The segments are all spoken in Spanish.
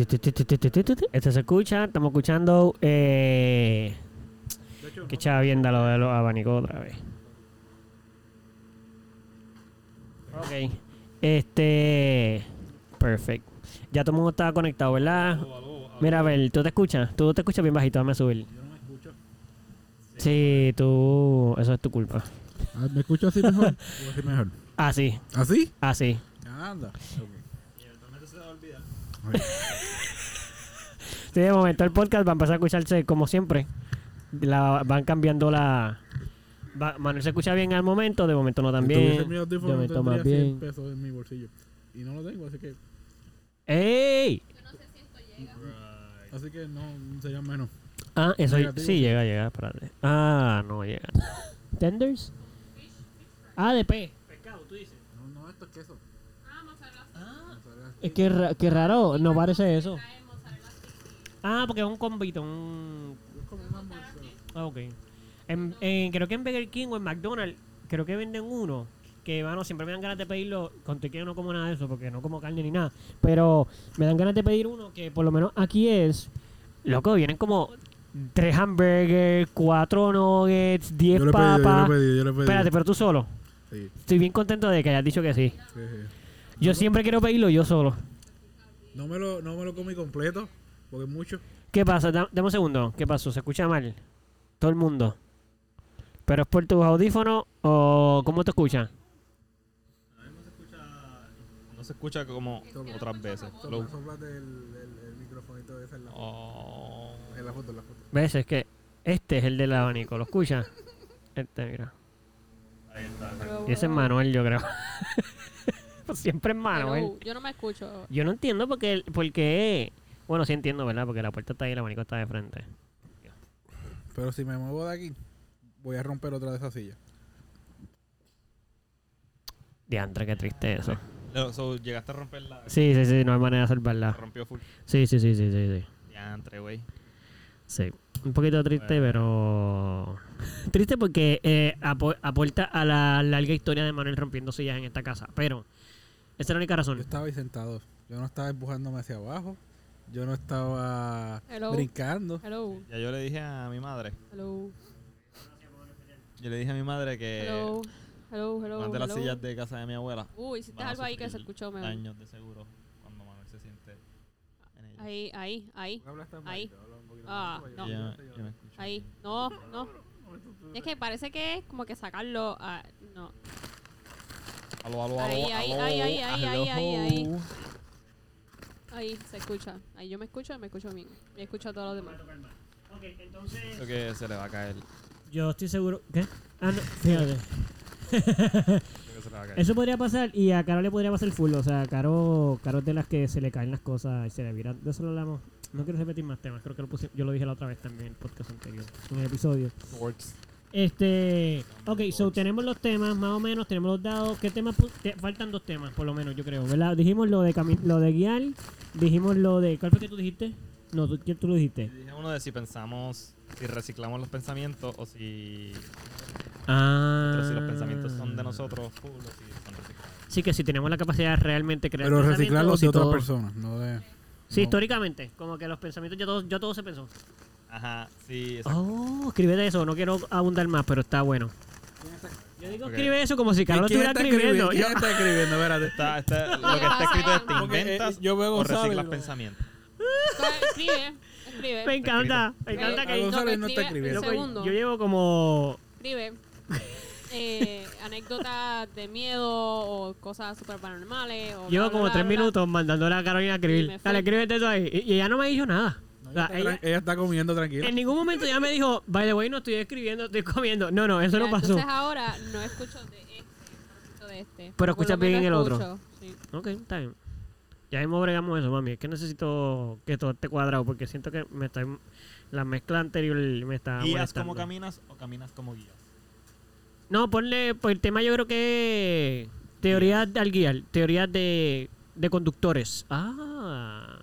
Este se escucha, estamos escuchando. Eh, que echaba vienda lo de los abanicos otra vez. Ok. Este. Perfecto. Ya todo el mundo estaba conectado, ¿verdad? Mira, Abel, ¿tú te escuchas? Tú te escuchas bien bajito, dame subir. Yo no me escucho. Sí, tú. Eso es tu culpa. Ah, Ah, ¿Me escucho así mejor? ¿O así mejor? Así, ¿Así? así. Anda. Sí, de momento el podcast va a empezar a escucharse como siempre. La, van cambiando la. va- Manuel se escucha bien al momento, de momento no tan Si tuviese mi bien. audífono, yo me tomo tendría 100 bien. pesos en mi bolsillo. Y no lo tengo, así que, ¡Ey! así que no sería menos. Ah, eso Negativo. sí, llega, llega, espérate. Ah, no llega. ¿Tenders? Ah, de P. Pescado, tú dices. No, no, esto es queso. Es que ra- que raro, no parece eso. Ah, porque es un combito, un. Ah, ok. En, en- creo que en Burger King o en McDonald's, creo que venden uno. Que, bueno, siempre me dan ganas de pedirlo. Con tequila no como nada de eso, porque no como carne ni nada. Pero me dan ganas de pedir uno que, por lo menos aquí es. Loco, vienen como tres hamburgers, cuatro nuggets, diez Yo lo he pedido, yo lo he papas. pedido, yo lo he pedido. Espérate, pero tú solo. Sí, Estoy bien contento de que hayas dicho que sí. sí, sí. Yo siempre quiero pedirlo yo solo. No me lo, no me lo comí completo, porque es mucho. ¿Qué pasa? Da- Dame un segundo. ¿Qué pasó? ¿Se escucha mal? Todo el mundo. ¿Pero es por tus audífonos o cómo te escucha? No se escucha como otras veces. Lo- Sóplate el, el, el microfonito ese en la, Oh. en la foto, en la foto. ¿Ves? Es que este es el del abanico. ¿Lo escucha? Este, mira. Y ese es Manuel, yo creo. Pues Siempre es Manuel. Yo no me escucho. Yo no entiendo por qué, por qué- Bueno, sí entiendo, ¿verdad? Porque la puerta está ahí y el abanico está de frente. Pero si me muevo de aquí, voy a romper otra de esas sillas. Diantre, qué triste eso. Lo- Oh. so, llegaste a romperla. Sí, sí, sí. No hay manera de la salvarla. rompió full. Sí, sí, sí, sí, sí. sí. Ya entre, güey. Sí. Un poquito triste, pero. Triste porque eh, apo- aporta a la larga historia de Manuel rompiendo sillas en esta casa. Pero, esa es la única Yo razón. estaba ahí sentado. Yo no estaba empujándome hacia abajo. Yo no estaba Hello. brincando. Hello, Ya yo le dije a mi madre. hello, Yo le dije a mi madre que hello, hello, hello. más de las hello. sillas de casa de mi abuela. Uh, hiciste van a algo ahí que se sufrir escuchó, me Daños de seguro cuando Manuel se siente en ella. Ahí, ahí, ahí, ahí. Ah, no, Yo me- yo me escucho. ahí. No, no. Es que parece que es como que sacarlo a... No. Aló, aló, aló, Ahí, ahí, aló, ahí, ahí, ahí, ahí, ahí, ahí. aló. Ahí se escucha. Ahí yo me escucho y me escucho bien. Y escucho a todos los demás. Creo que se le va a caer. Yo estoy seguro. ¿Qué? Ah, no, fíjate. Creo que se le va a caer. Eso podría pasar y a Caro le podría pasar full. O sea, Caro, Caro es de las que se le caen las cosas y se le viran. De eso lo hablamos. No quiero repetir más temas. Creo que lo puse- yo lo dije la otra vez también en el podcast anterior. En el episodio. Works. Este, ok, so tenemos los temas, más o menos, tenemos los dados. ¿Qué temas? pu- te- faltan dos temas, por lo menos, yo creo, ¿verdad? Dijimos lo de cami- lo de guiar, dijimos lo de. ¿Cuál fue que tú dijiste? No, tú, ¿quién tú lo dijiste? Dije uno de si pensamos, si reciclamos los pensamientos o si, Ah. pero si los pensamientos son de nosotros, full, o si son reciclados. Sí, que si tenemos la capacidad de realmente crear. Pero pensamientos, reciclarlos si de otras todo- personas, no de. Sí, no. históricamente, como que los pensamientos ya todos, ya todos se pensó. Ajá, sí, exacto. Oh, escribe de eso, no quiero abundar más, pero está bueno. Yo digo, Ok. escribe eso como si Carlos ¿Quién estuviera está escribiendo? escribiendo. ¿Quién está escribiendo? Espérate. Está, está- lo que está escrito es te inventas eh, yo veo o González. reciclas lo- pensamientos. Entonces, Escribe, escribe. Eh, Me encanta, me encanta A que González no está escribe escribiendo. el Loco, segundo. Yo llevo como. escribe eh, anécdotas de miedo o cosas super paranormales. O Llevo bla, como bla, tres bla, bla. minutos mandándole a Carolina a Sí, escribir. me fui. Dale, escríbete eso ahí. Y, y ella no me dijo nada. O sea, Ella, ella- ella está comiendo tranquila. en ningún momento ella me dijo, by the way, no estoy escribiendo, estoy comiendo. No, no, eso Ya, no pasó. Entonces ahora no escucho de este, escucho de este. Pero Por lo escuchas bien menos el otro. escucho, sí. Ok, está bien. Ya mismo bregamos eso, mami. Es que necesito que todo esté cuadrado porque siento que me está. La mezcla anterior me está. ¿Guías como molestando. caminas o caminas como guías? No, ponle. Por el tema, yo creo que. Teorías al guiar. Teorías de, de conductores. Ah.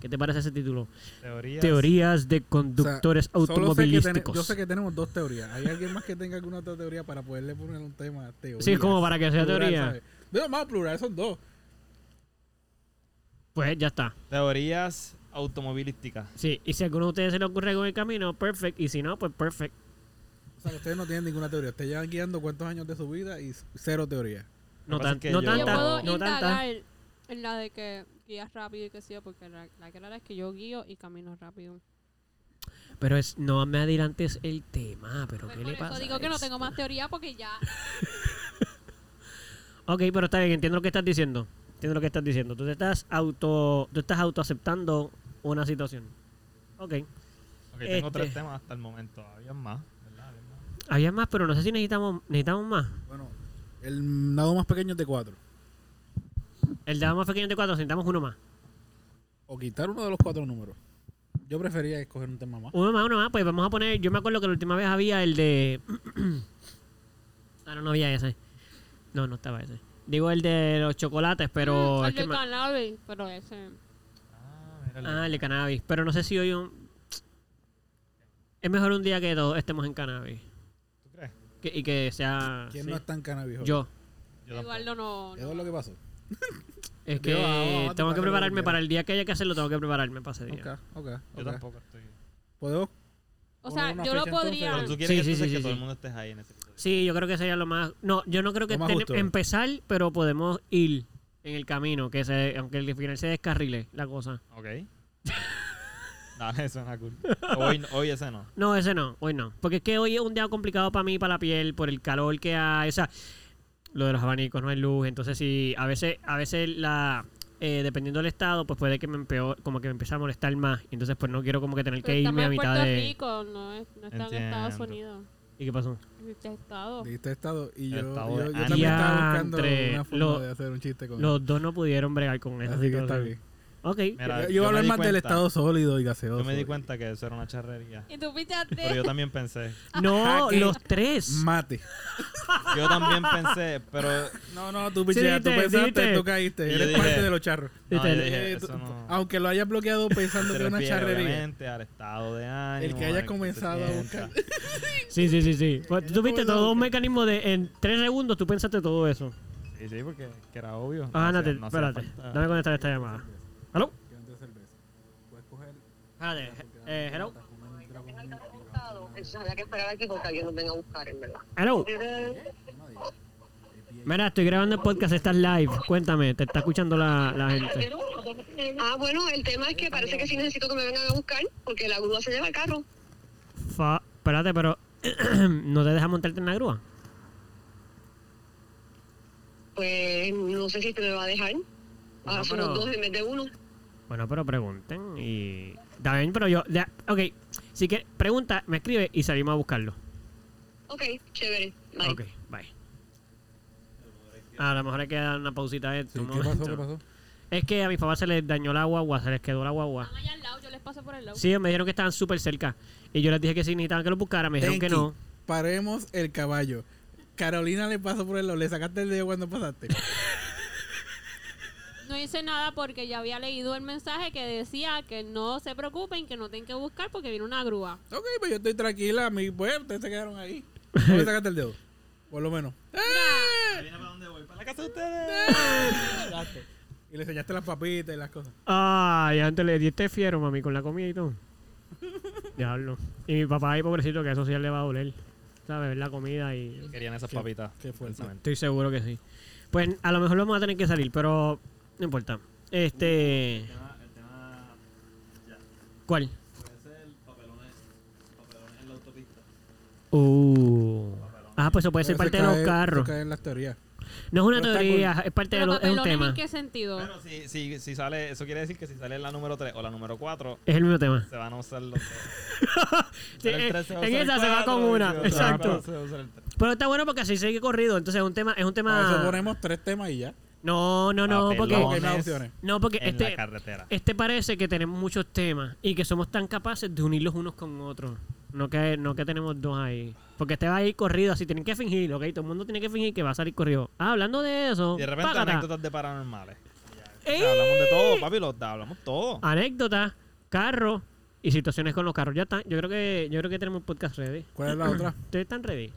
¿Qué te parece ese título? Teorías. Teorías de O sea, conductores solo sé que ten- automovilísticos. yo sé que tenemos dos teorías. ¿Hay alguien más que tenga alguna otra teoría para poderle poner un tema teoría? Sí, es como para que sea Plural, teoría. ¿sabes? No, más plural, son dos. Pues ya está. Teorías automovilísticas. Sí, y si a alguno de ustedes se le ocurre algo en el camino, perfect. Y si no, pues perfect. O sea, que ustedes no tienen ninguna teoría. Ustedes llevan guiando cuántos años de su vida y c- cero teoría. No, Lo que pasa tan- es que no yo- yo tanta, puedo no tanta. indagar en la de que guías rápido y que sí, porque la, la clara es que yo guío y camino rápido. Pero es, no me adelantes el tema, pero Pues ¿qué por le eso pasa? digo a que no esto? tengo más teoría porque ya Ok, pero está bien, entiendo lo que estás diciendo. Entiendo lo que estás diciendo. Tú te estás auto, tú estás autoaceptando una situación. Ok. Ok, tengo Este. tres temas hasta el momento. Había más, ¿verdad? Habían más. Había más, pero no sé si necesitamos, necesitamos más. Bueno, el dado más pequeño es de cuatro. El dado más pequeño de cuatro, necesitamos uno más. O quitar uno de los cuatro números. Yo prefería escoger un tema más. Uno más, uno más, pues vamos a poner. Yo me acuerdo que la última vez había el de. ah, no, no había ese. No, no estaba ese. Digo el de los chocolates, pero. Mm, es el que de me- cannabis, pero ese Ah, mira. el- Ah, el de cannabis. Pero no sé si hoy un. Es mejor un día que todos estemos en cannabis. ¿Tú crees? Que- y que sea. ¿Quién sí. no está en cannabis hoy? Yo. Yo tampoco. Eduardo no, Eso es no. lo que pasó. Es que Yo, ah, vamos, vamos, tengo para que que prepararme volviera. para el día que haya que hacerlo, tengo que prepararme para ese día. Ok, ok. Yo ok. tampoco estoy. ¿Podemos? O sea, Una yo lo fecha, entonces, podría Pero tú quieres Sí, que, sí, entonces sí, que sí, todo sí. el mundo esté ahí en ese episodio. Sí, yo creo que sería lo más. No, yo no creo que Lo más ten- justo. empezar, pero podemos ir en el camino, que se, aunque el final se descarrile la cosa. Ok. Dale, suena cool. Hoy, no- hoy ese no. No, ese no, hoy no. Porque es que hoy es un día complicado para mí, para la piel, por el calor que hay. O sea, lo de los abanicos, no hay luz. Entonces, sí, a veces, a veces la. eh, dependiendo del estado, pues puede que me empeor, como que me empiece a molestar más. Entonces, pues no quiero como que tener Pero que estamos irme a en mitad Puerto de. Rico, no, es, no está en Entiendo. Estados Unidos. ¿Y qué pasó? En este estado. Dijiste estado y El yo, estado yo, de yo también estaba buscando Diantre, una forma lo- de hacer un chiste con Los dos no pudieron bregar con él. eso. Así que está bien. Ok. Mira, yo, yo voy a me hablar di más del cuenta- estado sólido y gaseoso. Yo me di cuenta que eso era una charrería. Y tú Pero pichaste. yo también pensé. No, Jaque. los tres. Mate. Yo también pensé, pero. No, no, tú, pichea, dijiste, tú pensaste, dijiste. tú caíste. Y yo Eres dije- parte de los charros. No, Este, yo dije, Eh, eso tú- no. Aunque lo hayas bloqueado pensando se que es una refiere, charrería. obviamente, al estado de ánimo. El que haya al se comenzado a sienta. Sí, sí, sí, sí. Pues, tú viste Yo no todo un busqué. mecanismo de en tres segundos tú pensaste todo eso. Sí, sí, porque que era obvio. Ah, No Ana, hacía- te- no hacía espérate. falta. Dame conectar esta llamada. ¿Aló? Puedes coger Jade, eh, hello. Ojalá que esperar aquí porque alguien nos venga a buscar, en verdad. Hello. Mira, estoy grabando el podcast, estás live. Cuéntame, te está escuchando la, la gente. Ah, bueno, el tema es que parece que sí necesito que me vengan a buscar porque la grúa se lleva el carro. Fa- espérate, pero no te deja montarte en la grúa. Pues no sé si te me va a dejar. Ahora No, somos pero- dos en vez de uno. Bueno, pero pregunten y. Está bien, pero yo. ya, ok, si que pregunta, me escribe y salimos a buscarlo. Ok, chévere. Bye. Ok, bye. A lo mejor hay que dar una pausita de esto. Sí, un ¿Qué pasó? momento. ¿Qué pasó? Es que a mis papás se les dañó la guagua, se les quedó la guagua. Están allá al lado, yo les paso por el lado. Sí, me dijeron que estaban súper cerca. Y yo les dije que sí, necesitaban que los buscara. Me dijeron que Tenki, no. Paremos el caballo. Carolina le pasó por el lado. Le sacaste el dedo cuando pasaste. No hice nada porque ya había leído el mensaje que decía que no se preocupen, que no tienen que buscar porque viene una grúa. ok, pues yo estoy tranquila. Mi pues, ustedes se quedaron ahí. ¿Cómo le sacaste el dedo? Por lo menos. Adivina para dónde voy, para la casa de ustedes. Y le enseñaste las papitas y las cosas. Ay, antes le diste fiero, mami, con la comida y todo. Diablo. Y mi papá ahí, pobrecito, que eso sí le va a doler. ¿Sabes? Ver la comida y. Querían esas papitas. qué fuerte. precisamente. Estoy seguro que sí. Pues a lo mejor lo vamos a tener que salir, pero no importa. Este. ¿Cuál? Uh. Ah, pues eso puede ser Pero parte eso de los cae- carros. eso cae en las teorías. No es una Pero está teoría, es parte de lo, Pero es un papelones, tema. ¿en qué sentido? Pero si, si, si sale, eso quiere decir que si sale la número 3 o la número 4, Es el mismo tema. se van a usar los dos. Sí, Sale el en- 3, eh, en va a usar el esa se va 4, con y una, si se va exacto. con la 4, se va a usar el 3. Pero está bueno porque así sigue corrido, entonces es un tema, es un Para eso tema. ponemos tres temas y ya. No, no, no, porque Papelones. no hay opciones. no porque En la este carretera. este parece que tenemos muchos temas y que somos tan capaces de unirlos unos con otros. No que no que tenemos dos ahí. Porque este va a ir corrido, así tienen que fingir, ¿ok? Todo el mundo tiene que fingir que va a salir corrido. Ah, hablando de eso, Y de repente págata. anécdotas de paranormales. ¡Ey! O sea, hablamos de todo, papi, lo, hablamos todo. anécdotas, carros y situaciones con los carros. Ya está. Yo creo que yo creo que tenemos un podcast ready. ¿Cuál es la otra? ¿Ustedes están ready?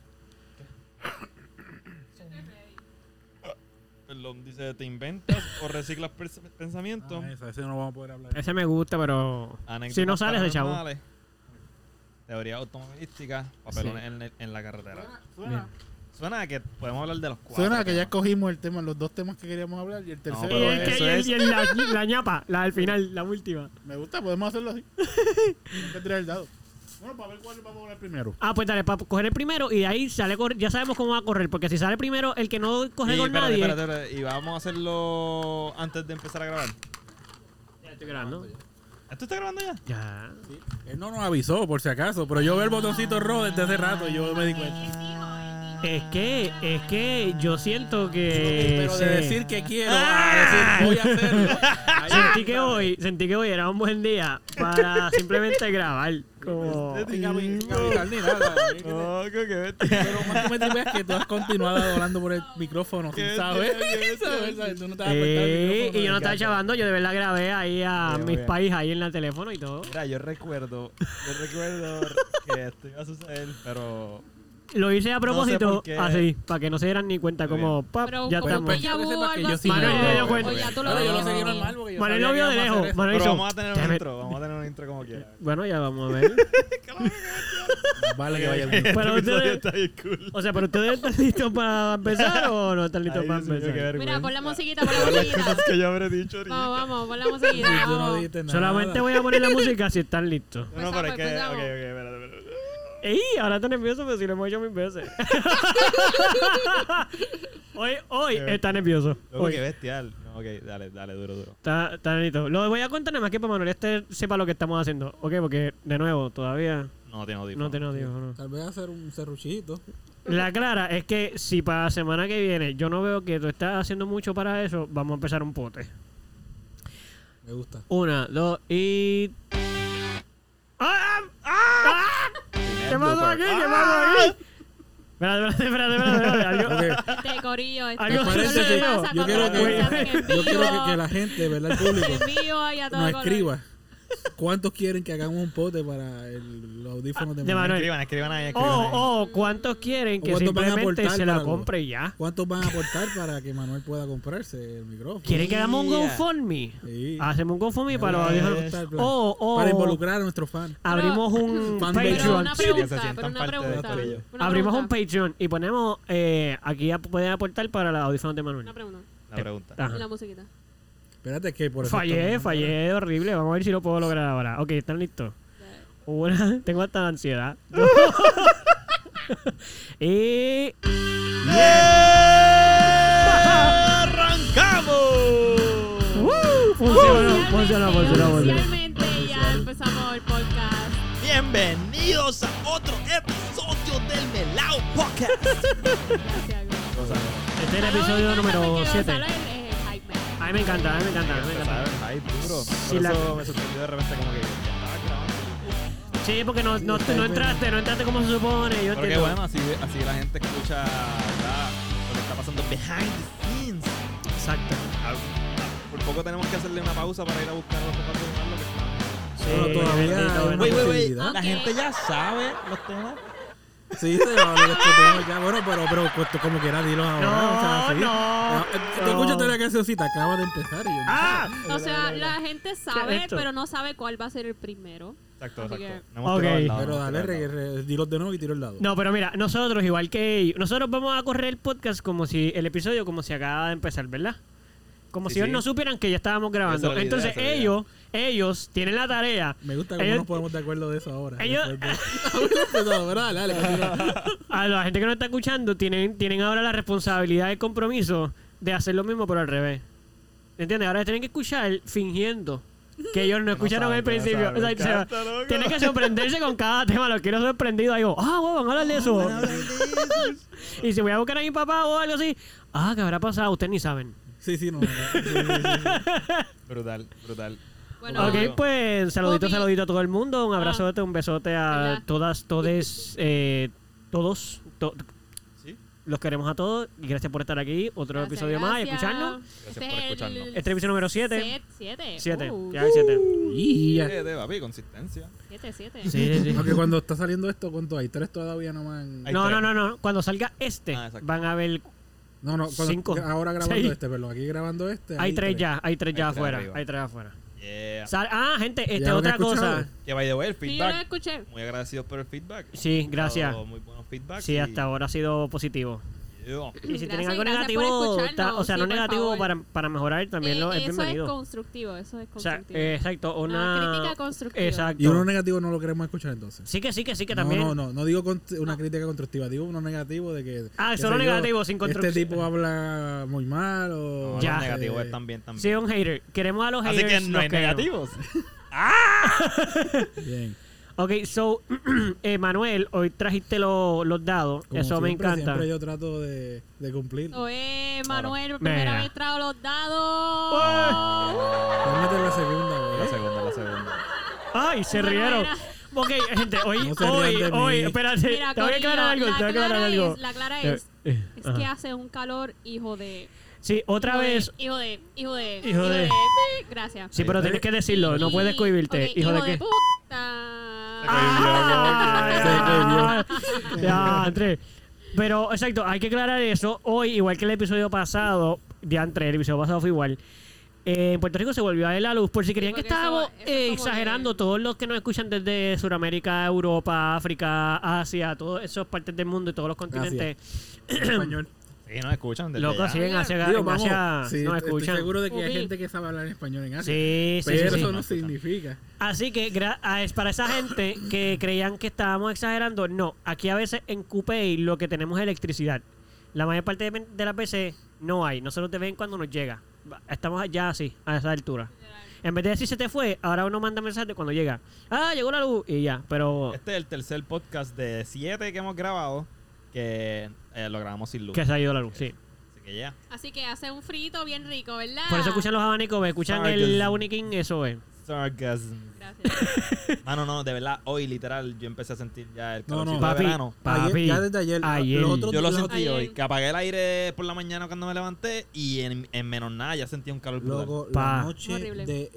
perdón, dice, ¿te inventas o reciclas pers- pensamientos? Ah, esa, ese no vamos a poder hablar. Ese me gusta, pero. Anécdotas Si no sales de chavo. paranormales, Teoría automovilística, papelones en, el- en la carretera. Suena, Suena a que podemos hablar de los cuatro. suena que ya temas. escogimos el tema, los dos temas que queríamos hablar y el tercero. Y, pero el que- pues, eso y el- es- y el- la, la ñapa, la del final, la última. Me gusta, podemos hacerlo así. Tengo que tirar el dado. Bueno, para ver cuál vamos a hablar primero. Ah, pues dale, para coger el primero y de ahí sale cor- ya sabemos cómo va a correr. Porque si sale primero el que no coge Y con espérate, nadie. espérate, espérate, y vamos a hacerlo antes de empezar a grabar. Ya estoy grabando. ¿Esto está grabando ya? Ya. Él no nos avisó, por si acaso, pero yo veo el botoncito rojo desde hace rato y yo me di cuenta. Eh, Es que, es que yo siento que. Pero de se- decir que quiero Ah. a decir voy a hacerlo. ahí Sentí que hoy, sentí que hoy era un buen día para simplemente grabar. Como. sin capital ni nada. qué Pero más que me tripea es que tú has continuado hablando por el micrófono sin Qué saber. ¿sabes? ¿sabes? Tú no te das cuenta del Eh, y yo micrófono no del estaba gato. chavando, yo de verdad grabé ahí a Qué mis bueno. país ahí en el teléfono y todo. Mira, yo recuerdo, yo recuerdo que esto iba a suceder, pero Lo hice a propósito por qué. así, para que no se dieran ni cuenta Muy como, pap, Pero ya como Pero estamos. que pues, ya quiero que hubo sepas que algo yo sí así, me doy o- cuenta. o ya tú lo Ahora yo lo ves. seguí normal porque yo Manuel sabía lo vio que de íbamos a hacer lejos. eso. Manuel pero hizo, vamos a tener "Damn un it". intro, vamos a tener un intro como quiera. Bueno, ya vamos a ver. Vale que vaya bien. Pero Este episodio ustedes- está bien cool. O sea, ¿pero ustedes están listos para empezar o no están listos Ay, para Dios mío, qué empezar? vergüenza. Mira, Ah. pon la musiquita, pon la Todas las musiquita. cosas que yo habré dicho ahorita. Vamos, vamos, pon la musiquita. Y tú no vamos. dijiste nada. Solamente voy a poner la música si están listos. No, no, pero es que. Empezamos, Ok, ok, empezamos. espérate, espérate. ¡Ey! Ahora está nervioso, pero si lo hemos hecho mil veces. hoy hoy Qué está nervioso. Loco, Hoy. qué bestial. No, ok, dale, dale, duro, duro. Está, está listo. Lo voy a contar nada más que para Manuel este sepa lo que estamos haciendo. Ok, porque de nuevo, todavía No tiene audífono. no te lo digo. no. Tal vez hacer un serruchito. La clara es que si para la semana que viene yo no veo que tú estás haciendo mucho para eso, vamos a empezar un pote. Me gusta. Una, dos y. ¡Ah! ¡Ah! ¿Qué pasó aquí? ¿Qué pasó aquí? Espérate, espérate, espérate, espérate, espérate. Algo- Este corillo, este Algo corillo sucedió. le Yo pasa cuando quiero las que, cosas se hacen en yo quiero vivo. que, que la gente, ¿verdad? El En público vivo y a todo nos color. escriba. ¿Cuántos quieren que hagamos un pote para el, los audífonos de De Manuel? Manuel. Escriban, escriban ahí, escriban ahí. Oh, oh, ¿cuántos quieren que ¿Cuántos van a simplemente se aportar para la algo? compre y ya? ¿Cuántos van a aportar para que Manuel pueda comprarse el micrófono? ¿Quieren que hagamos un Yeah. GoFundMe? Sí. Hacemos un GoFundMe para los Me audífonos. gusta el plan. Oh, oh. Para involucrar a nuestros fans. Abrimos un Fan base. Patreon. Pero una Que se pregunta, sientan pero una parte de pregunta. esto. una Abrimos un pregunta, Patreon y ponemos eh, aquí ya pueden aportar para los audífonos de Una Manuel. pregunta. La pregunta. Ajá. Y la musiquita. Espérate que por eso Fallé, estamos- fallé horrible. Vamos a ver si lo puedo lograr ahora. Ok, ¿están listos? Una, tengo hasta la ansiedad. y ¡Arrancamos! ¡Woo! uh, funcionó, Oficialmente, funcionó, funcionó, funcionó. Oficialmente ya empezamos el podcast. Bienvenidos a otro episodio del Melao Podcast. Gracias, güey. Este es el Algo episodio importante número que 7. Gonzalo es- es hype man. A mí me encanta, a mí me encanta, a mí me encanta. Ay, duro. Sí, Por la- eso me sorprendió de repente como que estaba grabando. Sí, porque no, no, no entraste, no entraste como se supone. Yo Pero qué entiendo. bueno, así, así la gente escucha ¿verdad? lo que está pasando behind the scenes. Exacto. Ah, Por poco tenemos que hacerle una pausa para ir a buscar a los papás de Omar, lo que está- Sí, Pero todavía bendito, hay una bendito. Ah. La gente ya sabe los temas. Sí, se va a ver los que tenemos ya. Bueno, pero, pero pues, como quiera, dilo ahora. No, o sea, sí. no, Eh, no. Tú escuchaste la cancioncita, acaba de empezar. Y yo, ¡Ah! O sea, la gente ¿Qué es sabe, esto? pero no sabe cuál va a ser el primero. Exacto, Así exacto. que- No hemos Ok. tirado al lado, Pero no hemos dale, tirado al re, lado. re- dilo de nuevo y tiro el dado. No, pero mira, nosotros, igual que ellos, nosotros vamos a correr el podcast como si el episodio como si acaba de empezar, ¿verdad? Como Sí, si ellos sí. no supieran que ya estábamos Esa grabando. era la idea, Entonces esa era la idea. ellos, ellos tienen la tarea. Me gusta cómo Ellos- nos podemos de acuerdo de eso ahora. Ellos- después de- Ah, Haber empezado, ¿verdad? Dale, continúa. A la gente que nos está escuchando tienen, tienen ahora la responsabilidad y el compromiso de hacer lo mismo pero al revés. ¿Entiendes? Ahora tienen que escuchar fingiendo que ellos no escucharon saben, al que no principio. saben. O sea, Me se- encanta, loco. tienen que sorprenderse con cada tema. Los quiero sorprendidos. Digo, ah, wow, van a hablar de eso. y si voy a buscar a mi papá o algo así, ah, ¿qué habrá pasado? Ustedes ni saben. Sí, sí, no. no, sí, sí, sí. Brutal, brutal. Bueno, ok, pues saludito, Obi- saludito a todo el mundo. Un Ah. abrazote, un besote a ¿Verdad? todas, todes, eh, todos. to- Sí. los queremos a todos y gracias por estar aquí. Otro gracias, episodio más y gracias. escucharnos. Gracias por escucharnos. Este episodio número 7. set- Siete. 7. Uh, Ya hay 7. Y ya. Eh, de papi, consistencia. Siete, siete. Sí, sí, sí. Aunque cuando está saliendo esto, ¿cuánto hay? Tres todavía nomás. en- Hay No, tres. no, no, no. Cuando salga este, Ah, exacto. van a ver No, no, cuando- Cinco. ahora grabando Seis. este, perdón. Aquí grabando este. Hay tres ya, hay tres ya Hay tres afuera. arriba. Hay tres afuera. Yeah. Sal- ah, gente, este, ¿Ya lo otra había escuchado? cosa. Que by the way, el Sí, yo lo feedback. escuché. Muy agradecido por el feedback. Sí, gracias. Todo Muy buenos feedbacks. Sí, hasta ahora ha sido positivo. Y si Gracias, tienen algo gracias por negativo, escucharnos. ta- o sea, Sí, no por negativo favor. para, para mejorar, también Eh, lo es eso bienvenido. es constructivo, eso es o sea, constructivo. eh, exacto, una, Una crítica constructiva. Exacto. Y uno negativo no lo queremos escuchar entonces. Sí que sí que sí que no, también. no, no, no digo cont- una crítica constructiva, digo uno negativo de que. Ah, qué solo sé yo, negativo, sin construcción. Este tipo habla muy mal o. No, Ya. Los negativos eh, están bien también. Sí, un hater. Queremos a los Así haters. que no los hay queremos. negativos. Eh, Bien. Ok, so, eh, Manuel, hoy trajiste lo- los dados. Como Eso me siempre, encanta. Siempre yo trato de, de cumplir. Oye, Manuel, por primera Mira. ¡Oh! vez trajo los dados. Uh, ¡Ay! Vamos a meter la segunda, La güey. segunda, la segunda. ¡Ay! Se Manuel, rieron. era- Ok, gente, hoy, No se hoy, rían de hoy, mí. espérate. Mira, te voy a aclarar algo, te Corillo, voy a la aclarar clara algo. es- la clara es, Eh, eh, es ajá. que hace un calor hijo de... Sí, otra hijo de- vez. Hijo de... Hijo de... Hijo de- Gracias. Sí, pero tienes que decirlo, no puedes Y- cohibirte. ok, hijo, de qué? puta. Ah, ya, ya, Andrés. Pero, exacto, hay que aclarar eso. Hoy, igual que el episodio pasado, de antes, el episodio pasado fue igual. eh, en Puerto Rico se volvió a ver la luz por si creían que porque eso- estábamos eso es eh, como exagerando. que- Todos los que nos escuchan desde Sudamérica, Europa, África, Asia, todas esas partes del mundo y todos los continentes. español. Sí, nos escuchan desde Locos, ya. sí, en Asia, Digo, en vamos, Asia sí, nos estoy escuchan. seguro de que hay Ok. gente que sabe hablar en español en Asia. Sí, sí, pero sí, sí. eso no significa. Así que gra- a- es para esa gente que creían que estábamos exagerando, no, aquí a veces en Coupey lo que tenemos es electricidad. La mayor parte de, de las veces no hay, nosotros te ven cuando nos llega. Va- Estamos ya así, a esa altura. En vez de decir se te fue, ahora uno manda mensaje cuando llega. Ah, llegó la luz y ya, pero Este es el tercer podcast de siete que hemos grabado que eh, lo grabamos sin luz. que se ha ido la luz, sí. Así que ya. Así que hace un frito bien rico, ¿verdad? Por eso escuchan los abanicos, ¿ves? escuchan el Sarcasm. la Uniking, eso es. Sarcasm. Gracias. Mano, Ah, no, de verdad, hoy literal yo empecé a sentir ya el No, calorcito no. de Papi, verano. papi, Ayer- ya desde ayer, ayer. los otros- Yo lo los- sentí Ayer. hoy, que apagué el aire por la mañana cuando me levanté y en, en menos nada ya sentía un calor brutal. Luego, Pa. la noche Horrible. del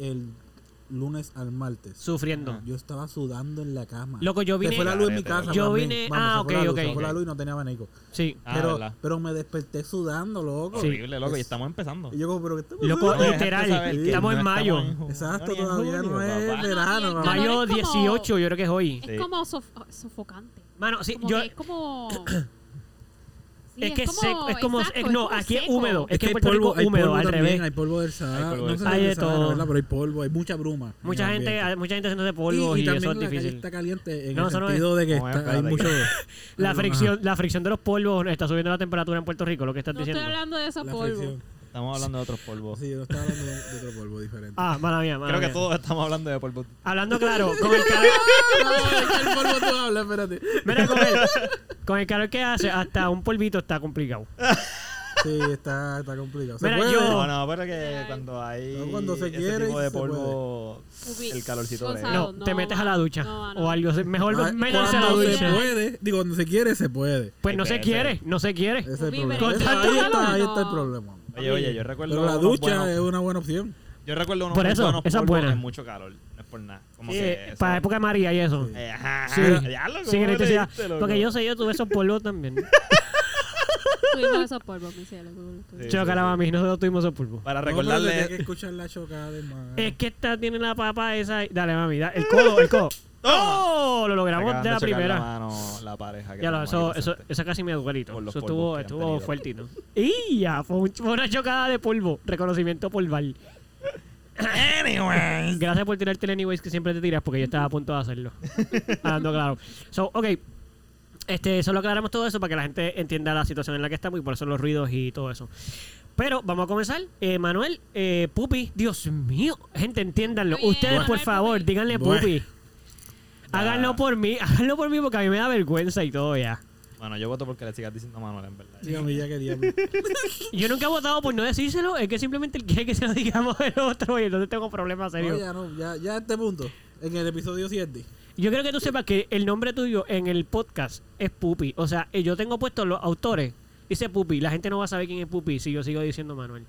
lunes al martes, Sufriendo. Ajá. yo estaba sudando en la cama. Loco, yo Se vine... fue la luz en mi Carete, casa. yo también. vine- Vamos, ah, se fue la ok, luz, se ok, fue la ok. luz y no tenía abanico. Sí. Ah, pero, ¿verdad? pero me desperté sudando, loco. Horrible, loco, y Es- estamos empezando. Y yo como, pero ¿qué está Loco, pasando? Déjate literal, saber que estamos no en mayo. Exacto, ni en todavía julio, no es papá. verano. No, papá. bien, Mayo es como- 18, yo creo que es hoy. Sí. Es como sof- sofocante. Mano, sí, Como yo... que es como... Sí, Es que es seco, es como- exacto, es- no, como aquí es seco. húmedo. Es que en hay Puerto polvo, Rico hay húmedo, polvo al también, revés. Hay polvo del Sahara. Hay polvo del no sé Sahara. si Hay del de Sahara, todo. ¿verdad? Pero hay polvo, hay mucha bruma. en Mucha el gente, ambiente. a- mucha gente se hace polvo y, y eso también es la calle difícil. está caliente en No, el eso no es- sentido de que Vamos a está- hay esperar mucho... La Ajá. fricción, la fricción de los polvos está subiendo la temperatura en Puerto Rico, lo que estás No diciendo. estoy hablando de esos La polvos. fricción. Estamos hablando de otros polvos. Sí, yo estaba hablando de de otro polvo diferente. Ah, mala mía, mala Creo que mía. todos estamos hablando de polvos. Hablando claro, con el calor, No, ¿de qué polvo tú hablas? Espérate. mira, con el, con el calor que hace, hasta un polvito está complicado. Sí, está, está complicado. Se Mira, puede. yo- No, no, pero que cuando hay No, cuando se ese quiere, tipo de se puede. polvo, el calorcito de... Gonzalo. No, Ah, No, no, te metes a la ducha no, no. o algo, así. mejor Ah, métanse a la cuando se ducha. puede, digo, cuando se quiere, se puede. Pues no Hay se que quiere, hacer. no se quiere. Ese es el Ubi, problema. pero Ese- con ahí, tanto está, calor, ahí está el no. problema. Oye, oye, yo recuerdo Pero la unos ducha buenos- es una buena opción. Yo recuerdo unos Por eso, buenos esa es polvos buena. en mucho calor. No es por nada. Como Sí, eh, que eso- para época de María y eso. Sí. Eh, ajá, Sí. ajá, diablo, ¿cómo Sin le electricidad. diste, loco? Porque yo sé, yo tuve esos polvos también. Tuvimos esos polvos, mi cielo. tuvimos- tuvimos. Sí, Choca la sí. mami, nosotros tuvimos esos polvos. Para No, pero recordarle... tenía que escuchar la chocada de mano. Es que esta tiene la papa esa. Dale, mami, da- el codo, el codo. ¡Oh! Lo logramos Acaban de la chocar primera. La, mano, la pareja que ya lo, tenemos eso, aquí eso, presente. eso casi me duelito. Por los Eso estuvo, polvos que han estuvo tenido. fuertito. ¡Y ya! Fue, un- fue una chocada de polvo. Reconocimiento polval. Anyways. Gracias por tirarte el anyways que siempre te tiras porque yo estaba a punto de hacerlo. Hablando claro. So, ok. Este, solo aclaramos todo eso para que la gente entienda la situación en la que estamos y por eso los ruidos y todo eso. Pero vamos a comenzar. Eh, Manuel, eh, Pupi, Dios mío. Gente, entiéndanlo. Oye, Ustedes, por Manuel, favor, Pupi. díganle Bueno. Pupi. Háganlo Ya. por mí, háganlo por mí porque a mí me da vergüenza y todo ya. Bueno, yo voto porque le sigas diciendo Manuel, en verdad. Dígame ya que diablo. Yo nunca he votado por no decírselo, es que simplemente él quiere que se lo digamos el otro y entonces tengo problemas No, serios. ya, no, ya, ya a este punto, en el episodio 7. Yo creo que tú sepas que el nombre tuyo en el podcast es Pupi. O sea, eh, yo tengo puesto los autores Dice Pupi. La gente no va a saber quién es Pupi si yo sigo diciendo Manuel.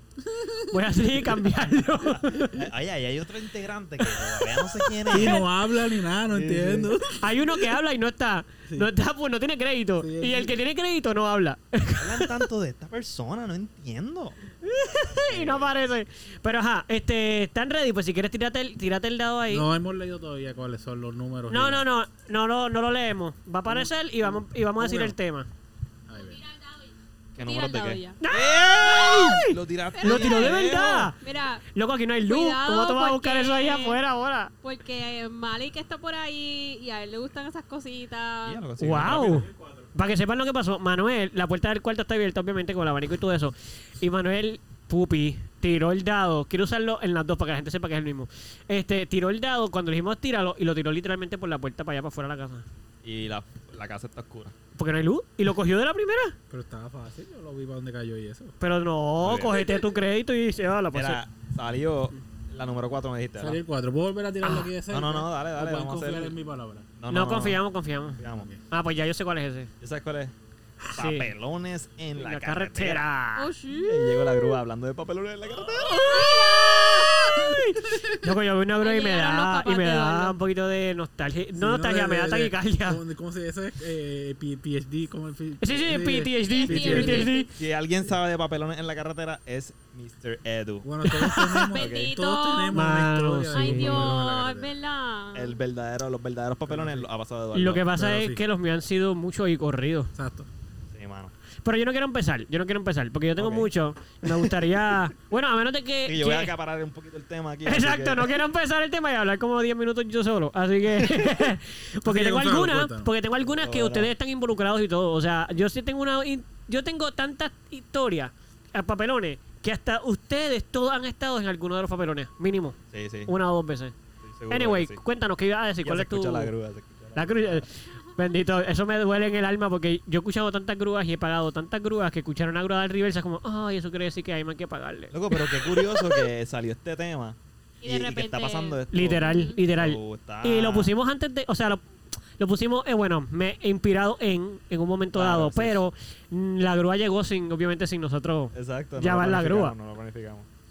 Voy a tener que cambiarlo. Eh, Ay, ay, hay otro integrante que todavía no sé quién Y es. no habla ni nada, no Sí, sí. entiendo. Hay uno que habla y no está. No está, pues no tiene crédito. Sí, y el sí. que tiene crédito no habla. Hablan tanto de esta persona, no entiendo. y no aparece. Pero ajá, este, ¿están ready? Pues si quieres tírate el, tírate el dado ahí. No hemos leído todavía cuáles son los números. No, no, no, no, lo- no lo leemos. Va a aparecer y vamos, y vamos a decir Uno. el tema. Ahí ve. ¿Qué Tira número el de dado qué? ya. ¡Ay! Lo tiraste. ¡Lo tiró de verdad! Mira, Loco, aquí no hay luz. Cuidado, ¿Cómo tú vas a buscar porque- eso ahí afuera ahora? porque Malik está por ahí y a él le gustan esas cositas. Ya, lo conseguí rápido. ¡Wow! Para que sepan lo que pasó, Manuel, la puerta del cuarto está abierta, obviamente, con el abanico y todo eso. Y Manuel, pupi, tiró el dado. Quiero usarlo en las dos para que la gente sepa que es el mismo. Este, tiró el dado cuando le dijimos tíralo y lo tiró literalmente por la puerta para allá, para afuera de la casa. Y la, la casa está oscura. Porque no hay luz. Y lo cogió de la primera. Pero estaba fácil, yo lo vi para donde cayó y eso. Pero no, Muy bien. cogete tu crédito y se va la pasé. Mira, salió la número 4, me dijiste. ¿verdad? Salir 4. ¿Puedo volver a tirarlo aquí de cerca? Ah. no, no, dale, ¿O dale, pueden vamos a confiar hacer- en mi palabra. No, confiamos, confiamos. Confiamos. Ah, pues ya yo sé cuál es ese. ¿Ya sabes cuál es? Papelones en la, carretera. carretera. Oh, Y shit. Llegó la grúa hablando de papelones en la carretera. Loco, yo veo una grúa y Ahí me llegaron los da, papás y me de da Eduardo. un poquito de nostalgia. Si No nostalgia, de- me da de- taquicardia. eh, ¿Cómo, cómo se dice? Eso es eh, P- PhD. ¿cómo es? Sí, sí, PTSD, PTSD. PTSD. Si alguien sabe de papelones en la carretera, es Mr. Edu. Bueno, todos tenemos, Bendito. todos tenemos Mano, una historia. de Ay, Sí. un Dios, problema es en la carretera. verdad. El verdadero, los verdaderos papelones lo ha pasado Eduardo. Lo que pasa Pero es sí. que los míos han sido muchos y corridos. Exacto. Sí, mano. Pero yo no quiero empezar, yo no quiero empezar, porque yo tengo Ok. mucho. Me gustaría. bueno, a menos de que. Sí, yo voy a que- acaparar un poquito el tema aquí. así Eh, Exacto, que- no quiero empezar el tema y hablar como 10 minutos yo solo. Así que. porque Así que, tengo Gonzalo, algunas, cuéntanos. porque tengo algunas que Ahora. ustedes están involucrados y todo. O sea, yo sí tengo una. in- Yo tengo tantas historias a papelones que hasta ustedes todos han estado en alguno de los papelones, mínimo, Sí, sí. una o dos veces. estoy seguro Anyway, que sí. cuéntanos qué ibas a decir, Ya cuál se es tu. escucha la grúa, se escucha la La cruz. eh, Bendito, eso me duele en el alma porque yo he escuchado tantas grúas y he pagado tantas grúas que escuchar una grúa del Riversa es como, ay, eso quiere decir que hay más que pagarle. Loco, pero qué curioso que salió este tema. Y de que está repente- pasando esto. Literal, literal. Oh, está- Y lo pusimos antes de, o sea, lo, lo pusimos, eh, bueno, me he inspirado en, en un momento Claro, dado, sí. pero mm, la grúa llegó sin, obviamente sin nosotros. Exacto. Ya lo va en la grúa. planificamos,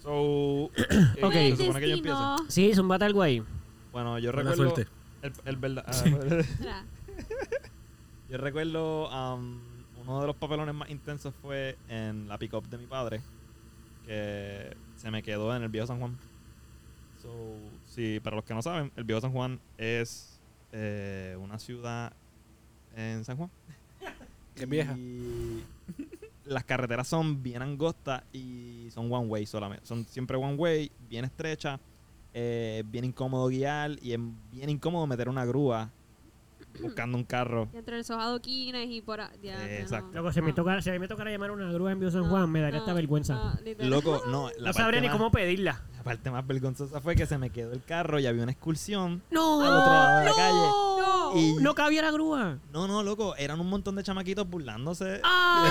No lo planificamos. So, Ok. eh, El se supone que yo destino. empiezo. Sí, es un algo ahí. Bueno, yo Buena recuerdo. suerte. El, el verdad. ah, Mira, yo recuerdo. am, uno de los papelones más intensos fue en la pick-up de mi padre. Que se me quedó en el viejo San Juan. So, sí, para los que no saben, el viejo San Juan es eh, una ciudad en San Juan. Qué vieja. Y las carreteras son bien angostas y son one way solamente. Son siempre one way, bien estrecha, eh, bien incómodo guiar y es bien incómodo meter una grúa buscando un carro. y entre esos adoquines y por ahí. ya, ya Exacto. no. Loco, si, me No, tocara, si a mí me tocara llamar una grúa en Bio San no, Juan, me daría no, esta vergüenza. no, literal. Loco, no, la, No parte sabría ni más, cómo pedirla. la parte más vergonzosa fue que se me quedó el carro y había una excursión ¡No! al otro lado de la calle. ¡No! Y- No cabía la grúa. No, no, loco, eran un montón de chamaquitos burlándose. ¡Ah!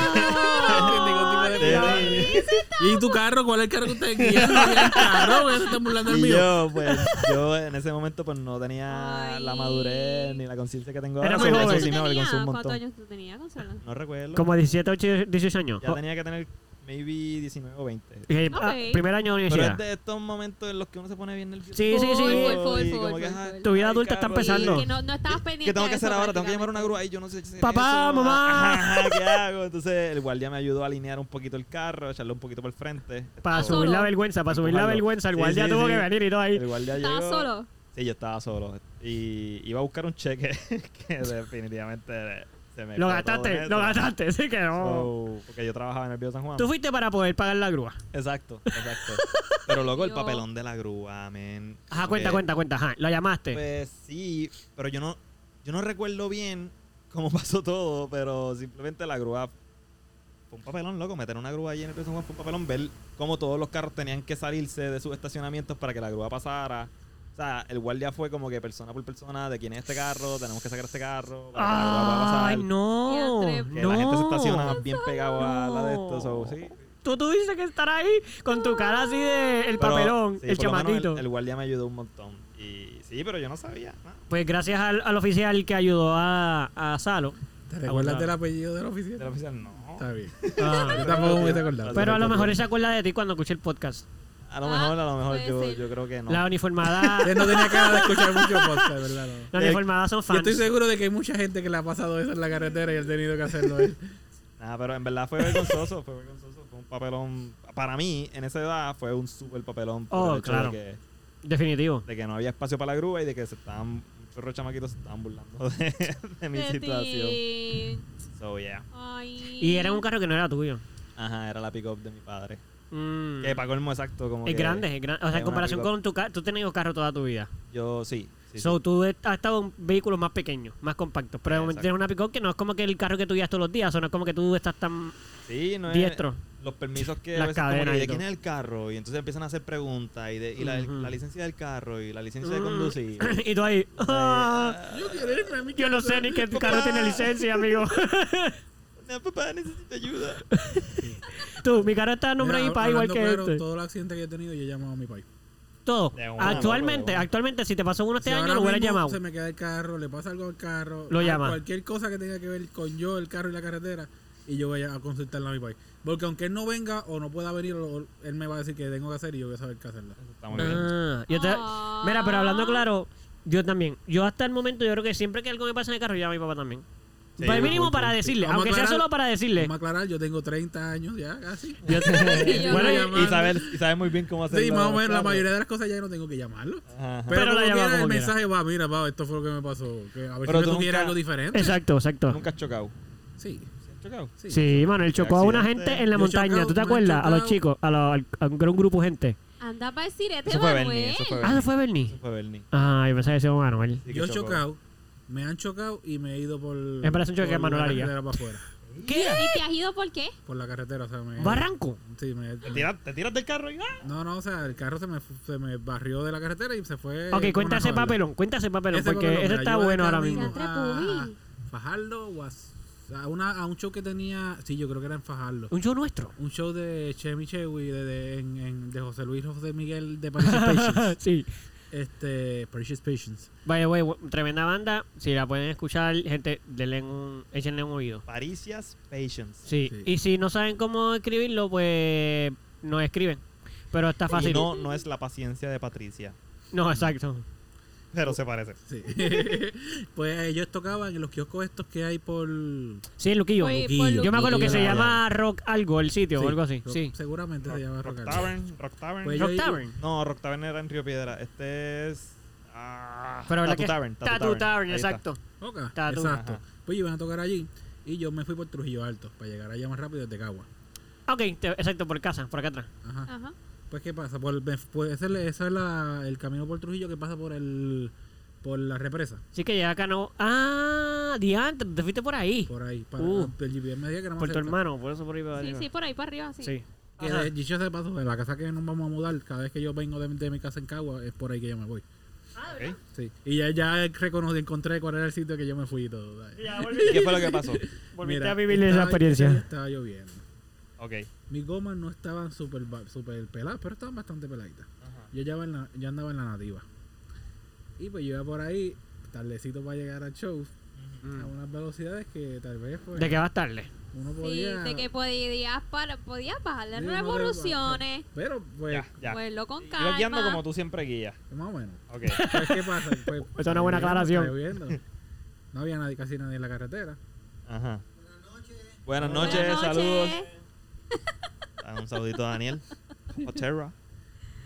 Ningún tipo de- ¡No! ¿Y tu carro? ¿Cuál es el carro que ustedes guían? ¿No guían carro? ¿Ya se están burlando del Y mío? yo, pues, yo en ese momento pues no tenía la Ay. madurez ni la conciencia que tengo Era ahora. muy so, joven. Eso ¿Cuántos sí me años tú avergonzó un tenías? montón. ¿Cuántos años tú tenías, Consuelo? No recuerdo. Como 17, 18, 18 años. Ya Oh, tenía que tener maybe 19 o 20. eh, ah, Ok. primer año de Pero es universidad. de estos momentos en los que uno se pone bien nervioso. Sí, sí, sí. Y Full, full, como full, que, full, ajá, full. Tu vida ay, adulta está cabrón, empezando. Sí, que no, no estabas pendiente. ¿Qué tengo que de eso hacer ahora? Tengo que llamar a una grúa y yo prácticamente. no sé si Papá, mamá. Ajá, ¿Qué hago? Entonces el guardia me ayudó a alinear un poquito el carro, echarlo un poquito para el frente. Para Estaba subir la solo. vergüenza, para subir la Empujarlo. vergüenza. El Sí, guardia sí, tuvo sí. que venir y todo ahí. El guardia ¿Estabas llegó. solo? Sí, yo estaba solo. Y iba a buscar un cheque que definitivamente se me Lo fue todo en gastaste, eso. lo gastaste, sí que no. So, porque yo trabajaba en el Bio San Juan. Tú fuiste para poder pagar la grúa. Exacto, exacto. Pero luego el Dios. papelón de la grúa, amén. Eh, Ajá, cuenta, cuenta, cuenta, ajá. La llamaste. Pues sí, pero yo no, yo no recuerdo bien cómo pasó todo, pero simplemente la grúa fue un papelón, loco. Meter una grúa allí en el Pío San Juan fue un papelón. Ver cómo todos los carros tenían que salirse de sus estacionamientos para que la grúa pasara. O sea, el guardia fue como que persona por persona, de quién es este carro, tenemos que sacar este carro para que la grúa pueda pasar. Ay, no. Y entre- Que no. la gente se estaciona bien pegado a la de estos, so, sí. Tú tuviste que estar ahí con tu cara así de el Pero, papelón, sí, el por lo menos chamaquito. El, el guardia me ayudó un montón. Y sí, pero yo no sabía. ¿no? Pues gracias al, al oficial que ayudó a, a Salo. Ah, ¿Te recuerdas Aguantaba. del apellido del Del oficial? oficial, no. Está bien. Ah, Yo tampoco me hubiese acordado. pero a lo mejor él se acuerda de ti cuando escuche el podcast. A lo Ah, mejor, a lo mejor puede yo, ser. yo creo que no. La uniformada, Él no tenía cara de escuchar mucho podcast, ¿verdad? No. la uniformada son Yo fans. estoy seguro de que hay mucha gente que le ha pasado eso en la carretera y ha tenido que hacerlo él. Nah, pero en verdad fue vergonzoso, fue vergonzoso. Fue un papelón. Para mí, en esa edad, fue un súper papelón. por Oh, el hecho claro. De Definitivo. que, de que no había espacio para la grúa y de que se estaban. Chorro chamaquitos se estaban burlando de, de mi De ti. situación. So, yeah. Ay. Y era un carro que no era tuyo. Ajá, era la pick-up de mi padre. Mm. Que para colmo exacto, como. Es que grande, es gran- O es sea, una en comparación pick-up. con tu carro, tú has tenido carro toda tu vida. Yo, sí. sí, so, sí. tú he- has estado en vehículos más pequeños, más compactos. Pero de momento Exacto. tienes una pick que no es como que el carro que tú llevas todos los días, o no es como que tú estás tan. Sí, no es- diestro. Los permisos que. Las a veces como que, cadenas ¿y y de quién todo. es el carro? Y entonces empiezan a hacer preguntas. Y, de, y la, Ujú. la licencia del carro. Y la licencia de Mm. conducir. y tú ahí. "Ah, Eh, Yo quiero irme a mi yo no sé ni qué Papá. carro tiene licencia, amigo. no, papá, necesito ayuda. tú, mi carro está a nombre de mi Mira, papá igual hablando que claro, este. Todos los accidentes que he tenido, yo he llamado a mi país. Todo. De una, Actualmente, loco, de una. actualmente, si te pasó uno este Si año, ahora lo hubieras mismo llamado. Se me queda el carro, le pasa algo al carro. Lo ah, llama. Cualquier cosa que tenga que ver con yo, el carro y la carretera, y yo voy a consultarle a mi país. Porque aunque él no venga o no pueda venir, lo- él me va a decir que tengo que hacer y yo voy a saber qué hacerla. Está muy bien. Ah, yo te- Ah. Mira, pero hablando claro, yo también. Yo hasta el momento, yo creo que siempre que algo me pasa en el carro, yo llamo a mi papá también. Sí, Para el mínimo muy para bien. decirle, Vamos a aunque sea aclarar- solo para decirle. Vamos a aclarar, yo tengo 30 años ya, casi. Yo- yo bueno, no y- Y saber, y saber muy bien cómo hacerlo. Ah, Sí, más o menos, la claro. mayoría de las cosas ya no tengo que llamarlo. Ajá, ajá. Pero Pero, la como llama quiera, como el quiera. mensaje va, mira, va, esto fue lo que me pasó. que a ver Pero si tú me tú quieres nunca- algo diferente. exacto, exacto. Nunca has chocado. Sí, ¿Sí has chocado? sí. Sí, Manuel chocó a una accidente. gente en la Yo he montaña. chocado, ¿Tú te me he acuerdas? A los chocado. chicos, a, los- al- a un gran grupo de gente. Anda para decir este Eso fue Bernie. Manuel. Eso fue Ah, Bernie. ¿no fue Bernie? Eso fue Bernie. Ah, yo pensaba que se llamaba Manuel. Sí que yo he chocó. chocado, me han chocado y me he ido por. Me parece un choque por que Manuel la haría. carretera para afuera. ¿Qué? ¿Y te has ido por qué? Por la carretera, o sea, me. ¿Barranco? Sí, me. Te tiras, te tiras del carro y ¡ah! No, no, o sea, el carro se me, se me barrió de la carretera y se fue. Ok, Eh, con cuenta una ese falda. papelón, cuenta ese papelón, Ese porque papelón, ese mira, está yo de bueno ahora camino mismo. Ya A, te Fajardo o a, a una, a un show que tenía. Sí, yo creo que era en Fajardo. Un show nuestro. Un show de Chemi Chewi de, de, en, en- de José Luis José Miguel de Paris Patience. Pues sí. este, Paris Patience. Vaya, güey, tremenda banda. Si la pueden escuchar, gente, denle un, échenle un oído. Parisias Patience. Sí. Sí. Y si no saben cómo escribirlo, pues no escriben. Pero está Y fácil. no, no es la paciencia de Patricia. No, exacto. Pero se parece. Sí. pues eh, ellos tocaban en los kioscos estos que hay por. Sí, Luquillo. Oye, Luquillo, por Yo me acuerdo que se Luquillo, llama Rock algo, el sitio Sí, o algo así. Ro- Sí. Seguramente se llama Rock Rock Algo. Tavern. Rock Tavern. Pues yo- Rock Tavern. No, Rock Tavern era en Río Piedra. Este es. Ah, Pero ¿verdad Tattoo que- Tavern. Tattoo Tattoo Tavern, Ahí está. exacto. Ok, Tatu. exacto. Ajá. Pues iban a tocar allí y yo me fui por Trujillo Alto para llegar allá más rápido desde Cagua. Ok, te- exacto, por casa, por acá atrás. Ajá. Ajá. Pues qué pasa, por, me- pues ese, le- ese es la- el camino por Trujillo que pasa por el por la represa, Así que ya acá no. Ah, diantre, te fuiste por ahí. Por, por ahí. Para, Uh. el GPS me decía que era más tu cerca. hermano, por eso por ahí para Sí, arriba. sí, por ahí para arriba, sí. Sí. Que Ajá. de- dicho sea de paso, en la casa que nos vamos a mudar, cada vez que yo vengo de, de mi casa en Cagua, es por ahí que yo me voy. Ok. Sí. Y ya, ya reconocí, encontré cuál era el sitio que yo me fui y todo. ¿sabes? Ya, ¿Y volví- ¿Qué fue lo que pasó? volviste Mira, a vivir esa estaba- ese día experiencia. Estaba lloviendo. Ok. Mis gomas no estaban súper ba- súper peladas, pero estaban bastante peladitas. Yo ya, iba en la- yo andaba en la nativa. Y pues yo iba por ahí, tardecito para llegar al show, a Mm. unas velocidades que tal vez pues, ¿De qué vas tarde? uno Sí, podía... de que podías, para, podías bajar las Sí, uno revoluciones. debe- Pero pues, Ya, ya. Vuelo con Iba guiando como calma. tú siempre guías. más o menos. Ok. Pues, ¿qué pasa? Pues, Es una buena estaba lloviendo, aclaración. estaba lloviendo. No había nadie, casi nadie en la carretera. Ajá. Buenas Buenas noches. saludos. noches. Ah, Un saludito a Daniel. Potera.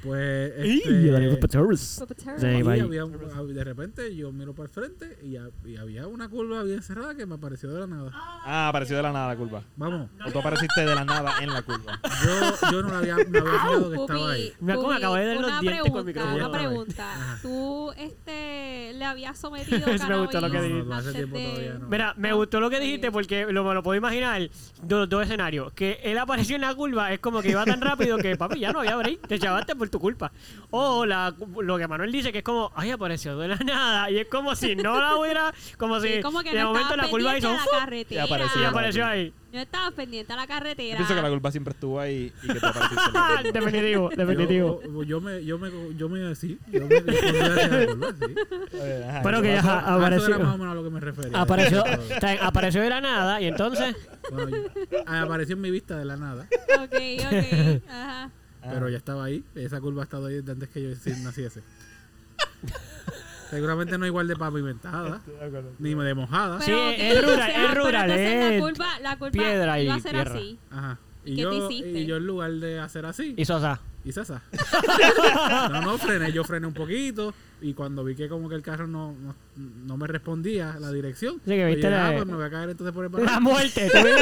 Pues, Y Daniel este, Gupta-Torres. y Sí, bye. había- hab- de repente yo miro para el frente y, ha- y había una curva bien cerrada que me apareció de la nada. Ah, apareció de la nada la curva. Vamos, O tú apareciste de la nada en la curva. yo, yo no la había, no había fijado que Pupi, estaba ahí. Mira cómo Pupi, me acabo de dar los una dientes con el pregunta, micrófono. Una Otra vez. pregunta. Ajá. ¿Tú este, le habías sometido Eso me gustó lo que cannabis dijiste. No, hace antes tiempo de- todavía no. Mira, me gustó lo que dijiste porque lo, me lo puedo imaginar de los dos escenarios. Que él apareció en la curva, es como que iba tan rápido que, papi, ya no había break, te chavaste por tu culpa. O la, lo que Manuel dice, que es como, ay, apareció de la nada. Y es como si no la hubiera, como si Sí, como que de no momento la estabas curva pendiente hizo un a fu- la Y carretera. y apareció. apareció ahí. No estabas pendiente a la Yo carretera. pienso que la culpa siempre estuvo ahí y que tú apareciste. en la curva. ¡Ah! definitivo, definitivo. Yo, yo me, yo me, yo me, sí, yo me escondí hacia la curva, sí. Eh, Ajá, Pero que eso ya Ah, eso era más o apareció. menos a lo que me refería. Apareció, está bien, apareció de la nada y entonces Bueno, yo- apareció en mi vista de la nada, Ok, ok. Ajá. Ah. pero ya estaba ahí. Esa curva ha estado ahí desde antes que yo naciese. Seguramente no igual de pavimentada, ni de mojada. Sí, Pero, es ¿qué tú rural, hacías? es rural, Pero entonces es la curva, la curva piedra y iba a ser tierra. así. Ajá. Y ¿Qué te yo, hiciste? y yo en lugar de hacer así, Y Sosa. hice esa. No, no, frené, yo frené un poquito y cuando vi que como que el carro no, no, no me respondía la dirección, Sí, que pues viste yo dije, la- "Ah, pues me voy a caer entonces por el La paralelo". muerte. tú ves.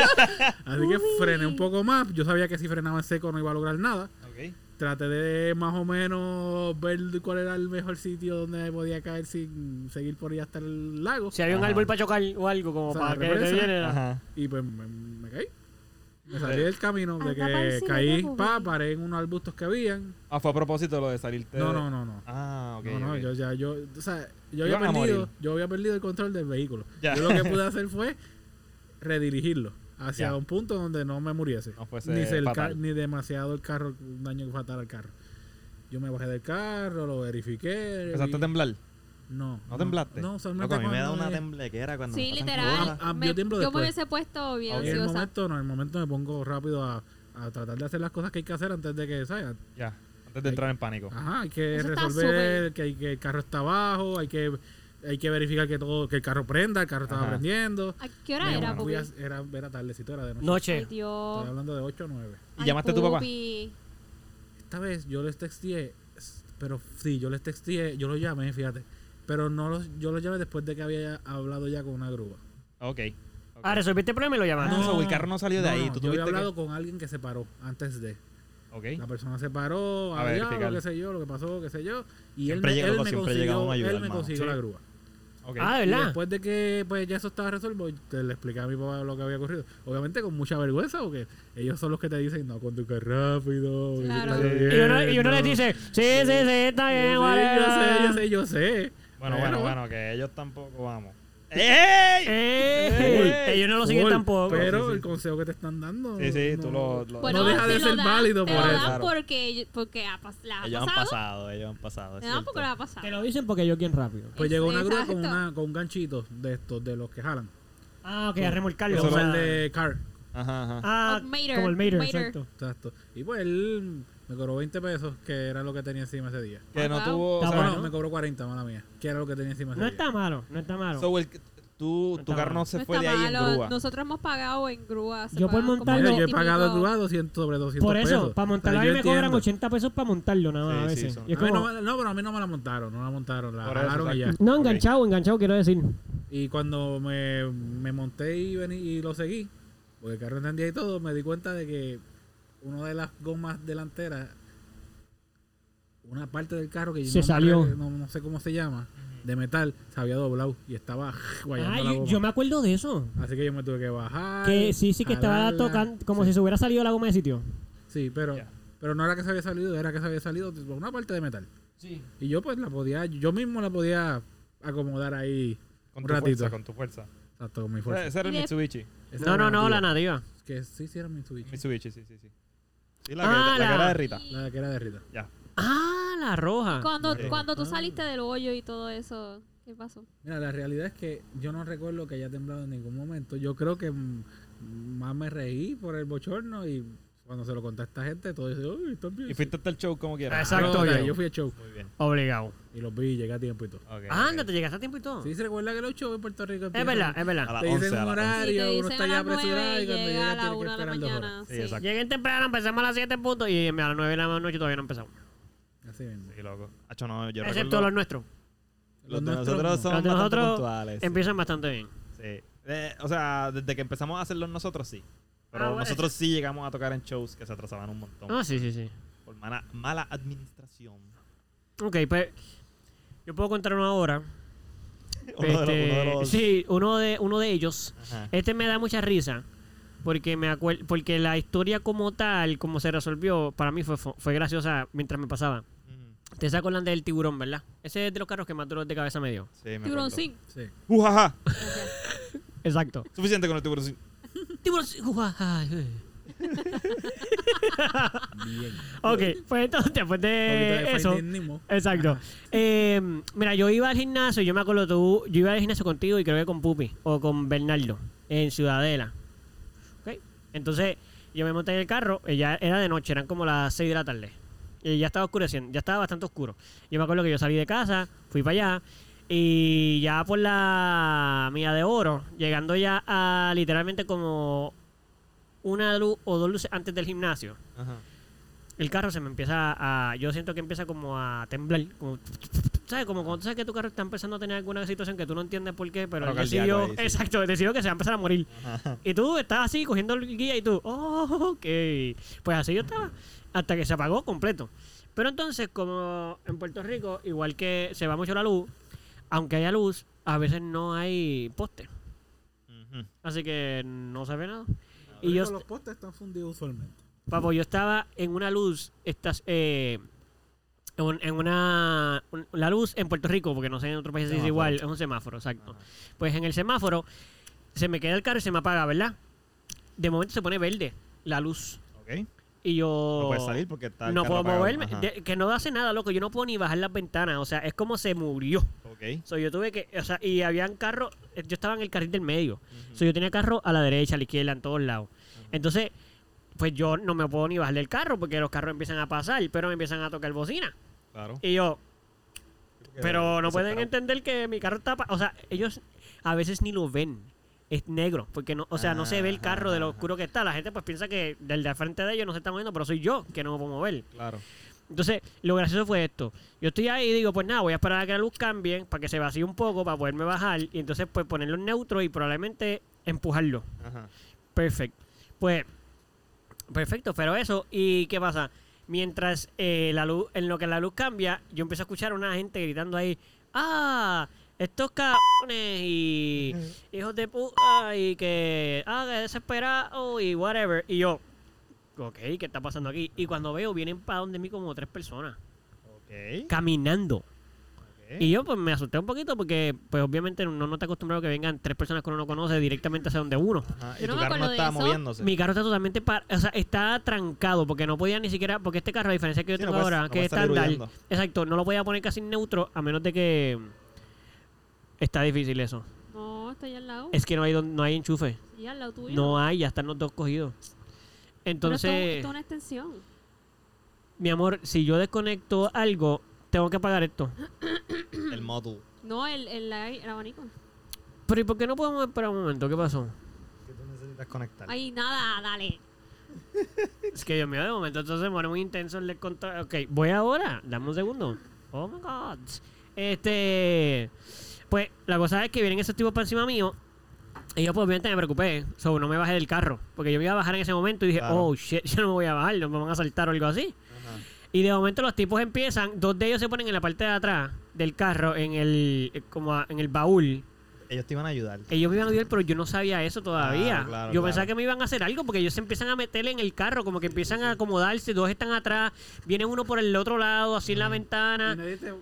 Así que frené un poco más, yo sabía que si frenaba en seco no iba a lograr nada. Ok. Traté de más o menos ver cuál era el mejor sitio donde podía caer sin seguir por ahí hasta el lago Si había un Ajá. árbol para chocar o algo, como O sea, para que te regresa. viene. Ajá. y pues me, me caí. Me salí del camino de Anda pa'l que cine, caí, Bobby. pa, paré en unos arbustos que habían. Ah, fue a propósito lo de salirte. No, de- no, no, no. Ah, ok. no, no, ok. yo ya, yo, o sea, yo Iban había a perdido, morir. yo había perdido el control del vehículo. Ya. Yo lo que pude hacer fue redirigirlo hacia Ya. un punto donde no me muriese. No fuese ni, se el ca- fatal. ni demasiado el carro, un daño fatal al carro. Yo me bajé del carro, lo verifiqué. Empezaste a vi- temblar. No. ¿No temblaste? No, solamente Loco, a mí me da cuando una es- temblequera cuando Sí, me pasan literal. cosas. Ah, me- yo tiemblo me después. hubiese puesto bien En el ansiosa. momento no, en el momento me pongo rápido a, a tratar de hacer las cosas que hay que hacer antes de que, ¿sabes? Ya, antes de entrar en pánico. Ajá, hay que Eso está resolver que, hay, que el carro está abajo, hay que hay que verificar que todo que el carro prenda, el carro estaba Ajá. prendiendo. ¿A qué hora Me era, fui Pupi? a- era, era tardecito, era de noche. Ay, Noche. Dios. Estoy hablando de 8 o 9. ¿Y llamaste a tu papá? Esta vez yo les texteé, s- pero sí, yo les texteé, yo los llamé, fíjate. Pero no los, yo los llamé después de que había hablado ya con una grúa. Ok. ok. Ah, resolviste el problema y lo llamaste. No. so, Ah, el carro no salió de ahí, tú yo había tuviste que- hablado con alguien que se paró antes de. Ok. La persona se paró, A a verificar. qué sé yo, lo que pasó, qué sé yo. Y Siempre él, me- llega, él loco, me siempre llega uno consiguió, a ayudar, él me hermano. consiguió Sí. la grúa. ok. Ah, Y ¿verdad? después de que pues ya eso estaba resuelto, te le expliqué a mi papá lo que había ocurrido. Obviamente con mucha vergüenza, porque ellos son los que te dicen, no, conduzca rápido. y Claro. está Y uno, y uno lloviendo". le dice, sí, sí, sí, está Yo bien, sé, whatever. yo sé, yo sé, yo sé. Bueno, Pero- bueno, bueno, que ellos tampoco vamos. ¡Ey! Eh, Full, ellos no lo siguen Full, tampoco. Pero Sí, sí, el sí. consejo que te están dando. Sí, sí, no- tú lo. lo- Bueno, No deja de te Pues lo ser dan- válido te por lo eso. dan Claro. porque, porque ha pas- la ha Ellos han pasado. pasado, ellos han pasado. es Te dan porque la cierto. ha pasado. Te lo dicen porque yo quiero rápido. Pues llegó una grúa con, Exacto. una, con un ganchito de estos, de los que jalan. Ah, ok, a remolcarlo. Eso o Como sea, el de car. Ajá, ajá. Ah, Como el como el Oh, Mater, Mater, Mater. exacto. Exacto. Y pues él me cobró 20 pesos, que era lo que tenía encima ese día. Que no wow. tuvo. O Está Ah, sea, bueno, bueno. me cobró 40, mala mía. Que era lo que tenía encima ese No día. está malo, no está malo. so, el- tu, tu está carro no malo. se No fue de está ahí en malo. grúa. Nosotros hemos pagado en grúa. se Yo por pagan como montarlo- Mira, yo he 20 y pagado pico. grúa 200 sobre 200 Por eso, pesos. para montarlo a Entonces, mí yo me cobran entiendo. 80 pesos para montarlo nada más Sí, a sí, veces. son- Y es A mí como- no, me- no, pero a mí no me la montaron, no la montaron, la Por eso, jalaron y ya. exacto. no, enganchado, enganchado quiero decir. Y cuando me, me monté y, vení, y lo seguí, porque el carro entendía y todo, me di cuenta de que una de las gomas delanteras, una parte del carro que yo Se no, me salió. acuerdo- no, no sé cómo se llama, de metal, se había doblado y estaba guayando Ah, la yo, goma. yo me acuerdo de eso. Así que yo me tuve que bajar. Que sí, sí, que estaba jalarla. tocando, como Sí. si se hubiera salido la goma de sitio. Sí, pero, Ya. pero no era que se había salido, era que se había salido por una parte de metal. Y yo pues la podía, yo mismo la podía acomodar ahí Con un tu ratito. fuerza, con tu fuerza. Exacto, con mi Ese fuerza. ese era el Y de- Mitsubishi. Esa No, era no, no, nativa. la nativa. Que sí, sí era Mitsubishi. Mitsubishi, sí, sí, sí. Sí, la, Ah, que, la, que la- era de Rita. La que era de Rita. Ya. Ah, la roja. Cuando, Sí. cuando tú Ah. saliste del hoyo y todo eso, ¿qué pasó? Mira, la realidad es que yo no recuerdo que haya temblado en ningún momento. Yo creo que mm, más me reí por el bochorno y cuando se lo conté a esta gente, todo dice, uy, está bien. Y fuiste hasta el show como quieras. Exacto, No, o sea, yo. yo fui al show Muy bien. Obligado. y los vi y llegué a tiempo y todo. Okay, Ah, ok. anda, te llegaste a tiempo y todo. Sí, se recuerda que los shows en Puerto Rico Es empiezan- verdad, es A verdad. las Te dicen 11, a un las 11. Sí, te horario, uno dicen está a ya las apresurado 9 y y cuando llega a llega la tiene que 1 de la esperar dos horas. mañana. Sí, exacto. Lleguen temprano, empezamos a las 7 en punto y a las 9 de la noche todavía no empezamos. Así mismo. Sí, loco. Hacho, no, yo Excepto recuerdo- los nuestros. Los de nuestros no. nosotros son Los de bastante nosotros puntuales. sí. Empiezan bastante bien. Sí. Eh, o sea, desde que empezamos a hacerlos nosotros sí. Pero Ah, bueno, nosotros sí llegamos a tocar en shows que se atrasaban un montón Ah, sí, sí, sí. por mala, mala administración. Ok, pues yo puedo contar uno ahora. Uno de los- Este, uno de los- Sí, uno de, uno de ellos. Ajá. Este me da mucha risa porque me acuer- porque la historia como tal, como se resolvió, para mí fue, fue graciosa mientras me pasaba. Mm, Te saco la del tiburón, ¿verdad? Ese es de los carros que más dolor de cabeza me dio. Sí, me acuerdo. Tiburoncín. Sí. ¡Ujaja! Exacto. Suficiente con el tiburoncín. Tiburón. Bien. ok, pues entonces después Poquito de de eso. Finding Nemo. Exacto. Eh, mira, yo iba al gimnasio, yo me acuerdo tú, yo iba al gimnasio contigo y creo que con Pupi o con Bernardo en Ciudadela. Entonces, yo me monté en el carro, ella era de noche, eran como las 6 de la tarde. Y ya estaba oscureciendo, ya estaba bastante oscuro. Yo me acuerdo que yo salí de casa, fui para allá, y ya por la mía de oro, llegando ya a literalmente como una luz o dos luces antes del gimnasio, Ajá. el carro se me empieza a. Yo siento que empieza como a temblar. Como, ¿Sabes? Como cuando tú sabes que tu carro está empezando a tener alguna situación que tú no entiendes por qué, pero Paro él cardíaco decidió. ahí, sí. Exacto, decidió que se va a empezar a morir. Ajá. Y tú estás así cogiendo el guía y tú, oh, ok. Pues así yo estaba, hasta que se apagó completo. Pero entonces, como en Puerto Rico, igual que se va mucho la luz, aunque haya luz, a veces no hay poste. Ujú. Así que no se ve nada. Y Y yo, los postes están fundidos usualmente. papo, yo estaba en una luz, estas, eh, en, en una, un- la luz en Puerto Rico, porque no sé en otros países es Semáforo. igual, es un semáforo, exacto. Ajá. Pues en el semáforo se me queda el carro y se me apaga, ¿verdad? De momento se pone verde la luz. Ok. Y yo. No puedes salir porque está. el no carro puedo apagado. moverme. Ajá. de- que no hace nada, loco. Yo no puedo ni bajar las ventanas. O sea, es como se murió. Ok. So, yo tuve que. O sea, y habían carro. Yo estaba en el carril del medio. So, yo tenía carro a la derecha, a la izquierda, en todos lados. Entonces, pues yo no me puedo ni bajar del carro porque los carros empiezan a pasar, pero me empiezan a tocar bocina. Claro. Y yo, Eh, pero no pueden Desesperado. entender que mi carro está... pa- O sea, ellos a veces ni lo ven. Es negro, porque no, o sea, no se ve el Ajá, carro de lo ajá. oscuro que está. La gente pues piensa que del de al frente de ellos no se está moviendo, pero soy yo que no me puedo mover. Claro. Entonces, lo gracioso fue esto. Yo estoy ahí y digo, pues nada, voy a esperar a que la luz cambie, para que se vacíe un poco, para poderme bajar, y entonces pues ponerlo en neutro y probablemente empujarlo. Ajá. Perfecto. Pues, perfecto, pero eso, ¿y qué pasa? Mientras eh, la luz, en lo que la luz cambia, yo empiezo a escuchar a una gente gritando ahí, ¡ah! Estos cabrones y hijos de puta y que, ah, que desesperado y whatever. Y yo, ok, ¿qué está pasando aquí? Y cuando veo, vienen para donde mí como tres personas, Ok. caminando. ok. Y yo pues me asusté un poquito porque pues obviamente uno no está acostumbrado a que vengan tres personas que uno no conoce directamente hacia donde uno. Ajá, Yo Y no tu me carro no acuerdo de estaba eso. moviéndose. Mi carro está totalmente par- o sea, está trancado porque no podía ni siquiera, porque este carro, a diferencia que yo Sí, no tengo puedes- ahora, no que es puedes salir estándar, huyendo. exacto, no lo podía poner casi neutro a menos de que está difícil eso. No, está allá al lado. Es que no hay don- no hay enchufe, Y al lado tuyo. no hay, ya están los dos cogidos. Pero esto- Entonces, esto es una extensión. mi amor, si yo desconecto algo, tengo que pagar esto. El module. No, el, el, el abanico. Pero ¿y por qué no podemos esperar un momento? ¿Qué pasó? Que tú necesitas conectar. Ay, nada, dale. Es que Dios mío, de momento entonces se pone muy intenso el descontrol. Ok, voy ahora. Dame un segundo. Oh my god. Este. Pues la cosa es que vienen esos tipos para encima mío. Y yo, pues obviamente me preocupé. So, no me bajé del carro. Porque yo me iba a bajar en ese momento y dije, Claro. oh shit, yo no me voy a bajar, no me van a saltar o algo así. Ajá. Y de momento los tipos empiezan. Dos de ellos se ponen en la parte de atrás del carro, en el, eh, como a- en el baúl. Ellos te iban a ayudar. Ellos me iban a ayudar, pero yo no sabía eso todavía. Claro, claro, yo claro. pensaba que me iban a hacer algo porque ellos se empiezan a meter en el carro, como que empiezan a acomodarse, dos están atrás, viene uno por el otro lado, así en la Y ventana. nadie, te-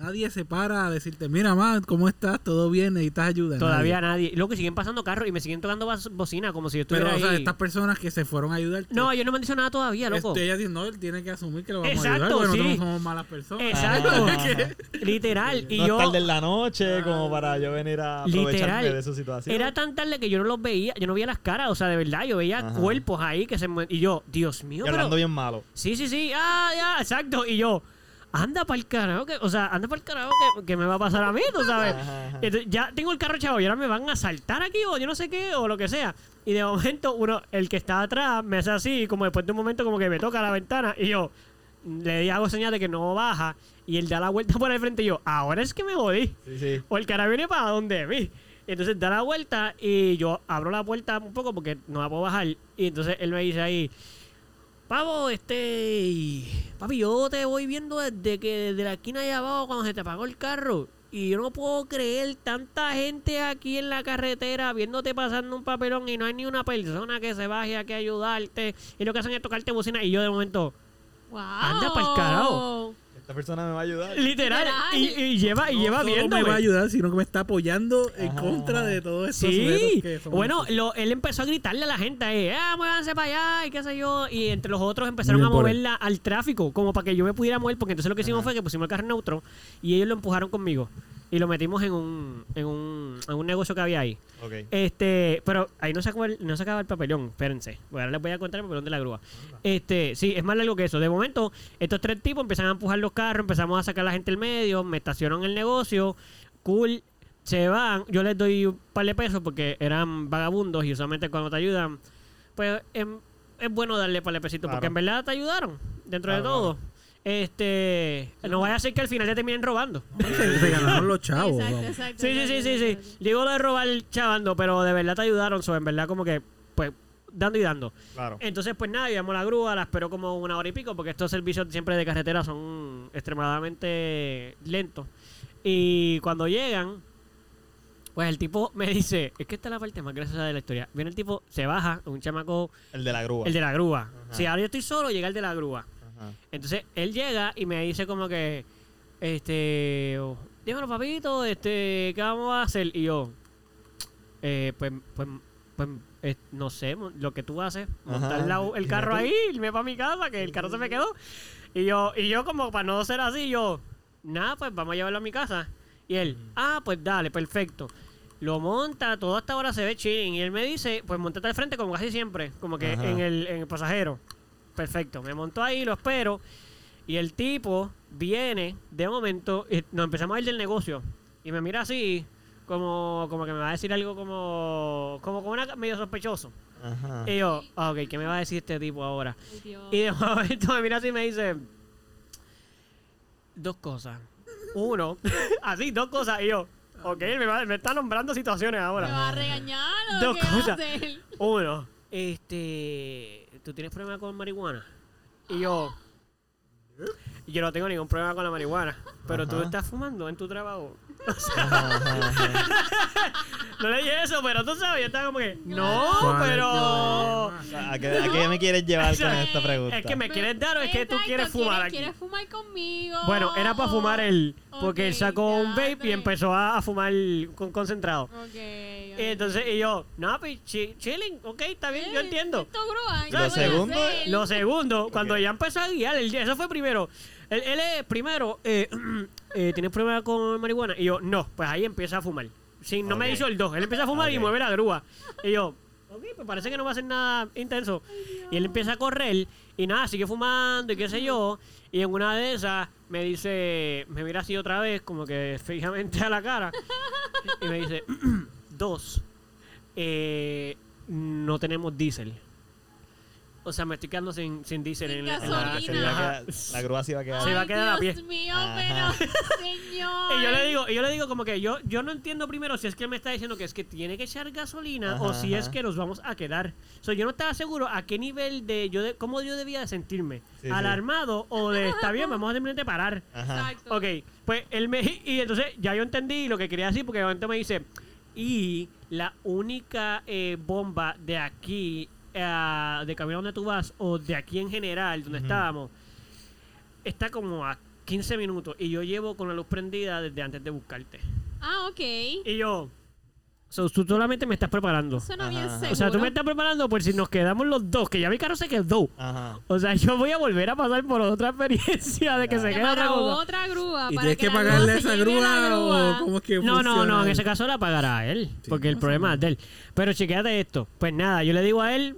nadie se para a decirte, mira, más, ¿cómo estás? ¿Todo bien? ¿Necesitas ayuda? Todavía Nadie. nadie. Luego que siguen pasando carros y me siguen tocando bas- bocina como si yo estuviera Pero, o sea, ahí. estas personas que se fueron a ayudar. No, ellos no me han dicho nada todavía, loco. Este, ella dice, no, él tiene que asumir que lo vamos a ayudar Exacto, porque sí. Eh, nosotros no somos malas personas. Exacto. Ajá. Literal. Y no yo. es tarde en la noche como para yo venir a aprovecharme Literal. de su situación. Era tan tarde que yo no los veía, yo no veía las caras, o sea, de verdad, yo veía Ajá. cuerpos ahí que se mue- Y yo, Dios y mío, pero- hablando bien malo. Sí, sí, sí. Ah, ya, exacto. Y yo, anda para el carajo. que- o sea, anda para el carajo que, que me va a pasar a mí, tú sabes. Ajá, ajá. Entonces, ya tengo el carro chavo y ahora me van a saltar aquí o yo no sé qué o lo que sea. Y de momento, uno, el que está atrás me hace así, y como después de un momento, como que me toca la ventana y yo le di- hago señal de que no baja y él da la vuelta por el frente y yo, ahora es que me jodí. Sí, sí. O el cara viene para donde mí. Entonces da la vuelta y yo abro la puerta un poco porque no la puedo bajar. Y entonces él me dice ahí, Pavo, este. Papi, yo te voy viendo desde que desde la esquina allá abajo cuando se te apagó el carro. Y yo no puedo creer tanta gente aquí en la carretera viéndote pasando un papelón y no hay ni una persona que se baje aquí a ayudarte. Y lo que hacen es tocarte bocina. Y yo de momento, Wow. Anda pa'l carajo. Esta persona me va a ayudar. literal, Literal. y, y lleva, y No lleva solo viéndome. me va a ayudar, sino que me está apoyando en contra de todos estos sujetos Sí, que son- bueno, lo- él empezó a gritarle a la gente, eh, ah, muévanse para allá y qué sé yo, y entre los otros empezaron Muy a bien por él. moverla al tráfico, como para que yo me pudiera mover, porque entonces lo que hicimos fue que pusimos el carro en neutro y ellos lo empujaron conmigo. Y lo metimos en un, en un, en un negocio que había ahí. Ok. Este, pero ahí no se acaba el, no se acaba el papelón, espérense. Porque ahora les voy a contar el papelón de la grúa. Este, sí, es más largo que eso. De momento, estos tres tipos empiezan a empujar los carros, empezamos a sacar a la gente del medio, me estacionan el negocio, cool, se van, yo les doy un par de pesos porque eran vagabundos y usualmente cuando te ayudan, pues em- es, bueno darle par de pesitos Claro. porque en verdad te ayudaron, dentro de Claro, todo. Este, no vaya a ser que al final te terminen robando. Se, se ganaron los chavos. Exacto, vamos. exacto. Sí, sí, sí, sí, sí. Digo lo de robar chavando, pero de verdad te ayudaron, so, en verdad como que, pues, dando y dando. Claro. Entonces, pues nada, llevamos la grúa, la espero como una hora y pico, porque estos servicios siempre de carretera son extremadamente lentos. Y cuando llegan, pues el tipo me dice, es que esta es la parte más graciosa de la historia. Viene el tipo, se baja, un chamaco, El de la grúa. el de la grúa. Ajá. Si ahora yo estoy solo, llega el de la grúa. Ajá. Entonces él llega y me dice como que, este, oh, dímelo papito, este, ¿qué vamos a hacer? Y yo, eh, pues, pues, pues, eh, no sé, mo- lo que tú haces, montar Ajá, la- el carro ahí, irme para mi casa, que el carro se me quedó. Y yo, y yo como para no ser así, yo, nada, pues vamos a llevarlo a mi casa. Y él, ah, pues dale, perfecto. Lo monta, todo hasta ahora se ve chilling. Y él me dice, pues montate al frente como casi siempre, como que Ajá. en el, en el pasajero. Perfecto, me montó ahí, lo espero. Y el tipo viene de momento, y nos empezamos a ir del negocio. Y me mira así, como, como que me va a decir algo como, como, como una- medio sospechoso. Ajá. Y yo, ah, ok, ¿qué me va a decir este tipo ahora? Ay, Dios. Y de momento me mira así y me dice dos cosas. Uno, así, dos cosas. Y yo, ok, me, va- me está nombrando situaciones ¿Me ahora. va a regañar o Dos qué va a cosas. hacer? Uno, este, ¿tú tienes problema con marihuana? Y yo, yo no tengo ningún problema con la marihuana, pero tú Ajá. estás fumando en tu trabajo. Ajá, ajá, ajá. No le dije eso, pero tú sabes, yo estaba como que, no, ¿Cuál es el pero... problema? O sea, ¿A qué, a qué me quieres llevar con Eso- esta pregunta? Es que me quieres dar o es que tú Exacto, quieres fumar aquí. ¿Quieres fumar conmigo? Bueno, era para fumar él, porque él Ok, sacó un ya vape y sé. empezó a, a fumar con concentrado. Ok. ok. Y entonces, y yo, no, pues chi- chilling, ok, está bien, yo Eh, entiendo. esto grúa, ¿qué Lo voy a segundo- hacer? Lo segundo, cuando ya empezó a guiar, él- eso fue primero. Él, él es primero, eh, eh, ¿tienes problema con marihuana? Y yo, no, pues ahí empieza a fumar. Sí, no me Ok. hizo el dos, él empieza a fumar y Ok. mueve la grúa. Y yo, ok, pues parece que no va a ser nada intenso. Y él empieza a correr y nada, sigue fumando y qué sé yo. Y en una de esas me dice, me mira así otra vez, como que fijamente a la cara. y me dice, dos, eh, no tenemos diésel. O sea, me estoy quedando sin, sin diésel Sin en la- en la- Ajá, se gasolina. iba a Ajá. quedar- la grúa se iba a quedar. Sí. se va a quedar a Ay, pie. Dios mío, Ajá. pero señor. Y yo le digo, y yo le digo como que yo, yo no entiendo primero si es que él me está diciendo que es que tiene que echar gasolina Ajá, o si es ajá. que nos vamos a quedar. O sea, yo no estaba seguro a qué nivel de yo de, cómo yo debía de sentirme, Sí, sí. alarmado o de está bien, vamos a simplemente parar. Ajá. Exacto. Ok, pues él me y entonces ya yo entendí lo que quería decir porque de momento me dice y la única eh, bomba de aquí eh, de camino donde tú vas o de aquí en general donde Ujú. estábamos está como a 15 minutos y yo llevo con la luz prendida desde antes de buscarte Ah, ok. y yo so, tú solamente me estás preparando Suena Ajá, bien ajá. seguro. o sea tú me estás preparando por si nos quedamos los dos que ya mi carro se quedó Ajá. o sea yo voy a volver a pasar por otra experiencia de que Ya. se queda otra para cosa otra grúa. ¿Y para tienes Ah, que la grúa pagarle se esa llegue a la grúa o cómo es que No, no, no, en funciona? ese caso la pagará él, Sí, porque el más o problema es de él. Pero chequéate esto, pues nada, yo le digo a él,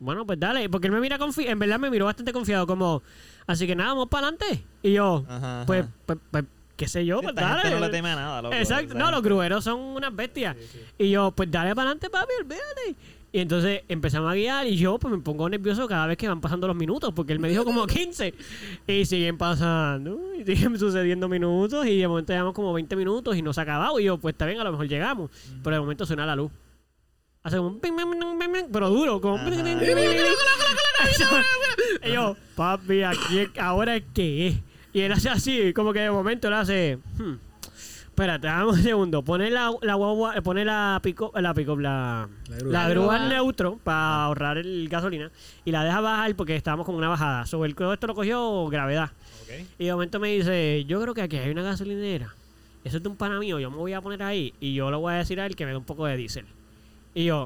bueno, pues dale, porque él me mira confiado, en verdad me miró bastante confiado, como, así que nada, vamos para adelante. Y yo, Ajá. pues, ajá. pues, pues, qué sé yo, Sí, pues esta gente dale. no le teme a nada, loco. Exacto, Esa no, los gente- grueros son unas bestias. Y yo, pues dale para adelante, papi, olvídate. Y entonces empezamos a guiar y yo pues me pongo nervioso cada vez que van pasando los minutos, porque él me dijo como 15. Y siguen pasando, y siguen sucediendo minutos, y de momento llevamos como 20 minutos y no se ha acabado. Y yo, pues está bien, a lo mejor llegamos. Pero de momento suena la luz. Hace como un ping, ping, ping, ping, ping, pero duro, como... Ajá. y yo, papi, aquí es- ahora es que es. Y él hace así, como que de momento él hace... "Hmm, Espérate, dame un segundo. Pone la, la guagua, eh, pone la pico, la pico, la, La la grúa, grúa. en neutro para ahorrar el gasolina y la deja bajar porque estábamos con una bajada. Sobre el creo que esto lo cogió gravedad. Ok. Y de momento me dice, yo creo que aquí hay una gasolinera. Eso es de un pana mío, yo me voy a poner ahí y yo le voy a decir a él que me dé un poco de diésel. Y yo,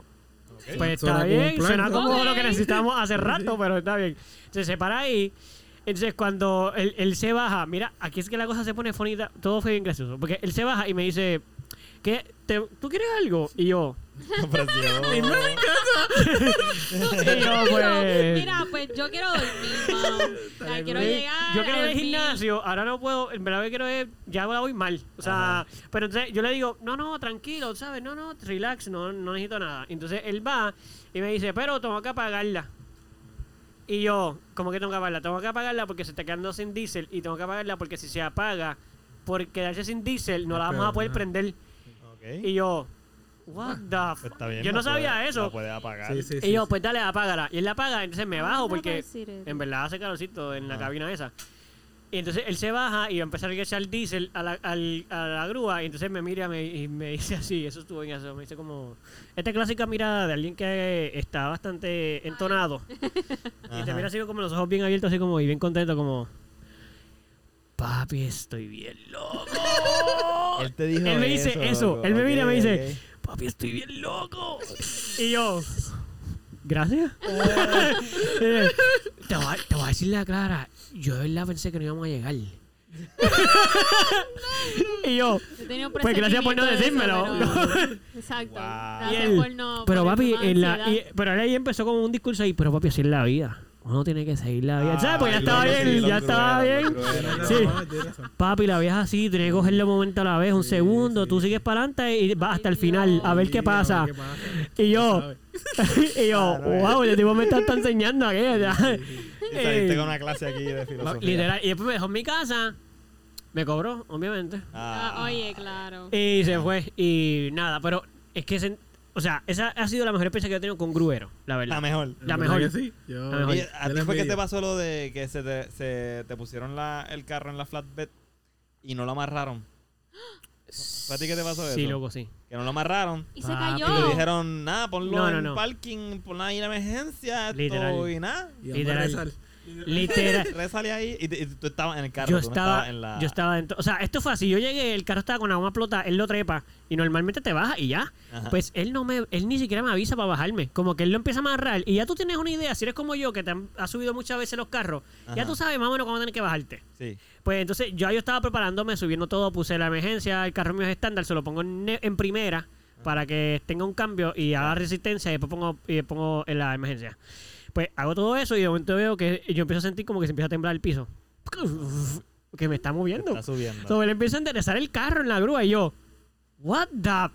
Ok. pues Suena está como un bien, plan, suena ¿no? como lo Ok. que necesitamos hace rato, pero está bien. Se separa ahí Entonces, cuando él, él se baja, mira, aquí es que la cosa se pone fonita. Todo fue bien gracioso. Porque él se baja y me dice, ¿Qué? Te- ¿Tú quieres algo? Y yo, Pues, Pero y yo, pues, Mira, pues yo quiero dormir, mano. O sea, quiero Sí, llegar. Yo quiero ir al dormir. gimnasio, ahora no puedo, en verdad que quiero ir, ya la voy mal. O sea, pero entonces yo le digo, no, no, tranquilo, ¿sabes? No, no, relax, no, no necesito nada. Entonces él va y me dice, pero tengo que apagarla. Y yo, ¿cómo que tengo que apagarla? Tengo que apagarla porque se está quedando sin diésel y tengo que apagarla porque si se apaga por quedarse sin diésel, no Ah, Es la vamos peor, a poder ¿no? prender. Y yo, what the fuck? Pues, Está bien, yo no la puede- sabía La eso. puede apagar. Sí, sí, sí. Y yo, pues dale, apágala. Y él la apaga, entonces me Ay, bajo Ah, no pues puedo porque decir eso. en verdad hace calorcito en la Ah. cabina esa. Y entonces él se baja y va a empezar a echar diésel a la, al- a la grúa. Y entonces me mira me- y me dice así, eso estuvo bien eso. Me dice como, esta clásica mirada de alguien que está bastante entonado. Y te Ajá. mira así como los ojos bien abiertos, así como, y bien contento, como, papi, estoy bien loco. Él te dijo Él me dice eso, loco. él me mira y me Ok, dice, ok. papi, estoy bien loco. Y yo, gracias. Eh, te, voy, a- te voy a decir la clara, yo de verdad pensé que no íbamos a llegar. y yo, Yo tenía un Pues gracias por no presentimiento de decírmelo. eso, pero- Exacto. Wow. Gracias Y él, por no. pero por papi, esa en la, ansiedad. y- pero él ahí empezó como un discurso ahí, pero papi, así es la vida. Uno tiene que seguir la vida. ¿Sabes? Pues ya Ay, estaba loco, sí, bien, Ah, lo ya estaba cruel, lo bien. cruel. Sí. Tienes razón. Papi, la vieja así, tienes que cogerle un momento a la vez, un Sí, segundo, sí. tú sigues para adelante y vas hasta el Dios. final, a ver Sí, qué pasa. Oh, qué pasa. Y yo, ¿Sabes? y yo, Ah, no, wow, el tipo me está, está enseñando aquello. ya. Y saliste con una clase aquí de No, filosofía. "Eh, literal. Y después me dejó en mi casa. Me cobró, obviamente. Ah. Ah, Oye, claro. Y se fue. Y nada, pero es que... se- o sea, esa ha sido la mejor experiencia que he tenido con Gruero, la verdad. La mejor. La ¿Verdad mejor. que sí? Yo- pues, La mejor. Oye, yo ¿A la ti fue que te envidio. pasó lo de que se te, se te pusieron la, el carro en la flatbed y no lo amarraron? ¿Fue a ti que te pasó Sí, eso? loco, sí. Que no lo amarraron. Y se Papi. cayó. Y le dijeron, nada, ponlo No, no, en no. parking, ponlo ahí en emergencia, esto Literal. y nada. Y vamos a Literal. rezar. Literal. Resale ahí y, te- y tú estabas en el carro. Yo tú no estaba, estabas en la... yo estaba dentro. O sea, esto fue así. Yo llegué, el carro estaba con la goma explota, él lo trepa y normalmente te baja y ya. Ajá. Pues él no me, él ni siquiera me avisa para bajarme. Como que él lo empieza a amarrar y ya tú tienes una idea. Si eres como yo, que te han- has subido muchas veces los carros, ya Ajá. tú sabes más o menos cómo tener que bajarte. Sí. Pues entonces yo, yo estaba preparándome, subiendo todo, puse la emergencia, el carro mío es estándar, se lo pongo en, ne- en primera para que tenga un cambio y haga resistencia y después pongo, y después pongo en la emergencia. Pues hago todo eso y de momento veo que yo empiezo a sentir como que se empieza a temblar el piso. Que me está moviendo. Está subiendo. Sobre él empieza a enderezar el carro en la grúa y yo, what the...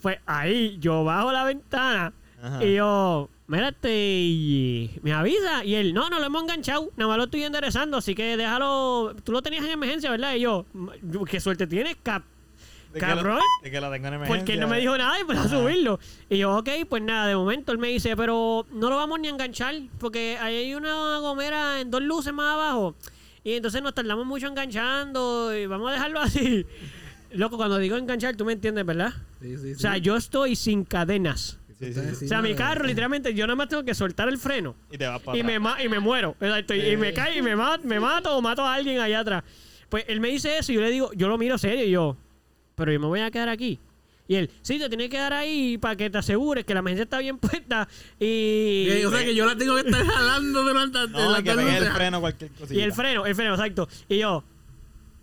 Pues ahí yo bajo la ventana Ajá. y yo, mírate, y me avisa. Y él, no, no lo hemos enganchado, nada más lo estoy enderezando, así que déjalo. Tú lo tenías en emergencia, ¿verdad? Y yo, "M- qué suerte tienes, cap. De que cabrón. la- de que la tengo en emergencia. eh. Porque él no me dijo nada y empezó a Ajá. subirlo. Y yo, ok, pues nada, de momento él me dice, pero no lo vamos ni a enganchar, porque ahí hay una gomera en dos luces más abajo. Y entonces nos tardamos mucho enganchando y vamos a dejarlo así. Loco, cuando digo enganchar, tú me entiendes, ¿verdad? Sí, sí, O sea, sí. yo estoy sin cadenas. Sí, sí, sí. eh. O sea, mi carro, literalmente, yo nada más tengo que soltar el freno Y te vas para y me, ma- y me muero. Exacto, y- Y Eh. me cae y me, ma- me mato o mato a alguien allá atrás. Pues él me dice eso y yo le digo, yo lo miro serio y yo, pero yo me voy a quedar aquí. Y él, sí, te tienes que quedar ahí para que te asegures que la emergencia está bien puesta y... Eh, O sea, que yo la tengo que estar jalando durante No, la que pegué el tarde. freno cualquier cosita. y el freno, el freno, exacto. Y yo,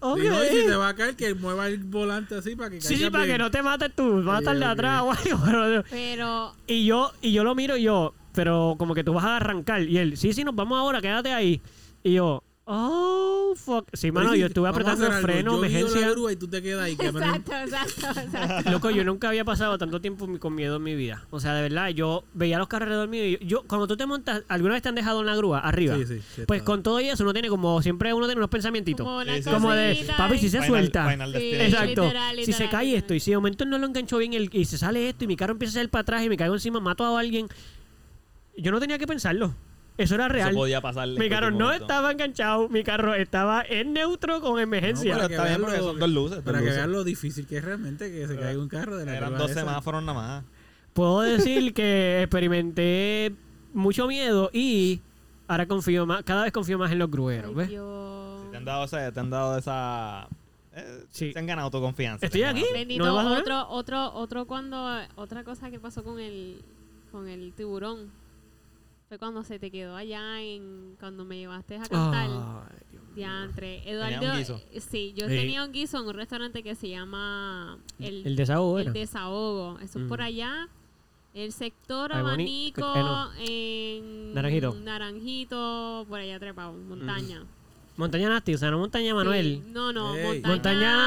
ok. Y no, y si te va a caer, que mueva el volante así para que Sí, sí, caiga para que bien. no te mates tú, matas de ok. atrás o algo. pero- Pero Y yo, y yo lo miro y yo, pero como que tú vas a arrancar. Y él, sí, sí, nos vamos ahora, quédate ahí. Y yo, oh, fuck. Sí, mano, Oye, yo estuve vamos a apretando el hacer algo. freno, Yo guío emergencia. la grúa y tú te quedas ahí. que me- Exacto, exacto, exacto. Loco, yo nunca había pasado tanto tiempo mi- con miedo en mi vida. O sea, de verdad, yo veía los carros alrededor mío. Y yo, yo- cuando tú te montas, ¿alguna vez te han dejado en la grúa arriba? Sí, sí, sí, Pues está. con todo y eso uno tiene como, siempre uno tiene unos pensamientitos. Como, una Sí, sí, sí. Como de, cosita papi, si y- se Final- suelta. Final Sí. Destination. Exacto. Literal, si se literal, cae literal. esto y si de momento no lo engancho bien el- y se sale esto y mi carro empieza a salir para atrás y me caigo encima, mato a alguien. Yo no tenía que pensarlo. Eso era real. Eso podía pasarle. mi en carro cualquier no momento. estaba enganchado. Mi carro estaba en neutro con No, emergencia. pero está bien, vean porque lo- son dos luces, dos Para que luces. vean lo difícil que es realmente que se caiga un carro de la Eran grúa dos esa. semáforos nada más. Puedo decir que experimenté mucho miedo y ahora confío más, cada vez confío más en los grueros, Ay, ¿ves? Dios. Te han dado esa. Te han dado esa eh, Sí. Se han ganado tu confianza. Estoy te han aquí. ganado. Bendito, ¿No me vas a ver? otro, otro, otro cuando, otra cosa que pasó con el, con el tiburón. Fue cuando se te quedó allá en cuando me llevaste a Ay, cantar. Dios mío. Diantre. Tenía Eduardo. eh, un guiso. Sí, yo Sí. tenía un guiso en un restaurante que se llama El, El desahogo El era. Desahogo. Eso es Mm. por allá. El sector Ay, boni- abanico eh, no. en Naranjito. Naranjito, por allá trepado, montaña. Montaña Nasti, o sea, no Montaña Sí, Manuel. No, no, Ey. montaña. Montaña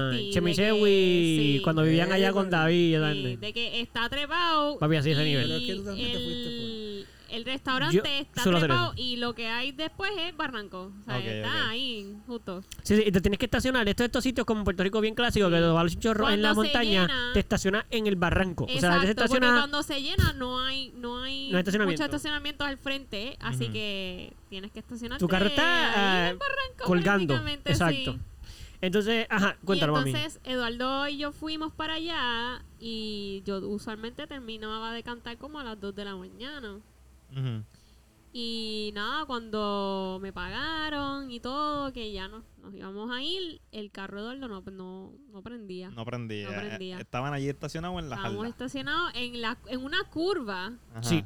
Nati, de que- Chemichewi, sí, cuando vivían allá Ey, con bueno. David. sí, Dante. de que está trepado. Papi, así es el y nivel. Pero es que tú también te fuiste pues. el, el restaurante Yo está suelo hacer trepado y lo que hay después es barranco. O sea, Ok, está ok. ahí, justo. Sí, sí, y te tienes que estacionar. Esto de estos sitios como en Puerto Rico bien clásico, que los los chinchorros en la Cuando se montaña, llena- te estacionas en el barranco. o sea, a veces Exacto, porque estacionas cuando se llena no hay, no hay, No hay estacionamiento. muchos estacionamientos al frente, así Ujú. que tienes que estacionarte. tu carro está ahí en ah, el barranco colgando. prácticamente, Exacto. sí. Entonces, ajá, cuéntalo, y mami. entonces Eduardo y yo fuimos para allá y yo usualmente terminaba de cantar como a las 2 de la mañana. Ujú. Y nada, cuando me pagaron y todo, que ya nos, nos íbamos a ir, el carro de Eduardo no, no, no prendía. No prendía. No prendía. Eh, Estaban allí estacionados en la Estábamos jarda. estacionados en, la, en una curva Ajá. Sí.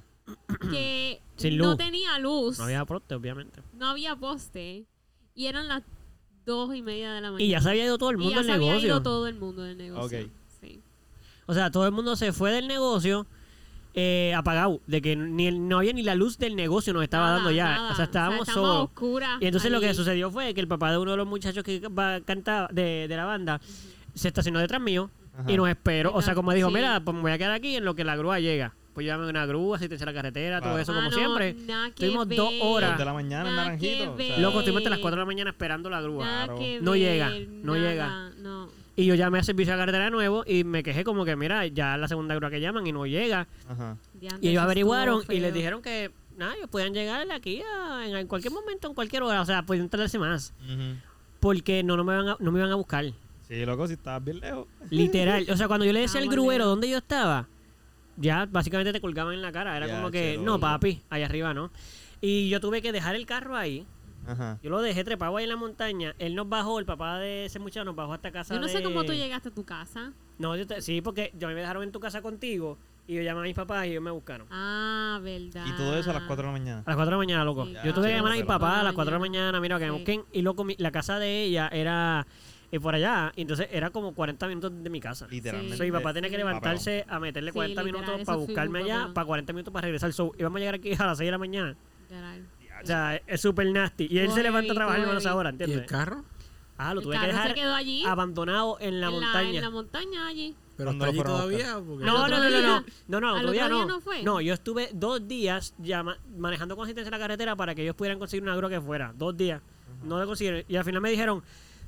que Sin no luz. tenía luz. No había prote, obviamente. no había poste y eran las dos y media de la mañana. Y ya se había ido todo el Y mundo ya del se había negocio. ido todo el mundo del negocio. Ok. Sí. O sea, todo el mundo se fue del negocio eh, apagado, de que ni el- no había ni la luz del negocio nos estaba Nada, dando ya. nada. O sea, estábamos estábamos a solos. oscuras Y entonces lo ahí. que sucedió fue que el papá de uno de los muchachos que va- cantaba de, de la banda se estacionó detrás mío Ajá. y nos esperó. O sea, Exacto, como dijo, sí. mira, pues me voy a quedar aquí en lo que la grúa llega. Pues llévame una grúa, asistencia a la carretera, todo Claro. eso como Mano, siempre. Ah, nada que Tuvimos dos ver, horas. Dos de la mañana en Nada Naranjito. que o sea, ver. Loco, estuvimos hasta las 4 de la mañana esperando la grúa. nada Claro. que No llega, ver, no nada, llega. No. Y yo llamé a servicio de carretera de nuevo y me quejé como que, mira, ya la segunda grúa que llaman y no llega. Ajá. Diantre, Y ellos eso averiguaron estuvo y les feo. dijeron que, nada, ellos podían llegar aquí a- en, en cualquier momento, en cualquier hora. O sea, podían tardarse más. Ujú. Porque no, no, me, van a- no me iban a buscar. Sí, loco, si estabas bien lejos. pues. Literal. O sea, cuando yo le decía al Estábamos gruero lejos. dónde yo estaba, ya básicamente te colgaban en la cara. Era Ya, como que, che, no, loco. papi, allá arriba no. Y yo tuve que dejar el carro ahí. Ajá. Yo lo dejé trepado ahí en la montaña. Él nos bajó, el papá de ese muchacho nos bajó hasta casa. Yo no sé de- cómo tú llegaste a tu casa. No, yo te- sí, porque yo me dejaron en tu casa contigo y yo llamé a mis papás y ellos me buscaron. Ah, verdad. Y todo eso a las 4 de la mañana. A las 4 de la mañana, loco. Sí. Yo tuve Sí, que llamar a mi pero- papá a las 4 de la mañana, mira, que me Sí. busquen. Y loco, mi- la casa de ella era eh, por allá. y entonces era como 40 minutos de mi casa. Literalmente. Sí. So, mi papá tenía que Sí. levantarse a meterle Sí, 40 literal, minutos eso para fue buscarme un allá, papelón. para 40 minutos para regresar. So, íbamos a llegar aquí a las 6 de la mañana. Literal. O sea, es súper nasty. Y él se Muy levanta a heavy, trabajar muy menos heavy. ahora, ¿Y el ¿entiendes? carro? Ah, lo El tuve que carro se dejar quedó allí. abandonado en la montaña. en la montaña allí. ¿Pero ¿Cuándo está allí lo fueron a buscar? todavía? Porque- No, ¿Al no, otro no, no, no, día? no, no, ¿Al otro otro día día no. no fue? No, yo estuve dos días llama- manejando con asistencia en la carretera para que ellos pudieran conseguir una grúa que fuera. Dos días. No lo consiguieron. Y al final me dijeron,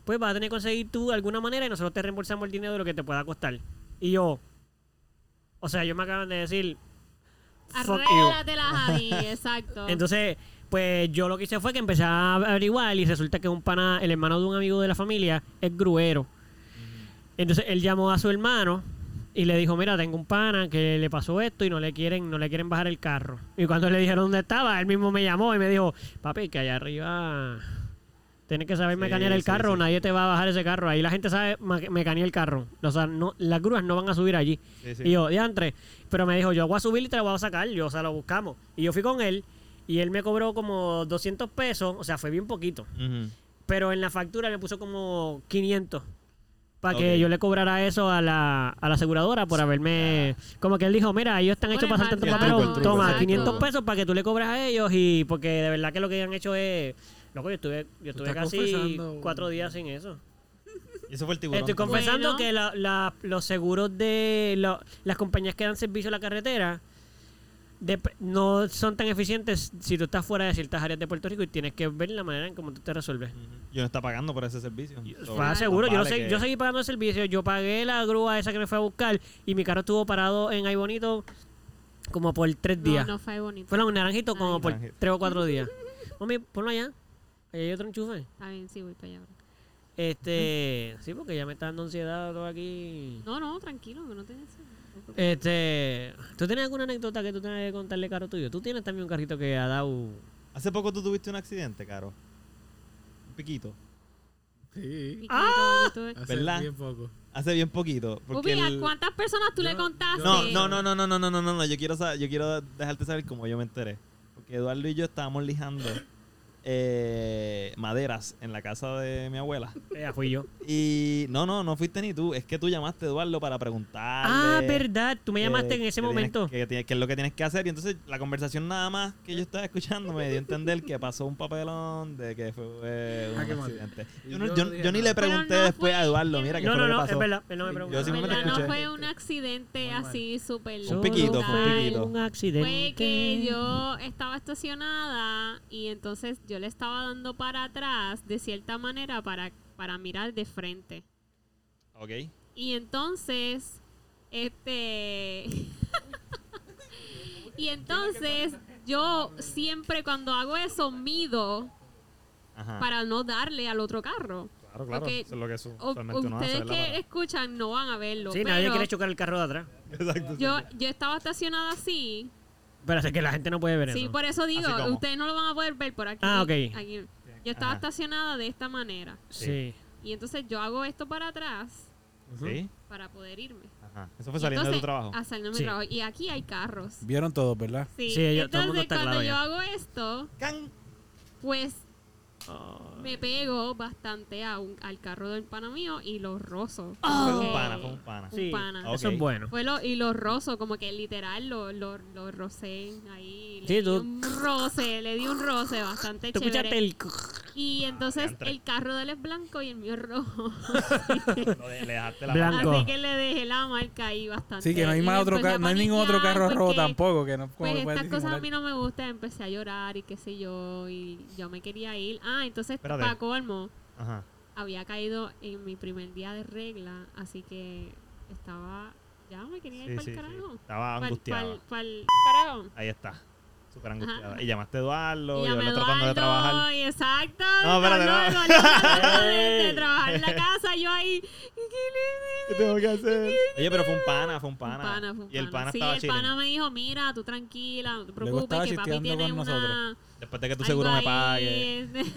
pues vas a tener que conseguir tú de alguna manera y nosotros te reembolsamos el dinero de lo que te pueda costar. Y yo, o sea, ellos me acaban de decir, fuck you. Arréglatelas ahí, exacto. Entonces, pues yo lo que hice fue que empecé a averiguar y resulta que un pana, el hermano de un amigo de la familia, es gruero. Entonces él llamó a su hermano y le dijo, mira, tengo un pana que le pasó esto y no le quieren, no le quieren bajar el carro. Y cuando le dijeron dónde estaba, él mismo me llamó y me dijo, papi, que allá arriba tienes que saber Sí, mecanear el sí, carro, sí. nadie te va a bajar ese carro. Ahí la gente sabe ma- mecanear el carro. O sea, no, las grúas no van a subir allí. Sí, sí. Y yo, diantre. Pero me dijo, yo voy a subir y te lo voy a sacar. Yo, o sea, lo buscamos. Y yo fui con él y él me cobró como 200 pesos. O sea, fue bien poquito. Ujú. Pero en la factura me puso como 500 para que Ok. yo le cobrara eso a la, a la aseguradora por haberme... Como que él dijo, mira, ellos están Por hechos el para hacer tanto mal papelón. trato, Toma, exacto. 500 pesos para que tú le cobras a ellos y porque de verdad que lo que han hecho es... Loco, yo estuve, yo Tú estuve estás casi confesando. cuatro días sin eso. Y eso fue el tiburón. Estoy también. confesando Bueno. que la- la- los seguros de la- las compañías que dan servicio a la carretera dep- no son tan eficientes si tú estás fuera de ciertas áreas de Puerto Rico y tienes que ver la manera en cómo tú te resuelves. Ujú. Yo no está pagando por ese servicio. So, Fue más seguro, yo, no vale sé- que- yo seguí pagando el servicio, yo pagué la grúa esa que me fue a buscar y mi carro estuvo parado en Ay Bonito como por tres no, días. no fue bonito. Fue un naranjito como Ay. por Naranjito. tres o cuatro días. Mami, ponlo allá. Allá hay otro enchufe. Está bien, sí, voy para allá. ahora. Este, sí, porque ya me está dando ansiedad todo aquí. No, no, tranquilo, que no te Este, ¿tú tienes alguna anécdota que tú tengas que contarle, carro tuyo? Tú tienes también un carrito que ha dado. Hace poco tú tuviste un accidente, Caro. Un piquito. Sí. chiquito, Ah. yo estuve- Hace ¿Verdad? bien poco. Hace bien poquito. Porque Pupi, ¿a el- cuántas personas tú le Yo- contaste? No, no, no, no, no, no, no, no, no, Yo quiero, sa- yo quiero dejarte saber cómo yo me enteré. Porque Eduardo y yo estábamos lijando eh, maderas en la casa de mi abuela. Eh, Ya fui yo. Y no, no, no fuiste ni tú. Es que tú llamaste a Eduardo para preguntarle. Ah, verdad. Tú me que- llamaste en ese eh, que tienes- momento. que, tienes- que es lo que tienes que hacer. Y entonces la conversación nada más que yo estaba escuchando me dio a entender que pasó un papelón de que fue eh, un Ah, qué mal. accidente. Y Yo, no- yo yo- no dije yo ni nada. le pregunté Pero no después a fue- Eduardo, mira, que No, fue no, lo no, que es pasó. verdad. Él no me Yo preguntó. sí me ¿Verdad? No escuché. fue un accidente Muy mal. así súper Un piquito, fue un brutal. piquito. Un accidente. Fue que yo estaba estacionada y entonces yo le estaba dando para atrás de cierta manera para, para mirar de frente. Ok. Y entonces, este. y entonces, yo siempre cuando hago eso mido Ah. Ajá. para no darle al otro carro. Claro, claro, porque- eso es lo que O- ustedes que escuchan no van a verlo. Sí, nadie pero quiere chocar el carro de atrás. yo, yo estaba estacionada así. Pero es que la gente no puede ver Sí, eso. por eso digo, Así como. ustedes no lo van a poder ver por aquí. Ah, ok. aquí. Yo estaba Ajá. estacionada de esta manera. Sí. Y entonces yo hago esto para atrás Sí. para poder irme. Ajá. Eso fue Pues saliendo de Entonces, tu trabajo. a salir de mi Sí. trabajo. Y aquí hay carros. Vieron todos, ¿verdad? Sí, Sí, ya- todo el mundo entonces está cuando claro yo ya. hago esto, Can. pues me pego bastante a un- al carro del pana mío y lo rozo. Oh. Fue Porque- un pana, fue un pana. Sí. pana. Eso es Ok. bueno. Fue lo, y lo rozo, como que literal lo, lo, lo rocé ahí. Le Sí, di tú- un roce, le di un roce bastante Tú escuchaste chévere. el... Y entonces Ah, diantre. el carro de él es blanco y el mío es rojo. Lo de- le dejaste la Blanco. Así que le dejé la marca ahí bastante. Sí, que no hay Ah, Y más me otro empecé a ca- no hay ningún otro paniquear carro rojo porque, tampoco que no como Pues lo puedes estas cosas a disimular. mí no me gustan. Empecé a llorar y qué sé yo. Y yo me quería ir. Ah, entonces Espérate. para colmo, Ajá. había caído en mi primer día de regla. Así que estaba. Ya me quería ir Sí, para sí, el sí. carajo. Estaba Para angustiada. el carajo. Ahí está. Súper angustiada. Ajá. Y llamaste a Eduardo. Y Y ya me Eduardo tratando de trabajar. y exacto. No, No, espérate, no. tratando de, de trabajar en la casa, yo ahí. ¿Qué tengo que hacer? Oye, pero fue un pana, fue un pana. fue un Y el pana sí, estaba el chilling. pana me dijo, mira, tú tranquila, no te preocupes, estaba que papi chisteando tiene con una... nosotros. Después de que tu algo seguro me ahí". pague.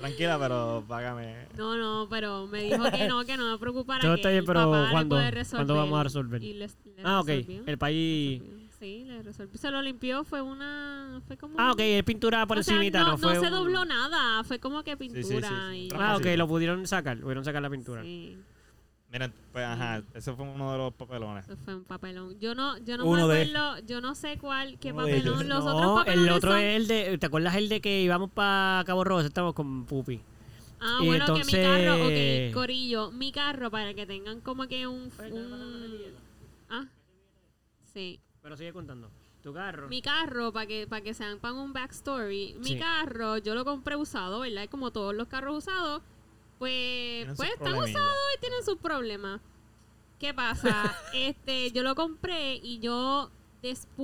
Tranquila, pero págame. No, no, pero me dijo que no, que no me preocupara. Todo que está bien, el pero papá le ¿cuándo? puede resolver. ¿Cuándo vamos a resolver? Y les- le Ah, ok. resolvió, El país... resolvió. Sí, le resolvió. Se lo limpió, fue una... Fue como... Ah, un- ok. Es pintura por o sea, encimita. no, no, fue no se un- dobló nada, fue como que sí, sí, pintura. sí. y- Trabajo Ah, ok. fácil. Lo pudieron sacar. Pudieron sacar la pintura. Sí, Mira, pues ajá. Ese fue uno de los papelones. eso fue un papelón. Yo no, yo no Uno me de- acuerdo, yo no sé cuál, qué uno de papelón. Los otros No, papelones el otro son- es el de... ¿Te acuerdas el de que íbamos para Cabo Rojo? Estábamos con Pupi. Ah, Y bueno, que mi carro, entonces- ok, Corillo, mi carro para que tengan como que un... un- ah, sí. Pero sigue contando. Tu carro. Mi carro, para que, para que se hagan un backstory, mi Sí. carro yo lo compré usado, ¿verdad? Y Como todos los carros usados, pues, Tienen pues sus están problemillas. usados y tienen sus problemas. ¿Qué pasa? este, yo lo compré y yo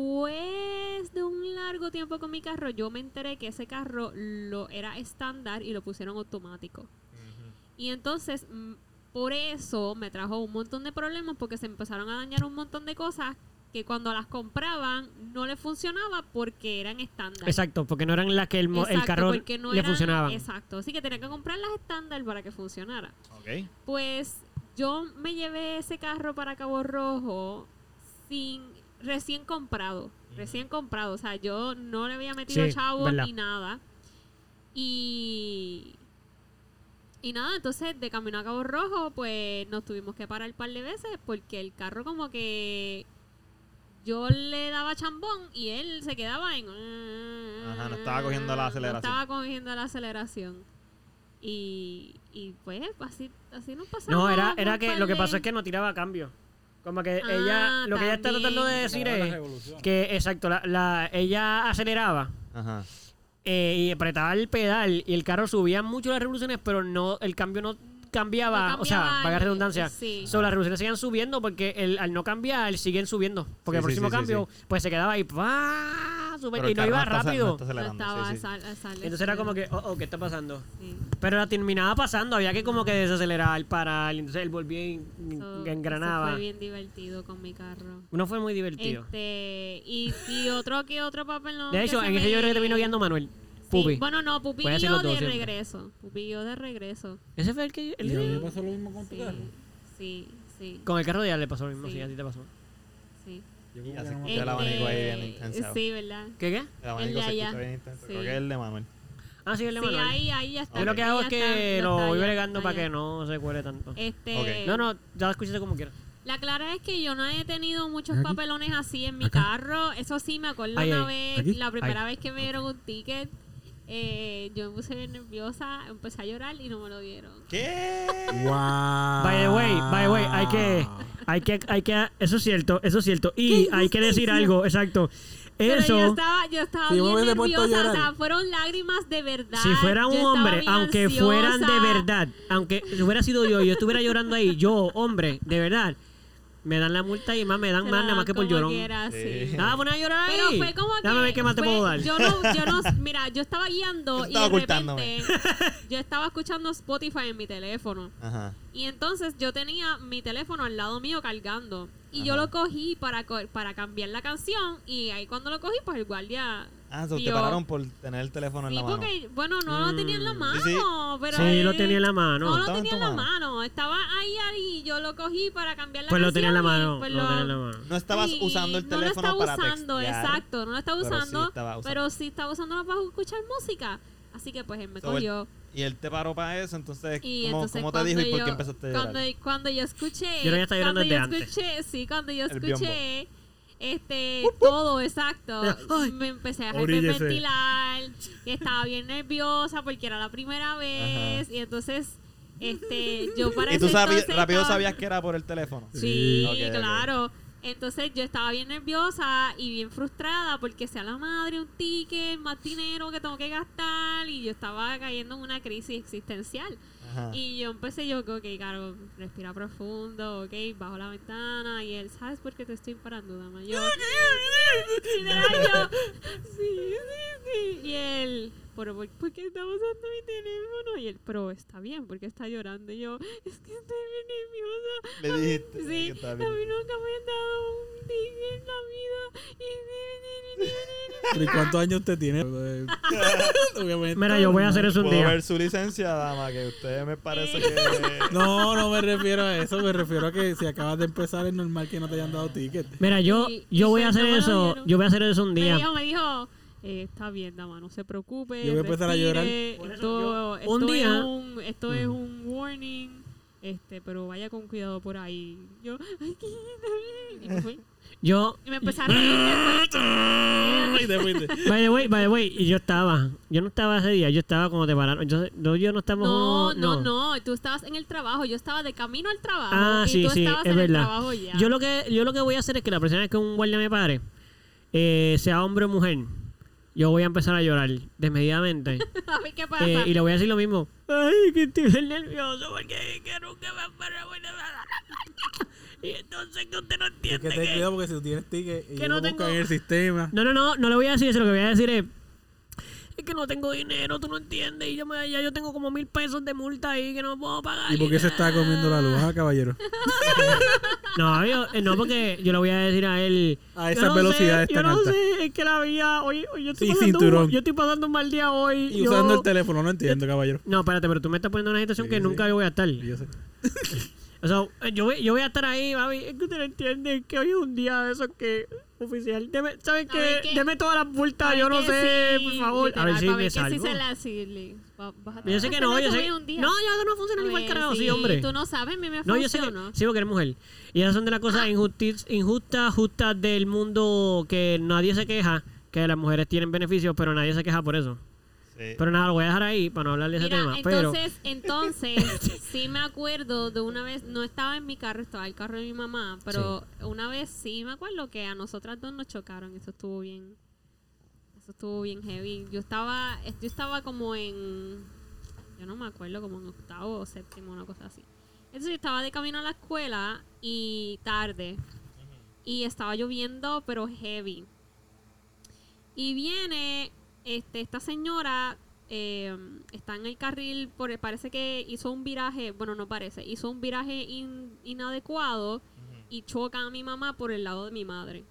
después de un largo tiempo con mi carro, yo me enteré que ese carro lo era estándar y lo pusieron automático. Y entonces, mm, por eso me trajo un montón de problemas porque se empezaron a dañar un montón de cosas que cuando las compraban no le funcionaba porque eran estándar. Exacto, porque no eran las que el, mo- el Exacto, carro porque no le eran- funcionaban. Exacto, así que tenía que comprar las estándar para que funcionara. Ok. Pues yo me llevé ese carro para Cabo Rojo sin recién comprado, recién comprado, o sea, yo no le había metido Sí, chavo verdad. ni nada. Y y nada, entonces de camino a Cabo Rojo, pues nos tuvimos que parar un par de veces porque el carro como que yo le daba chambón y él se quedaba en... Ajá, no estaba cogiendo la No aceleración. estaba cogiendo la aceleración. Y, y pues así, así nos pasaba. No, era, por era un que par lo que de- pasó es que no tiraba cambio. Como que Ah, ella, lo que ella está también. tratando de decir es que, exacto, la, la- ella aceleraba Ajá. eh, y apretaba el pedal y el carro subía mucho las revoluciones, pero no, el cambio no cambiaba, No o sea, cambiaba para el- redundancia. sí. So, las revoluciones siguen subiendo porque el, al no cambiar siguen subiendo. Porque el Sí, sí, próximo sí, sí, cambio, pues se quedaba ahí, ¡pa! sube- Pero y el no carro iba está- rápido. está No acelerando, estaba sí, sí. sal- acelerando. Entonces era como que, oh, oh, ¿qué está pasando? Sí. Pero la terminaba pasando, había que como que desacelerar, parar, y entonces él volvía y en- Eso- eso engranaba. fue bien divertido con mi carro. Uno fue muy divertido. Este, y, y otro que otro papel no. de hecho, en ese yo creo que te vino guiando Manuel. Pupi. Bueno, no, Pupi Puedes guió hacer los dos de siempre. regreso. Pupi guió de regreso. Ese fue el que. el- Y a mí me pasó lo mismo con tu Sí, carro. sí, sí, con el carro de ella le pasó lo mismo, Sí. sí, a ti te pasó. sí. Este, Yo Y como así que no me que el acuerdo. abanico ahí bien intenso. Sí, ¿verdad? ¿Qué qué? El abanico de se escucha allá. bien intenso. Creo Sí. que es el de Manuel. Ah, sí, el de Sí, Manuel. ahí, ahí ya está. Yo lo que ahí hago ya es que está, ya lo está, voy ya, bregando está para que ya. no se cuele tanto. Este, Ok. No, no, ya lo escuchaste como quieras. La clara es que yo no he tenido muchos Aquí. papelones así en mi Acá. carro. Eso sí, me acuerdo Ahí, una ahí. vez, Aquí. la primera vez que me dieron un ticket, eh, yo me puse bien nerviosa, empecé a llorar y no me lo dieron. ¿Qué? Wow. By the way, by the way, hay que, hay que, hay que, eso es cierto, eso es cierto. Y hay que decir algo, exacto. Pero yo Eso, estaba, yo estaba Sí, me bien hubiese puesto a nerviosa, o sea, llorar. fueron lágrimas de verdad. si fuera un Yo estaba hombre, bien aunque fueran de ansiosa. verdad, aunque hubiera sido yo, yo estuviera llorando ahí, yo, hombre, de verdad, me dan la multa y más me dan Se más la nada más que por como llorón. Ah, pues quiera, sí. Sí. Nada, poner a llorar ahí. Pero fue como que. Dame ver qué más te fue- puedo dar. Yo no, yo no, mira, yo estaba guiando Yo y estaba de ocultándome. repente yo estaba escuchando Spotify en mi teléfono. Ajá. Y entonces yo tenía mi teléfono al lado mío cargando. Y yo Ajá. lo cogí para, co- para cambiar la canción. Y ahí cuando lo cogí, pues el guardia. Ah, so, te Yo- pararon por tener el teléfono en Sí, la mano. porque, bueno, no lo tenía en la Mm. mano. Sí, sí. Pero Sí, él- lo tenía en la No, mano. lo Estaba en tenía tu en la mano. mano. Estaba ahí, ahí. y Yo lo cogí para cambiar la Pues lo tenía canción. en la y, mano, pues, lo tenía en la mano. No estabas Sí, usando el no lo teléfono estaba para usando, textear. exacto, no lo estaba pero sí usando, estaba usando. pero sí estaba usándolo para escuchar música. Así que pues él me So, él- cogió. Y él te paró para eso, entonces, Y ¿cómo, entonces cómo te cuando dijo y por yo- qué empezaste a llorar? Cuando, cuando yo escuché. Yo creo que está llorando cuando yo desde antes. escuché, sí, cuando yo El biombo. escuché. Este, todo, exacto. Ay. Me empecé a Oríllese. hiperventilar. y Estaba bien nerviosa porque era la primera vez. Y entonces, este, yo para Y tú ese sabi- entonces rápido estaba- sabías que era por el teléfono. Sí, Ok, ok. claro. Entonces yo estaba bien nerviosa y bien frustrada porque sea la madre un ticket, más dinero que tengo que gastar y yo estaba cayendo en una crisis existencial. Ajá. Y yo empecé yo, ok, claro, respira profundo, ok, bajo la ventana y él, ¿sabes por qué te estoy parando, dama? Yo, literal, yo, sí, sí, sí. Y él, pero ¿por, por qué está usando mi teléfono? Y él, pero está bien, porque está llorando. Y yo, es que estoy bien nerviosa. Le dijiste que Sí, a estaba mí bien. nunca me han dado un ticket en la vida. Y- ¿Y cuántos años usted tiene? Obviamente. Mira, yo voy a hacer eso un Puedo día. ver su licencia, dama, que usted me parece Eh. que... No, no me refiero a eso. Me refiero a que si acabas de empezar es normal que no te hayan dado ticket. Mira, yo, Y- y yo voy a pues no hacer me lo eso, dieron. yo voy a hacer eso un Me día. dijo, me dijo, eh, está bien, dama, no se preocupe. Yo voy a empezar a respire, llorar. Por eso Esto, yo- un esto día- Mm. es un, esto es un warning, este, pero vaya con cuidado por ahí. Yo, ay, qué lindo". Y me fui. Yo, Y me empecé a reír. Y te fuiste. by the way, by the way, y yo estaba, yo no estaba ese día, yo estaba cuando te pararon. Entonces, no, yo no estamos No, uno- no, no, tú estabas en el trabajo, yo estaba de camino al trabajo Ah, y sí, tú sí, estabas es en verdad. el trabajo ya. Yo lo que yo lo que voy a hacer es que la próxima vez que un guardia me pare, eh, sea hombre o mujer, yo voy a empezar a llorar desmedidamente. a ver qué pasa. Eh, y le voy a decir lo mismo. Ay, que estoy bien nervioso porque que nunca me han parado y no me van a dar. Y entonces que usted no Es que entiende ten que... cuidado porque si tú tienes ticket y que no lo buscan tengo- en el sistema. No, no, no, no le voy a decir eso. Lo que voy a decir es. Es que no tengo dinero, tú no entiendes. Y yo me, ya yo tengo como mil pesos de multa ahí que no puedo pagar. ¿Y por qué se está comiendo la luz, ah, caballero? No, yo, eh, no, porque yo le voy a decir a él. A yo esas no velocidades sé, tan Yo no altas. sé, es que la vida. Hoy, hoy yo, estoy Sí, pasando cinturón. un, yo estoy pasando un mal día hoy. Y yo- usando el teléfono, no entiendo, caballero. No, espérate, pero tú me estás poniendo en una situación Sí, que sí. nunca yo voy a estar. Y Yo sé. O sea, eh, yo voy, yo voy a estar ahí, mami. Es que usted no entiende que hoy es un día de esos que. Oficial, deme, ¿sabes qué? ver qué- Deme todas las multas, Para yo ver no que sé, sí, por favor. literal, a ver si para me que sí salgo. se la- sí, le- va- vas a Yo sé que tener no, que yo sé. subir No, un yo día. eso no funciona ni para el Pues, carajo, sí, sí, hombre. Tú no sabes, mi me No, yo sé que, funcionó. Ah. sí, porque eres mujer. Y esas son de las cosas injusti- injustas, justas del mundo que nadie se queja, que las mujeres tienen beneficios, pero nadie se queja por eso. Sí. Pero nada, lo voy a dejar ahí para no hablar de ese Mira, tema. Pero, entonces, entonces, sí me acuerdo de una vez, no estaba en mi carro, estaba el carro de mi mamá, pero una vez sí me acuerdo que a nosotras dos nos chocaron, eso estuvo bien, eso estuvo bien heavy. Yo estaba, yo estaba como en, yo no me acuerdo, como en octavo o séptimo, una cosa así. Entonces yo estaba de camino a la escuela y tarde, y estaba lloviendo, pero heavy. Y viene este, esta señora, eh, está en el carril, por, parece que hizo un viraje, bueno, no parece, hizo un viraje in- inadecuado Ujú. y choca a mi mamá por el lado de mi madre.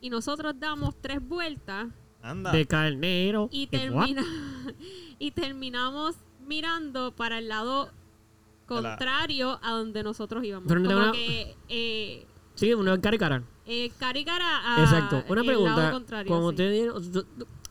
Y nosotros damos tres vueltas Anda. de carnero. Y, ¿Qué fue? termina, y terminamos mirando para el lado De la- contrario a donde nosotros íbamos. Pero no te Como van a- que eh, Sí, una cara y cara. eh, caricara a Exacto. Una el lado pregunta. contrario, Como sí. ustedes dieron- tú,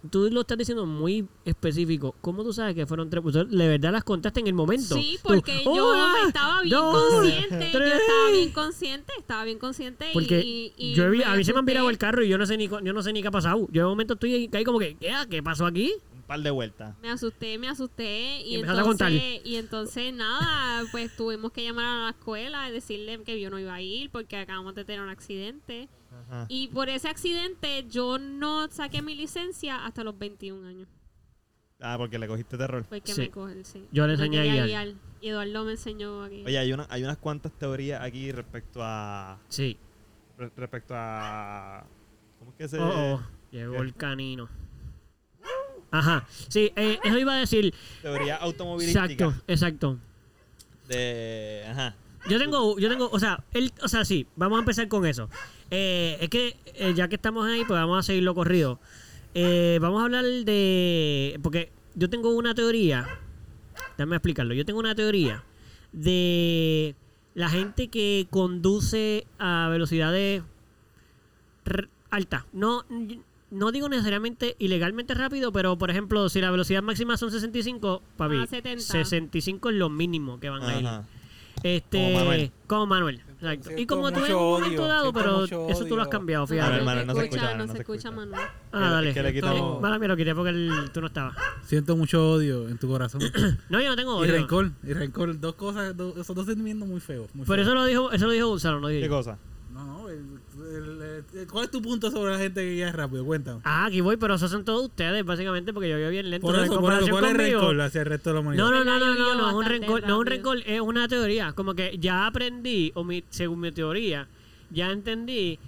tú lo estás diciendo muy específico. ¿Cómo tú sabes que fueron tres? Pues, de verdad las contaste en el momento. Sí, Tú, porque yo ¡Una, estaba bien dos, consciente. Yo tres! estaba bien consciente, estaba bien consciente. y- Porque y, y yo he vi- me a mí se me han asusté. virado el carro y yo no sé ni co- yo no sé ni qué ha pasado. Yo de momento estoy ahí, caí como que, ¿qué, ah, ¿Qué pasó aquí? Un par de vueltas. Me asusté, me asusté. Y, Y empezaste a contarle. entonces, y entonces, nada, pues tuvimos que llamar a la escuela y decirle que yo no iba a ir porque acabamos de tener un accidente. Ajá. Y por ese accidente, yo no saqué mi licencia hasta los 21 años. Ah, porque le cogiste terror. Fue que Sí. me cogen, sí. Yo le No enseñé a quería guiar. Y Eduardo me enseñó aquí. Oye, hay, una, hay unas cuantas teorías aquí respecto a. Sí. re- respecto a. ¿Cómo es que se.? Oh, oh, llegó el canino. Ajá. Sí, eh, eso iba a decir. Teoría automovilística. Exacto, exacto. De. Ajá. Yo tengo, yo tengo, o sea, el, o sea, sí, vamos a empezar con eso. Eh, es que eh, ya que estamos ahí, pues vamos a seguirlo corrido. Eh, vamos a hablar de, porque yo tengo una teoría, déjame explicarlo, yo tengo una teoría de la gente que conduce a velocidades r- altas. No, no digo necesariamente ilegalmente rápido, pero por ejemplo, si la velocidad máxima son 65, papi, Ah, 70. 65 es lo mínimo que van a ir. Ajá. Este, Como Manuel. Como Manuel, exacto. y siento como tú en mucho un momento odio, dado, siento pero mucho eso tú lo has odio. cambiado, No, fíjate. Manuel, Manuel, no se escucha, no se escucha, Manuel. Ah, Es que dale. le quitamos. Mala mía, lo quité porque el- tú no estabas. Siento mucho odio en tu corazón. No, yo no tengo y odio. rencor, y rencor. Dos cosas, dos- esos dos sentimientos muy feos. Muy Pero feos. eso lo dijo, eso lo dijo Gonzalo, no ¿Qué dije. yo. cosa? No, no. el- el- el- ¿Cuál es tu punto sobre la gente que guía rápido? Cuéntame. Ah, aquí voy, pero eso son todos ustedes, básicamente, porque yo veo bien lento. Por pero en eso, por eso, comparación ¿cuál es el conmigo- rencor hacia el resto de la humanidad? No, no, no, Yo no, no, vivo no, es un bastante rencor, no es un rápido. rencor, es una teoría. Como que ya aprendí, o mi, según mi teoría, ya entendí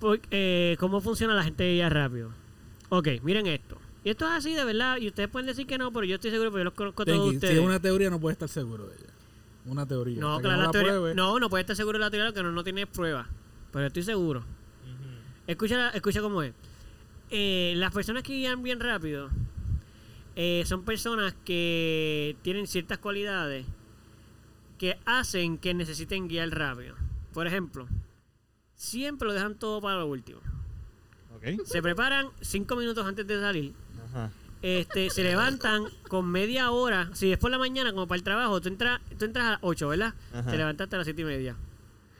por- eh, cómo funciona la gente de ya rápido. Ok, miren esto. Y esto es así, de verdad, y ustedes pueden decir que no, pero yo estoy seguro porque yo los conozco a todos Tenki, si ustedes. es una teoría, no puedes estar seguro de ella. Una teoría. No, Hasta que claro, no la la teoría- pruebes. No, no puede estar seguro de la teoría porque no, no tiene pruebas. Pero estoy seguro. Escucha, la- escucha cómo es. Eh, las personas que guían bien rápido eh, son personas que tienen ciertas cualidades que hacen que necesiten guiar rápido. Por ejemplo, siempre lo dejan todo para lo último. Ok. Se preparan cinco minutos antes de salir Ajá. este, se levantan con media hora. Si es por la mañana, como para el trabajo, tú entras, tú entras a las 8, ¿verdad? Ajá. Te levantaste a las 7 y media.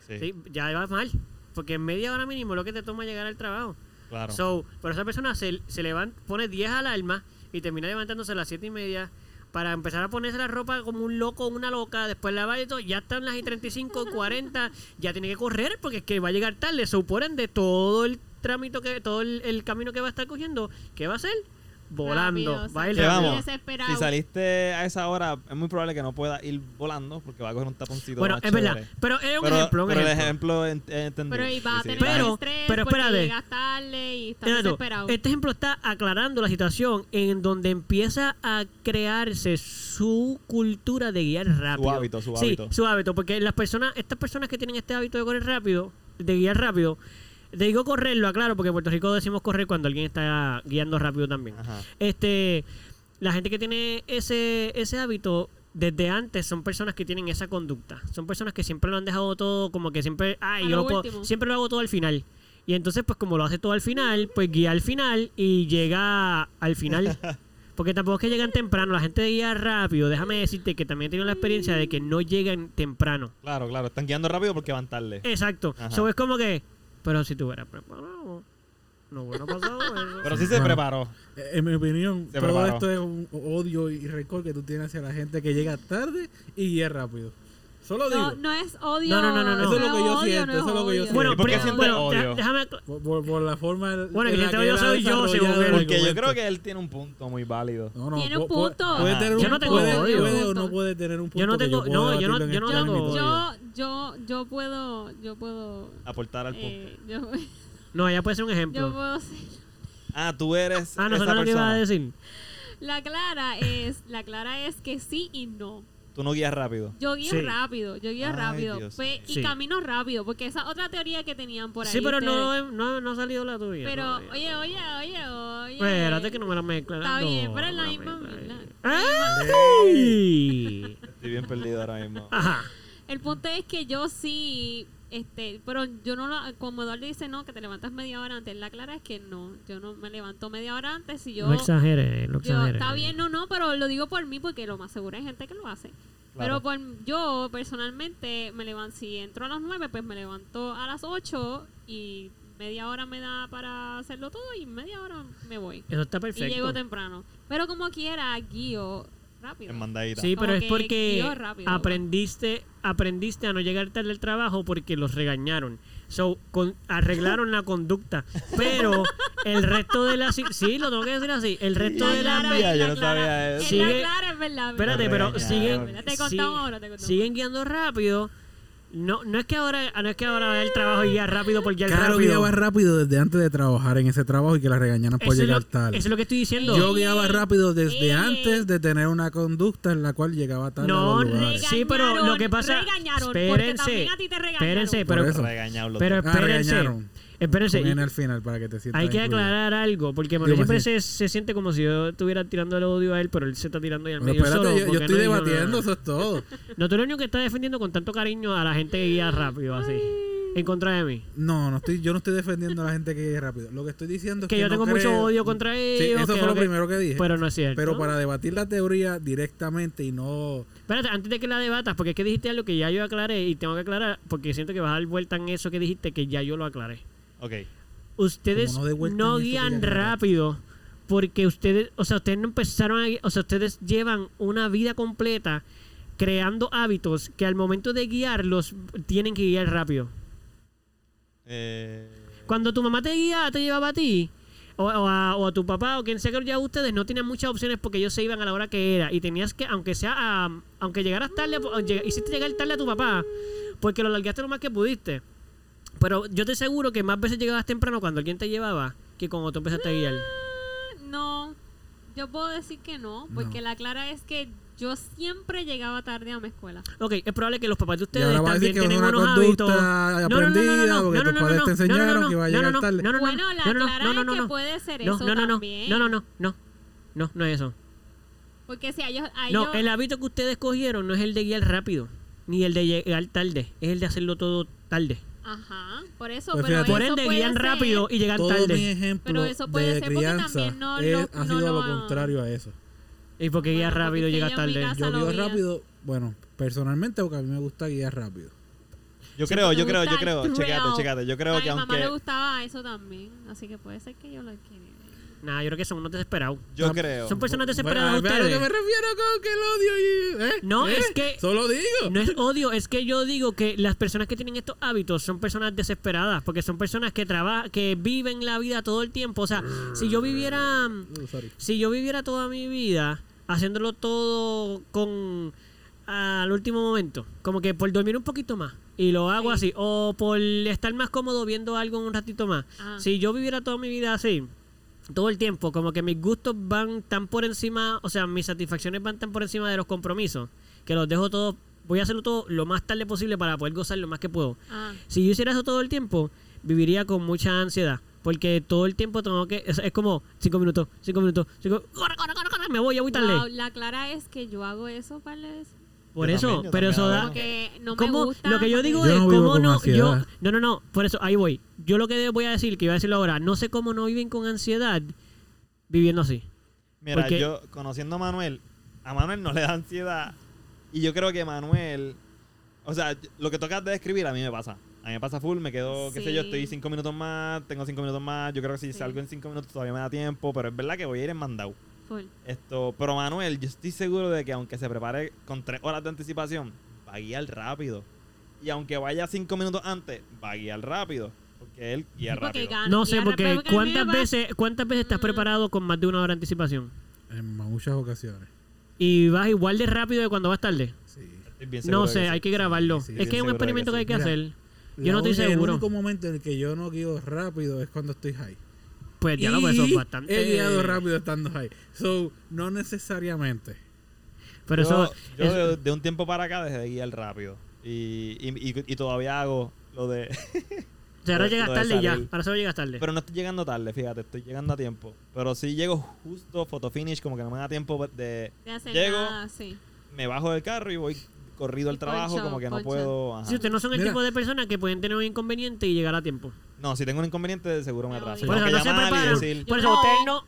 Sí. Sí, ya vas mal. Porque en media hora mínimo es lo que te toma llegar al trabajo. Claro. So, pero esa persona se, se levanta, pone 10 alarmas y termina levantándose a las 7 y media para empezar a ponerse la ropa como un loco o una loca. Después la va y todo. Ya están las y 35, 40. Ya tiene que correr porque es que va a llegar tarde. So, por ende, todo el trámite, que, todo el, el camino que va a estar cogiendo, ¿qué va a hacer? Volando. Rápido, va a ir Que exacto. rápido. vamos. Desesperado. Si saliste a esa hora, es muy probable que no pueda ir volando porque va a coger un taponcito. Bueno, más es verdad. chévere. Pero era un pero, ejemplo, un pero el ejemplo. ejemplo ent- eh, entendido. Pero y va a Sí, sí, tener la- Pero- estrés pero porque espérate. llegas tarde y está Exacto. desesperado. Este ejemplo está aclarando la situación en donde empieza a crearse su cultura de guiar rápido. hábito, su Sí, hábito. su hábito, porque las personas, estas personas que tienen este hábito de correr rápido, de guiar rápido, te digo correr, lo aclaro, porque en Puerto Rico decimos correr cuando alguien está guiando rápido también. Ajá. Este, la gente que tiene ese, ese hábito desde antes son personas que tienen esa conducta. Son personas que siempre lo han dejado todo, como que siempre, ay, A yo lo lo puedo- último. siempre lo hago todo al final. Y entonces, pues como lo hace todo al final, pues guía al final y llega al final. Porque tampoco es que llegan temprano, la gente guía rápido. Déjame decirte que también he tenido la experiencia de que no llegan temprano. Claro, claro. Están guiando rápido porque van tarde. Eh, Exacto. Ajá. So, es como que, pero si tú hubieras preparado, no hubiera pasado eso. Pero sí se Bueno. preparó. eh, En mi opinión, Se todo preparó. esto es un odio y rencor que tú tienes hacia la gente que llega tarde y guía rápido. Solo digo. no, no es odio. No, no, no, no, no. Eso es lo que yo odio, siento, no eso es lo que yo odio. siento. Bueno, ¿Y por qué pero- siente bueno, odio? deja- déjame Por, por- por la forma. Bueno, en que la yo te odio, él ha soy yo, desarrollado según el él. Porque yo argumento. creo que él tiene un punto muy válido. No, no, Tiene un pu- pu- punto. Puede Ajá. tener Yo un, no tengo puede- odio. puede o no puede tener un punto. Yo no que tengo- puedo no, yo no- debatirlo en yo no este tengo ámbito. odio. Yo, yo, yo puedo, yo puedo, Aportar al punto. eh, yo, No, ella puede ser un yo ejemplo. puedo ser- Ah, tú eres Ah, no, eso esa no es lo que iba a persona. decir. La clara es, la clara es que sí y no. Tú no guías rápido. Yo guío Sí. rápido, yo guío Ay, rápido. Dios Fe- y Sí. camino rápido, porque esa otra teoría que tenían por ahí. Sí, pero ustedes. no, no, no ha salido la tuya. Pero, todavía. oye, oye, oye, oye. Espérate que no me la mezclan. Está no, bien, pero es no la me misma mezclan. mierda. ¡Ay! Estoy bien perdido ahora mismo. Ajá. El punto es que yo sí, este, pero yo no lo, como Eduardo dice, no, que te levantas media hora antes. La clara es que no, yo no me levanto media hora antes y yo... no exageres, no yo exageres. está bien, no, no, pero lo digo por mí porque lo más seguro hay gente que lo hace. Pero Claro. por, yo personalmente me levanto, si entro a las 9, pues me levanto a las 8 y media hora me da para hacerlo todo y media hora me voy. Eso está Y llego perfecto. temprano. Pero como quiera, guío rápido. En mandadita. Sí, pero Como es que porque guío rápido. aprendiste, aprendiste a no llegar tarde al trabajo porque los regañaron. So, con- arreglaron la conducta. Pero el resto de la... si- Sí, lo tengo que decir así. El resto de la... Clara. Mira, yo no sabía eso. Es la Sigue- clara, es verdad. Espérate, es pero verdad, siguen- es verdad. Te siguen- contamos ahora, te contamos. Siguen guiando rápido. No, no es que ahora, no es que ahora el trabajo y guía rápido por guiar Caro rápido. guiaba rápido desde antes de trabajar en ese trabajo y que la regañaran Eso por es, lo, llegar tarde. eso es lo que estoy diciendo. Yo guiaba rápido desde Eh. antes de tener una conducta en la cual llegaba tarde No, a los lugares. rega- Sí, pero lo que pasa- Regañaron, porque espérense, también a ti te regañaron. espérense, Por pero, eso. Regañarlo. pero Ah, espérense. regañaron. espérense. Con N al final para que te sientas Hay que incluido. aclarar algo, porque Manuel Digo, siempre se, así. se siente como si yo estuviera tirando el odio a él, pero él se está tirando ahí al Pero medio espérate, solo, yo- yo, porque estoy no dijo nada. debatiendo, eso es todo. No, tú eres el único que está defendiendo con tanto cariño a la gente que guía rápido, así. En contra de mí. No, no estoy, yo no estoy defendiendo a la gente que guía rápido. Lo que estoy diciendo es que, Que yo no tengo creo- mucho odio contra ellos. Sí, eso que fue lo que- primero que dije. Pero no es cierto. Pero para debatir la teoría directamente y no... Espérate, antes de que la debatas, porque es que dijiste algo que ya yo aclaré y tengo que aclarar, porque siento que vas a dar vuelta en eso que dijiste que ya yo lo aclaré. Ok. ustedes Como no de no, vuelta en eso que ya guían no era. rápido porque ustedes, o sea, ustedes no empezaron a, gui- o sea, ustedes llevan una vida completa creando hábitos que al momento de guiarlos tienen que guiar rápido. Eh, Cuando tu mamá te guía, te llevaba a ti o, o a, o a tu papá o quien sea que lo llevaba a ustedes, no tenían muchas opciones porque ellos se iban a la hora que era y tenías que, aunque sea, a- aunque llegaras tarde, o lleg- hiciste llegar tarde a tu papá porque lo largaste lo más que pudiste. Pero yo te aseguro que más veces llegabas temprano cuando alguien te llevaba que cuando tú empezaste a guiar. No, yo puedo decir que no, porque la clara es que yo siempre llegaba tarde a mi escuela. Ok, es probable que los papás de Y ustedes ahora vas a también decir que es tienen una unos hábitos. No, no, conducta no, no, no, aprendida no, porque no, no, tus no, no, padres te no, no, no, enseñaron que va a no, llegar no, no, tarde. no, no, bueno, la no, no, clara no, no, es que no. puede ser No, eso no, no, no, también. no, no, no, no, no, no es eso. Porque si a ellos... a No, ellos- el hábito que ustedes cogieron no es el de guiar rápido, ni el de llegar tarde, es el de hacerlo todo tarde. Ajá, por eso... Pues pero fíjate. Por eso ende, puede guían ser- rápido y llegan Todo mi tarde. ejemplo Pero eso puede de ser porque también crianza no es- lo- ha no sido lo- lo contrario a eso. ¿Y porque Bueno, guías porque rápido es que llegas yo en mi tarde? casa- Yo lo guío guías. rápido, bueno, personalmente porque a mí me gusta guiar rápido. yo creo, yo creo, yo Gusta el creo. Checate, thrill. checate. Yo creo a que mi mamá le aunque. gustaba eso también, así que puede ser que yo lo quiera. Nah, yo creo que son unos desesperados. Yo creo. Son personas Bueno, desesperadas ve a lo que me ustedes. refiero con que el odio y... ¿eh? No, ¿eh? es que- Solo digo. No es odio, es que yo digo que las personas que tienen estos hábitos son personas desesperadas, porque son personas que trabajan, que viven la vida todo el tiempo. O sea, si yo viviera, Oh, sorry. si yo viviera toda mi vida haciéndolo todo con al último momento, como que por dormir un poquito más y lo hago Sí. así, o por estar más cómodo viendo algo un ratito más. Ah. Si yo viviera toda mi vida así, todo el tiempo, como que mis gustos van tan por encima, o sea, mis satisfacciones van tan por encima de los compromisos, que los dejo todos, voy a hacerlo todo lo más tarde posible para poder gozar lo más que puedo. Ah, Si yo hiciera eso todo el tiempo, viviría con mucha ansiedad. Porque todo el tiempo tengo que. Es, es como cinco minutos, cinco minutos, cinco. ¡Corre, corre, corre, corre! Me voy, ya voy tarde. wow, la clara es que yo hago eso, ¿vale? Por Yo eso, también, yo pero también eso hago da. eso. Porque no me ¿Cómo? gusta. lo que yo digo Yo es, no vivo ¿cómo con no? Yo, ansiedad. no, no, no, por eso, ahí voy. Yo lo que voy a decir, que iba a decirlo ahora, no sé cómo no viven con ansiedad viviendo así. Mira, Porque- yo conociendo a Manuel, a Manuel no le da ansiedad. Y yo creo que Manuel, o sea, yo- lo que tocas de describir a mí me pasa. A mí me pasa full, me quedo, qué sé yo, Sí. estoy cinco minutos más, tengo cinco minutos más. Yo creo que si Sí. salgo en cinco minutos todavía me da tiempo, pero es verdad que voy a ir en mandado. Full. Esto, pero Manuel, yo estoy seguro de que aunque se prepare con tres horas de anticipación, va a guiar rápido. Y aunque vaya cinco minutos antes, va a guiar rápido. Porque él guía Sí, porque rápido. gana- No Ah, y sé, ahora porque después que ¿cuántas me va- veces, ¿cuántas veces estás Mm. preparado con más de una hora de anticipación? En muchas ocasiones. Y vas igual de rápido de cuando vas tarde. Sí. Estoy bien seguro No de sé, que sí. hay que grabarlo. Sí, sí, es que bien es un seguro de que experimento que, sí. hay que Mira, hacer. La Yo no estoy única- seguro. El único momento en el que yo no guío rápido es cuando estoy high. Pues ya lo Y pues, eso es bastante. He guiado rápido estando high. So, no necesariamente. Pero yo, eso. yo es- de, de un tiempo para acá dejé de guiar rápido. Y, y, y- y todavía hago lo de. o sea, ahora lo- llegas lo de tarde y ya. salir. Ahora solo llegas tarde. Pero no estoy llegando tarde, fíjate, estoy llegando a tiempo. Pero sí llego justo, photo finish, como que no me da tiempo de. De hacer Llego, nada, sí. me bajo del carro y voy corrido al Y poncho, trabajo, como que no poncho. puedo. ajá. si ustedes no son el Mira. tipo de personas que pueden tener un inconveniente y llegar a tiempo. No, si tengo un inconveniente, seguro me Me atraso. odio. Por eso Tengo que no se llamar y preparan. decir, Por Yo eso no. ustedes no,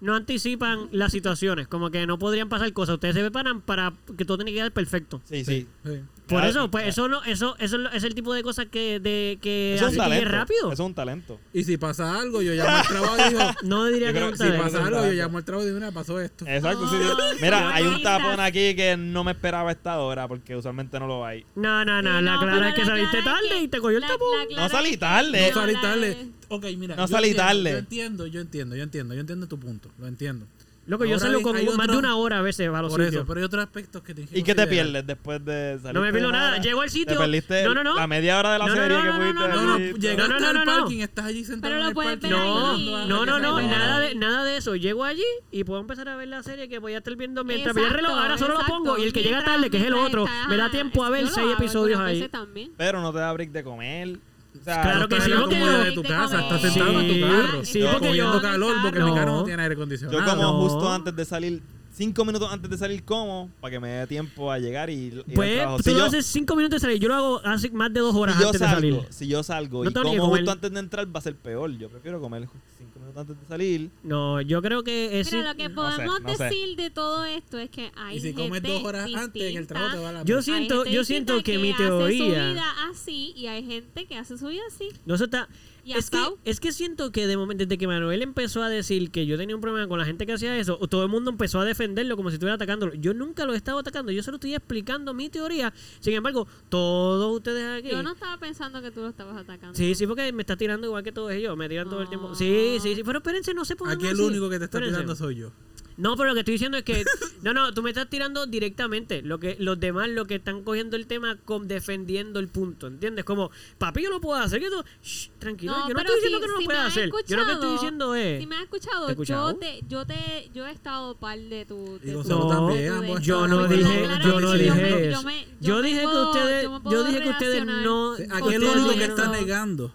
no anticipan las situaciones. Como que no podrían pasar cosas. Ustedes se preparan para que todo tiene que quedar perfecto. Sí, sí. Sí, sí. Por Ya, eso, pues ya. eso no, eso, eso es lo- es el tipo de cosas que, de, que Eso es un hace que llegue talento. rápido. Eso es un talento. Y si pasa algo, yo llamo al trabajo y digo, No diría Yo que creo no que si sí talento. pasa algo, yo llamo al trabajo y digo, mira, pasó esto. Exacto. sí, sí. Mira, hay un tapón aquí que no me esperaba a esta hora porque usualmente no lo hay. No, no, no. Sí, la no, clara pero es que la saliste clara es tarde que- y te cogió el la- tapón. la clara No salí es que- tarde. No salí la- tarde. Ok, mira. eh, No yo salí entiendo, tarde. Yo entiendo, yo entiendo, yo entiendo, yo entiendo tu punto, lo entiendo. Loco, yo Ahora salgo hay- con hay más otro- de una hora a veces a los Por sitios. eso, pero hay otros aspectos que tienes que ¿Y qué te considerar. pierdes después de salir? no me pierdo nada. Llego al Te sitio. perdiste no, no, no. la media hora de la No, no, serie no, que no, pudiste no, haber No, no, visto. llegaste No, no, no, al no. parking, estás allí sentado Pero ¿ah? en lo el puedes parking. ver ahí. No, Ay, no, no, no, no. nada de, nada de eso. Llego allí y puedo empezar a ver la serie que voy a estar viendo mientras veo el Exacto, reloj. Ahora solo exacto. lo pongo y el que llega Mientras- tarde, que es el mientras otro, está- me da tiempo a ajá, ver yo lo seis hago episodios algunas ahí. veces también. Pero no te da break de comer. O sea, Claro que Estás sí, en la porque comodidad yo- de tu casa, estás Sí, sentado en tu carro, sí, porque yo- cogiendo calor porque mi No. carro no tiene aire Yo acondicionado. Ah, como no. justo antes de salir, cinco minutos antes de salir como, para que me dé tiempo a llegar y, ir al Pues trabajo. tú Si lo yo- haces cinco minutos de salir. Yo lo hago hace más de dos horas si yo antes de salgo, salir. Si yo salgo No y tengo ni que como justo comer. antes de entrar va a ser peor. Yo prefiero comer ju- cinco minutos antes de salir. No, yo creo que es. Pero lo que No sé, podemos no sé. decir de todo esto es que hay Y si comes gente dos horas antes en el trabajo te va distinta. la Yo mierda. Hay siento, gente yo distinta siento que mi hace su teoría. vida así y hay gente que hace su vida así. No se está. Y es, que, acá- es que siento que de momento, desde que Manuel empezó a decir que yo tenía un problema con la gente que hacía eso, todo el mundo empezó a defenderlo como si estuviera atacándolo. Yo nunca lo he estado atacando, yo solo estoy explicando mi teoría. Sin embargo, todos ustedes aquí. Yo no estaba pensando que tú lo estabas atacando. Sí, sí, porque me está tirando igual que todos ellos, me tiran todo el tiempo. Sí, sí, sí, pero espérense, no se pongan Aquí el así. único que te está Espérense. tirando soy yo. No, pero lo que estoy diciendo es que no, no, tú me estás tirando directamente. Lo que los demás, lo que están cogiendo el tema, con defendiendo el punto, ¿entiendes? Como, papi, yo lo puedo hacer. Que tú, Shh, tranquilo, yo no pero estoy diciendo si- que no si lo me pueda has hacer. Yo lo que estoy escuchado, diciendo es, Si me has escuchado, ¿Te he escuchado? yo te, yo te, yo he estado par de tu. de Y tu- Gonzalo de tu- también, de ambos tu- yo estaban no de acuerdo dije, con lo que yo tú no estás diciendo. dije me- eso. me- yo Yo me dije que puedo- ustedes, yo me yo puedo dije que ustedes relacionar. no. Sí, que Aquí el ustedes único que dijeron- está negando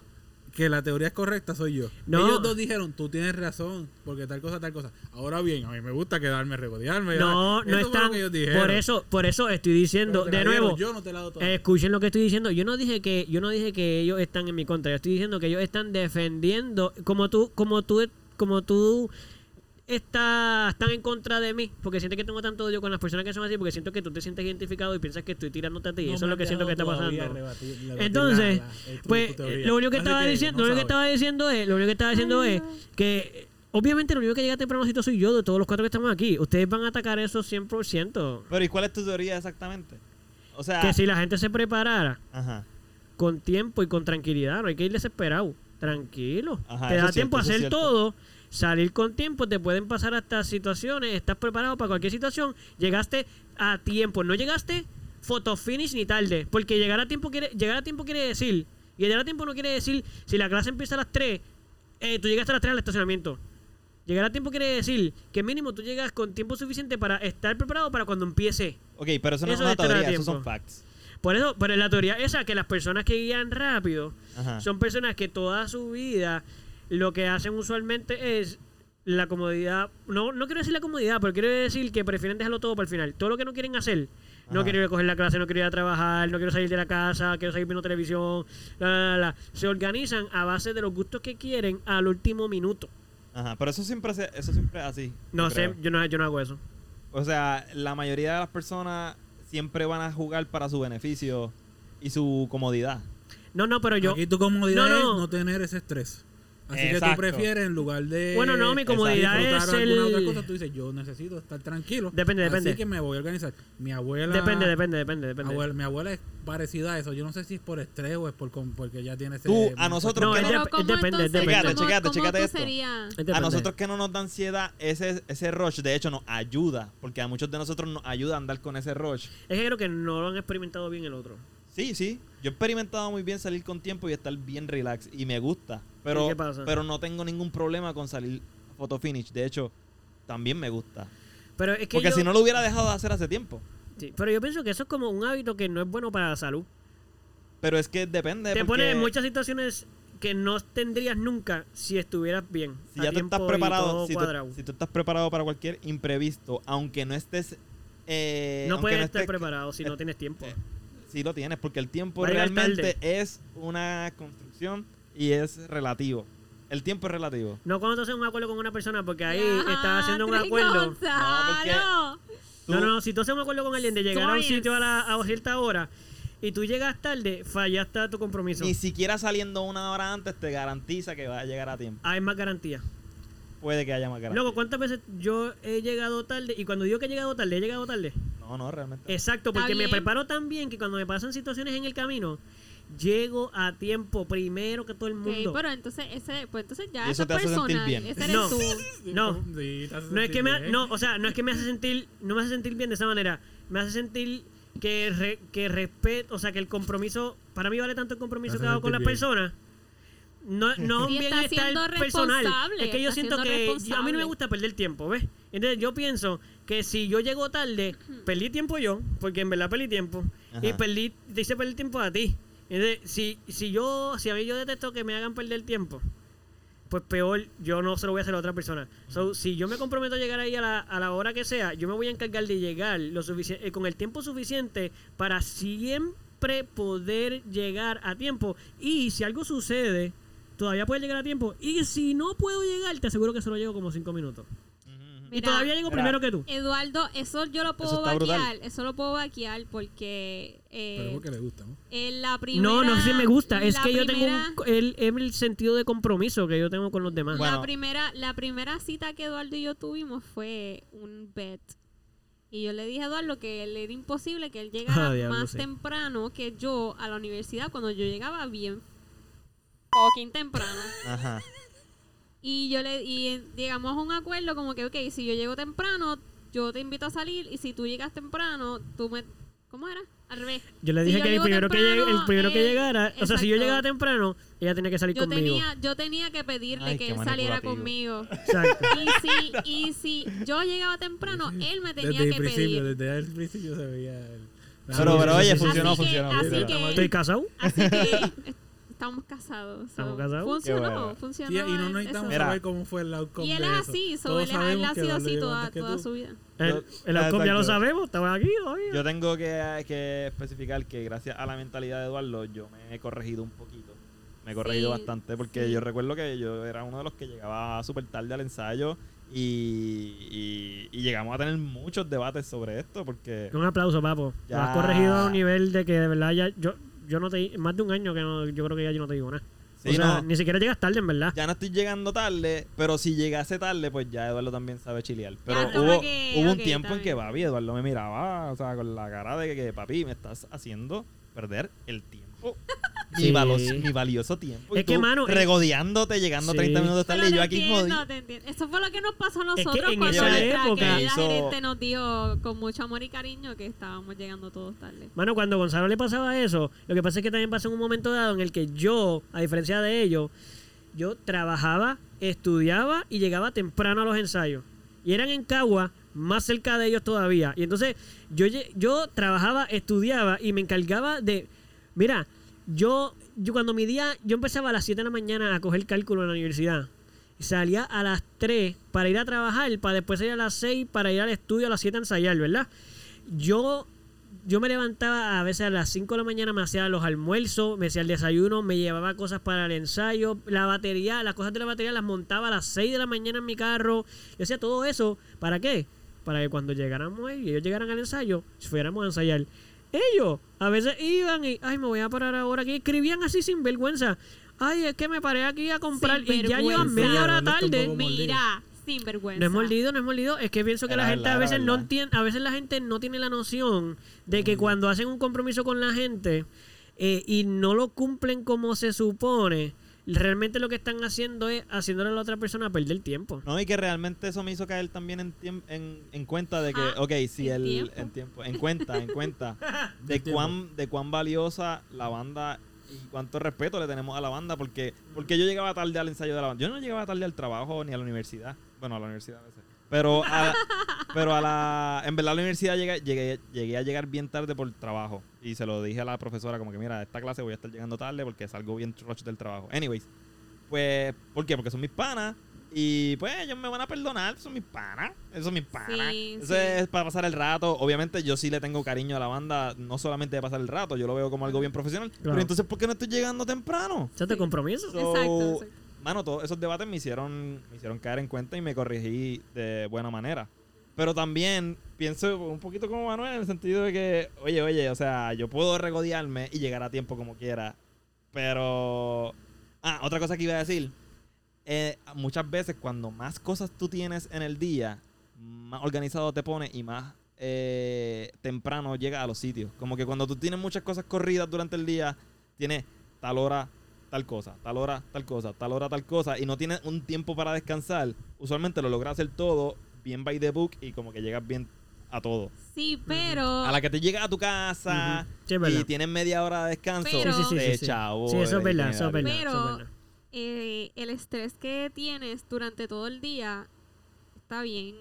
que la teoría es correcta soy yo. No. Ellos dos dijeron, tú tienes razón, porque tal cosa, tal cosa. Ahora bien, a mí me gusta quedarme, regodearme. No, no Eso fue lo están. que ellos dijeron. Por eso, por eso estoy Pero diciendo, te la de dieron, nuevo. Yo no te la doy toda. Escuchen lo que estoy diciendo. Yo no dije que yo no dije que ellos están en mi contra. Yo estoy diciendo que ellos están defendiendo como tú como tú como tú estás están en contra de mí porque sientes que tengo tanto odio con las personas que son así porque siento que tú te sientes identificado y piensas que estoy tirándote a ti. No Eso es lo me que has siento que está dejado pasando. todavía rebatir- rebatir Entonces, la- la- el- tu- pues tu teoría. lo único que Así estaba diciendo, lo único que no estaba diciendo es, lo único que estaba diciendo es que obviamente lo único que llega temprano soy yo de todos los cuatro que estamos aquí. Ustedes van a atacar eso 100%. Pero ¿y cuál es tu teoría exactamente? O sea, Que si la gente se preparara ajá. con tiempo y con tranquilidad, no hay que ir desesperado, tranquilo. Ajá, te eso da es tiempo cierto, a eso es hacer cierto. todo, salir con tiempo, te pueden pasar hasta situaciones, estás preparado para cualquier situación, llegaste a tiempo, no llegaste photo finish ni tarde, porque llegar a tiempo quiere llegar a tiempo quiere decir, y llegar a tiempo no quiere decir si la clase empieza a las 3, eh, tú llegaste a las 3 al estacionamiento. Llegar a tiempo quiere decir que mínimo tú llegas con tiempo suficiente para estar preparado para cuando empiece. Ok, pero eso no Eso es de una estar a teoría, esos tiempo. son facts. Por eso, pero la teoría esa que las personas que guían rápido Ajá. son personas que toda su vida lo que hacen usualmente es la comodidad. No, no quiero decir la comodidad, pero quiero decir que prefieren dejarlo todo para el final. Todo lo que no quieren hacer. No Ajá. quiero ir a coger la clase, no quiero ir a trabajar, no quiero salir de la casa, quiero seguir viendo televisión. La, la, la, la. Se organizan a base de los gustos que quieren al último minuto. Ajá. Pero eso siempre se- eso siempre es así. No yo sé, creo. yo no, yo no hago eso. O sea, la mayoría de las personas siempre van a jugar para su beneficio y su comodidad. No, no, pero yo. Aquí tu comodidad No, no. es no tener ese estrés. Así que Exacto. tú prefieres en lugar de Bueno, no, mi comodidad es disfrutar alguna otra cosa, el. tú dices, yo necesito estar tranquilo. Depende, depende. Así que me voy a organizar. Mi abuela Depende, depende, depende, depende. abuela- mi abuela es parecida a eso. Yo no sé si es por estrés o es por com- porque ya tiene ese Tú, a nosotros No, que es Pero dep- ¿cómo depende, entonces, depende. ¿cómo- Chécate, cómo chécate tú esto. sería? Depende. A nosotros que no nos da ansiedad, ese, ese rush, de hecho, nos ayuda. Porque a muchos de nosotros nos ayuda a andar con ese rush. Es que creo que no lo han experimentado bien el otro. Sí, sí. Yo he experimentado muy bien salir con tiempo y estar bien relax. Y me gusta. ¿Y Pero, qué pasa? pero no tengo ningún problema con salir a photo finish. De hecho, también me gusta. Pero es que Porque yo- si no lo hubiera dejado de hacer hace tiempo. sí, pero yo pienso que eso es como un hábito que no es bueno para la salud. Pero es que depende. Te Eh, porque pone en muchas situaciones que no tendrías nunca si estuvieras bien. Si a ya tú estás tiempo y todo preparado, si tú, cuadrado. si tú estás preparado para cualquier imprevisto, aunque no estés. eh, no aunque puedes estar estés- preparado si eh, no tienes tiempo. eh, Sí lo tienes, porque el tiempo Va a llegar realmente tarde. es una construcción y es relativo. El tiempo es relativo. No cuando tú haces un acuerdo con una persona, porque ahí Ajá, estás haciendo un Andrés acuerdo. Gonzalo. Tú- No, no, no, si tú haces un acuerdo con alguien de llegar a un Science. sitio a, la, a cierta hora y tú llegas tarde, fallaste a tu compromiso. Ni siquiera saliendo una hora antes te garantiza que vas a llegar a tiempo. Hay más garantía. Puede que haya más garantía. Loco, ¿cuántas veces yo he llegado tarde? Y cuando digo que he llegado tarde, he llegado tarde. No, no, realmente. Exacto, Está porque me bien. preparo tan bien que cuando me pasan situaciones en el camino, llego a tiempo primero que todo el Ok, mundo. pero entonces, ese, pues entonces ya Y eso esa te hace sentir persona, bien. ese eres No. tú. No. Sí, te hace No es que me, sentir no, o sea, no es que me hace sentir, no me hace sentir bien de esa manera. Me hace sentir que re- que respeto, o sea, que el compromiso, para mí vale tanto el compromiso Te hace que hago con la sentir persona. No, no Sí, un está siendo bienestar personal. responsable, Es que yo está siento siendo que yo- a mí no me responsable. gusta perder tiempo, ¿ves? Entonces yo pienso que si yo llego tarde, perdí tiempo yo, porque en verdad perdí tiempo. Y Ajá. perdí, te hice perder tiempo a ti. Entonces, si, si yo, si a mí yo detesto que me hagan perder tiempo, pues peor, yo no se lo voy a hacer a otra persona. So, si yo me comprometo a llegar ahí a la, a la hora que sea, yo me voy a encargar de llegar lo sufici- eh, con el tiempo suficiente para siempre poder llegar a tiempo. Y si algo sucede, todavía puedes llegar a tiempo. Y si no puedo llegar, te aseguro que solo llego como cinco minutos. Ujú, ujú. y Mira, todavía llego Mira. primero que tú. Eduardo, eso yo lo puedo Eso está brutal. vaquear, eso lo puedo vaquear porque Pero eh, porque le gusta, ¿no? en la primera No, no se me gusta. Es la que yo tengo primera- un- el, el sentido de compromiso que yo tengo con los demás. Bueno. La primera, la primera cita que Eduardo y yo tuvimos fue un bet. Y yo le dije a Eduardo que le era imposible que él llegara Ah, diablo, más sí. temprano que yo a la universidad cuando yo llegaba bien fucking temprano. Ajá. Y yo le y eh, llegamos a un acuerdo como que, ok, si yo llego temprano, yo te invito a salir y si tú llegas temprano, tú me... ¿Cómo era? Al revés. Yo le Si dije yo que el llego primero, que, llegue- temprano, el primero que él- llegara, o sea, si yo exacto. llegaba temprano, ella tenía que salir Yo conmigo. tenía, yo tenía que pedirle Ay, que qué él saliera manipulativo. conmigo. Exacto. Y si, y si yo llegaba temprano, él me tenía desde el que principio, pedir. desde el principio se veía. el- la Pero, pero mierda. oye, sí. funcionó, Así que- funcionó. así funcionó. que- ¿Estoy casado? Así que eh, estamos casados. Estamos so, casados. Qué Funcionó, bueno. funcionó. Sí, y no eso. necesitamos Mira. saber cómo fue el outcome. Y él de es eso. así, so, Todos él, es- él sabemos ha que sido Eduardo así llegó toda, antes que toda tú. su vida. El, eh, el Ah, outcome ya lo exacto. sabemos, estamos aquí todavía. Yo tengo que, que especificar que gracias a la mentalidad de Eduardo yo me he corregido un poquito. Me he corregido Sí, bastante porque sí. yo recuerdo que yo era uno de los que llegaba súper tarde al ensayo y, y- y llegamos a tener muchos debates sobre esto porque... Un aplauso, papo. Lo Ya. has corregido a un nivel de que de verdad ya yo, yo no te di- más de un año que no, yo creo que ya yo no te digo nada. Sí, o sea, no, ni siquiera llegas tarde en verdad. ya no estoy llegando tarde, pero si llegase tarde, pues ya Eduardo también sabe chilear. Pero Ya, hubo, como que- hubo un ok, tiempo está en que bien. papi, Eduardo me miraba, o sea, con la cara de que, papi, me estás haciendo perder el tiempo. Mi, Sí. valo- mi valioso tiempo. Y Es que, tú mano, es- Regodeándote, llegando Sí. 30 minutos Pero tarde. Y te yo aquí entiendo, jodido. te entiendo. Eso fue lo que nos pasó a nosotros en cuando esa nuestra época- querida Hizo- gerente nos dio con mucho amor y cariño que estábamos llegando todos tarde. Mano, cuando Gonzalo le pasaba eso, lo que pasa es que también pasó en un momento dado en el que yo, a diferencia de ellos, yo trabajaba, estudiaba y llegaba temprano a los ensayos. Y eran en Cagua, más cerca de ellos todavía. Y entonces yo, lle- yo trabajaba, estudiaba y me encargaba de... Mira, yo, yo cuando mi día, yo empezaba a las 7 de la mañana a coger cálculo en la universidad. Y salía a las 3 para ir a trabajar, para después salir a las 6 para ir al estudio a las 7 a ensayar, ¿verdad? Yo, yo me levantaba a veces a las 5 de la mañana, me hacía los almuerzos, me hacía el desayuno, me llevaba cosas para el ensayo, la batería, las cosas de la batería las montaba a las 6 de la mañana en mi carro. Yo hacía todo eso, ¿para qué? Para que cuando llegáramos ahí y ellos llegaran al ensayo, fuéramos a ensayar. Ellos a veces iban y, ay, me voy a parar ahora aquí. Escribían así sin vergüenza. Ay, es que me paré aquí a comprar y ya llevan Sinvergüenza. media hora Eduardo está un tarde. poco mordido. Mira, sin vergüenza. No es mordido, no es mordido. Es que pienso que Era la gente verdad, a era veces no verdad. entiende, a veces la gente no tiene la noción de que cuando hacen un compromiso con la gente eh, y no lo cumplen como se supone, realmente lo que están haciendo es haciéndole a la otra persona perder tiempo. No, y que realmente eso me hizo caer también en, tiemp- en, en cuenta de que, Ah, ok, si en el. tiempo. En tiempo. En cuenta, en cuenta. de, cuán, de cuán valiosa la banda y cuánto respeto le tenemos a la banda, porque, porque yo llegaba tarde al ensayo de la banda. Yo no llegaba tarde al trabajo ni a la universidad. Bueno, a la universidad a veces. Pero a, Pero a la, en verdad a la universidad llegué, llegué, llegué a llegar bien tarde por trabajo. Y se lo dije a la profesora, como que mira, a esta clase voy a estar llegando tarde porque salgo bien rush del trabajo. Anyways, pues, ¿por qué? Porque son mis panas. Y pues ellos me van a perdonar, son mis panas. Esos son mis panas. Sí, Eso sí. es para pasar el rato. Obviamente yo sí le tengo cariño a la banda, no solamente de pasar el rato, yo lo veo como algo bien profesional. Pero entonces, ¿por qué no estoy llegando temprano? ¿Ya te compromiso? So, Exacto, exacto. Mano, todos esos debates me hicieron, me hicieron caer en cuenta y me corrigí de buena manera. Pero también pienso un poquito como Manuel en el sentido de que, oye, oye, o sea, yo puedo regodearme y llegar a tiempo como quiera. Pero. Ah, otra cosa que iba a decir. Eh, muchas veces, cuando más cosas tú tienes en el día, más organizado te pones y más eh, temprano llegas a los sitios. Como que cuando tú tienes muchas cosas corridas durante el día, tienes tal hora, tal cosa, tal hora, tal cosa, tal hora, tal cosa, y no tienes un tiempo para descansar, usualmente lo logras hacer todo bien by the book y como que llegas bien a todo. Sí, pero. A la que te llegas a tu casa Ujú. Sí, es y verdad. tienes media hora de descanso, Pero- Sí, sí, sí, te sí, sí. chavo. Sí, eso es el verdad, eso es itinerario. verdad. eso es Pero- verdad. eh, el estrés que tienes durante todo el día está bien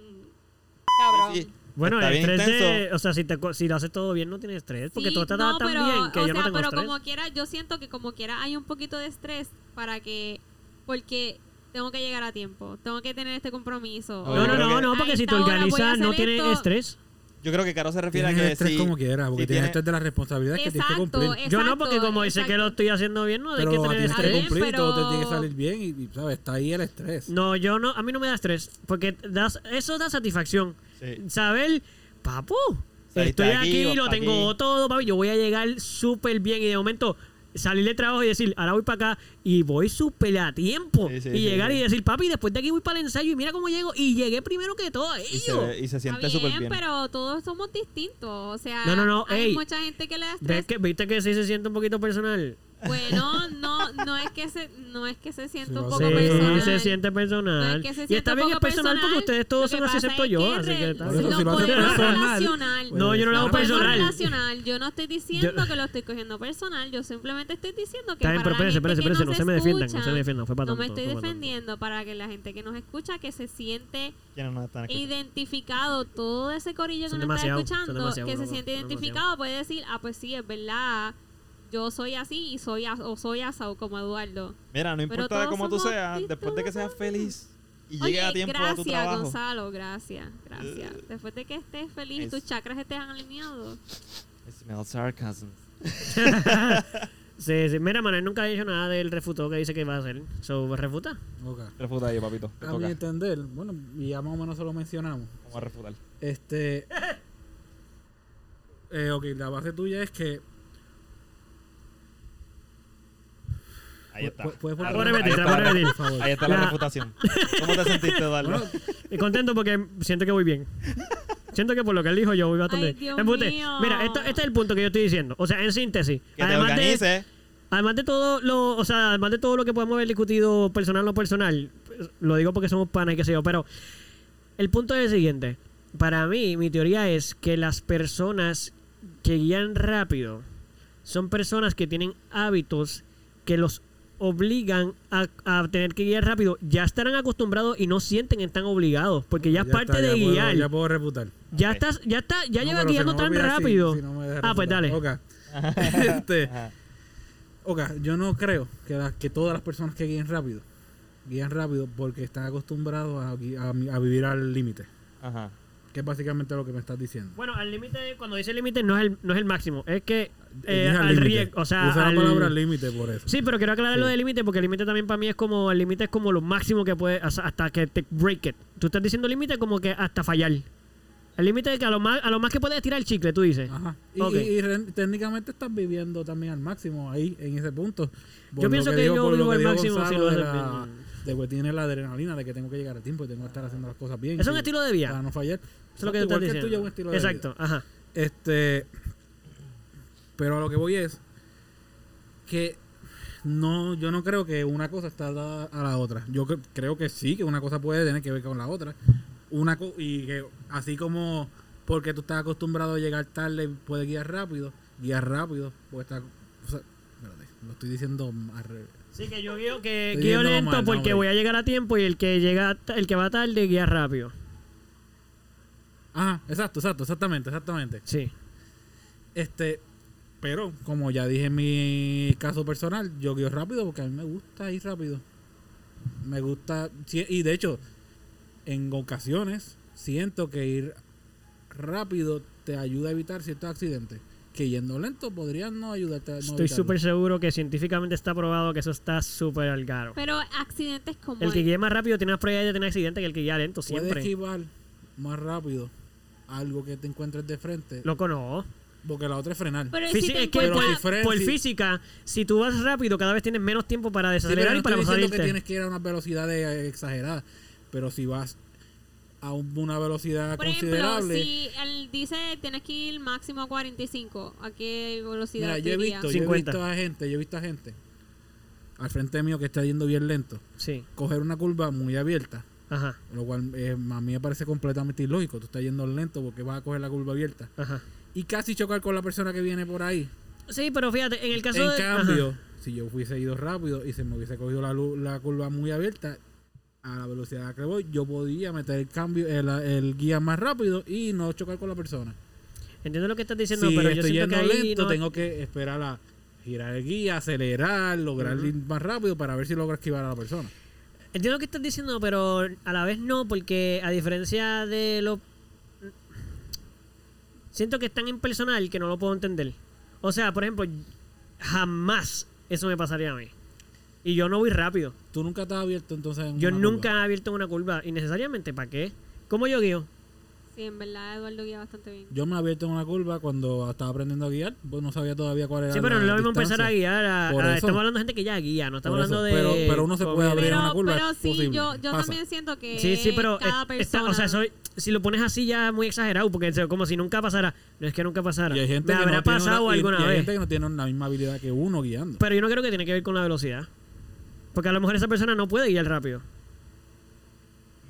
cabrón. Sí, sí. Bueno, Está el bien estrés de. O sea, si, te, co- si lo haces todo bien, no tienes estrés. Porque Sí, tú estás tan pero, bien que o yo no sea, tengo pero estrés. como quiera, yo siento que como quiera hay un poquito de estrés para que, porque tengo que llegar a tiempo, tengo que tener este compromiso. No, No, no, creo no, que- no, porque A si te esta hora voy a organizas, no hacer tienes esto. estrés. Yo creo que Caro se refiere Tienes a que estrés si- como quieras, porque si tienes tienes- estrés de las responsabilidades que tienes que Exacto, cumplir. yo no, porque como dice que lo exacto. estoy haciendo bien, no hay que pero tener tienes Está que estrés. bien, cumplir, todo te pero- tiene que salir bien y, y, sabes, está ahí el estrés. No, yo no, a mí no me da estrés, porque das, eso da satisfacción. Sí. Saber, papu, Sí, estoy está aquí, aquí, o lo está tengo aquí. todo, papi, yo voy a llegar súper bien y de momento salir de trabajo y decir, ahora voy para acá y voy súper a tiempo. Sí, sí, y sí, llegar sí. y decir, papi, después de aquí voy para el ensayo y mira cómo llego y llegué primero que todo Y se, ellos. ve- y se siente Está súper bien, bien. pero todos somos distintos, o sea, No, no, no, hay ey. mucha gente que le da estrés. ¿Ves que, ¿Viste que sí se siente un poquito personal? Bueno, no, no es que se, no es que se sienta Sí, un lo poco sí, personal. se siente No personal. es Pues, que se y está sienta bien que poco es personal porque ustedes todos Lo son que así pasa excepto es yo, que así que re- está Por eso, lo si lo haces podemos personal, relacionar. pues, No, yo no lo hago claro. Podemos personal. relacionar. Yo no estoy diciendo que lo estoy cogiendo personal, yo simplemente estoy diciendo que Está bien, para pero espérense, la espérense, gente espérense, no se que me nos defiendan, escucha, no se me defiendan, fue para no me tanto, estoy fue para tanto. defendiendo para que la gente que nos escucha que se siente ¿Quiénes nos están escuchando? identificado todo ese corillo Son que nos está demasiado, son escuchando demasiado, que se loco, siente son demasiado. identificado puede decir ah pues sí es verdad yo soy así y soy as- o soy asado como Eduardo Mira, no Pero importa de todos cómo tú somos seas, después de que seas distintos. feliz y Oye, llegues a tiempo gracias, a tu trabajo. Gonzalo, gracias, gracias. Eh. Después de que estés feliz, Es- tus chakras estén alineados. It smells sarcasm. Sí, sí. Mira, Manuel nunca ha dicho nada del refutó que dice que va a hacer. So, refuta. Ok. Refuta ahí, papito. Ah, Te A mi toca. entender, bueno, y ya más o menos se lo mencionamos. Vamos a refutar. Este. eh, ok, la base tuya es que. Ahí está. Pu- puedes poner- Ahí Pone está. Betis, pone Ahí Betis. Por favor. está, Ahí está la La- refutación. ¿Cómo te sentiste, Eduardo? Bueno, Y contento porque siento que voy bien. Siento que por lo que él dijo yo voy bastante Ay, bien. Dios Embuste. mío. Mira, esto, este es el punto que yo estoy diciendo. O sea, en síntesis. que te de, organices. además de todo lo, o sea, además de todo lo que podemos haber discutido personal o no personal, pues, lo digo porque somos panas y qué sé yo, pero el punto es el siguiente. Para mí, mi teoría es que las personas que guían rápido son personas que tienen hábitos que los obligan a, a tener que guiar rápido. Ya estarán acostumbrados y no sienten que están obligados, porque ya es ya parte está, de ya puedo- guiar. ya puedo reputar. Ya Ok. estás, ya está, ya No, llevas pero se guiando me tan olvida si- rápido. si no me deja ah, pues dale. refutar. Ok. Este, Ajá. ok, yo no creo que, las- que todas las personas que guíen rápido, guían rápido porque están acostumbrados a, gui- a- a vivir al límite. Ajá. Que es básicamente lo que me estás diciendo. Bueno, al límite, cuando dice límite no es el, no es el máximo, es que eh, Dije al límite. riesgo, o sea, Usa al- la palabra límite por eso. Sí, pero quiero aclarar lo Sí. de límite porque el límite también para mí es como el límite es como lo máximo que puede hasta, hasta que te break it. Tú estás diciendo límite como que hasta fallar. El límite de que a lo más a lo más que puedes tirar el chicle, tú dices. Ajá. Y, Ok. y- y re- técnicamente estás viviendo también al máximo ahí, en ese punto. Yo Por lo pienso que yo por lo vivo al digo máximo si Gonzalo lo de, haces la- bien. de que tiene la adrenalina de que tengo que llegar a tiempo y tengo que estar haciendo las cosas bien. es un y- estilo de vida. Para no fallar. Eso es lo que tú Igual estás que el diciendo. tuyo es un estilo de vida. Exacto, ajá. Este. Pero a lo que voy es que no, yo no creo que una cosa está dada a la otra. Yo cre- creo que sí, que una cosa puede tener que ver con la otra. Una co- y que así como porque tú estás acostumbrado a llegar tarde, puedes guiar rápido, guiar rápido, porque está o sea, espérate, lo estoy diciendo al revés. Sí, que yo guío que Estoy guío yendo lento mal, porque no, voy a llegar a tiempo y el que llega el que va tarde guía rápido. Ajá, Ah, exacto, exacto, exactamente, exactamente. Sí. Este, pero como ya dije en mi caso personal, yo guío rápido porque a mí me gusta ir rápido. Me gusta, sí, y de hecho, en ocasiones siento que ir rápido te ayuda a evitar ciertos accidentes. Que yendo lento podrían no ayudarte. a no Estoy evitarlo. súper seguro que científicamente está probado que eso está súper al caro. Pero accidentes como este. El que guía más rápido tiene más probabilidad de tener accidente que el que guía lento, Puedes siempre. esquivar más rápido algo que te encuentres de frente. Loco, no. Porque la otra es frenar. Pero Fisi- si te es que Pero por, si encuentras... fuera- por si- física, si tú vas rápido, cada vez tienes menos tiempo para Sí, pero desacelerar no y para estoy pasar diciendo que tienes que ir a unas velocidades exageradas, pero si vas a un- una velocidad Por ejemplo, considerable, si él dice tienes que ir máximo a 45, ¿a qué velocidad mira, te yo he irías? visto, yo he 50. visto a gente, yo he visto a gente al frente mío que está yendo bien lento, Sí, coger una curva muy abierta, ajá, lo cual eh, a mí me parece completamente ilógico, tú estás yendo lento porque vas a coger la curva abierta ajá. y casi chocar con la persona que viene por ahí. Sí, pero fíjate, en el caso en de... ajá. cambio, si yo hubiese ido rápido y se me hubiese cogido la, lu- la curva muy abierta a la velocidad a la que voy, yo podía meter el cambio, el, el guía más rápido y no chocar con la persona. Entiendo lo que estás diciendo, si pero yo estoy siento yendo que ahí lento, no- tengo que esperar a girar el guía, acelerar, lograr ir más rápido para ver si logro esquivar a la persona. Entiendo lo que estás diciendo, pero a la vez no, porque a diferencia de lo... Siento que es tan impersonal que no lo puedo entender. O sea, por ejemplo, jamás eso me pasaría a mí. Y yo no voy rápido. Tú nunca estás abierto entonces en Yo una nunca curva. he abierto una curva. Y necesariamente, ¿para qué? ¿Cómo yo guío? Sí, en verdad Eduardo guía bastante bien. Yo me he abierto en una curva cuando estaba aprendiendo a guiar, pues no sabía todavía cuál era Sí, pero no la es lo mismo distancia. empezar a guiar. a- Por a- eso. estamos hablando de gente que ya guía, no estamos Por eso, hablando de. pero- pero uno se puede comida. abrir Pero, una curva, pero es sí, posible, yo, yo pasa. también siento que Sí, sí, pero cada es- persona... está- o sea, soy- si lo pones así ya es muy exagerado, porque es como si nunca pasara. No es que nunca pasara. Y hay gente Me que habrá no tiene pasado una- y- alguna y hay vez. gente que no tiene la misma habilidad que uno guiando. Pero yo no creo que tiene que ver con la velocidad. Porque a lo mejor esa persona no puede guiar rápido.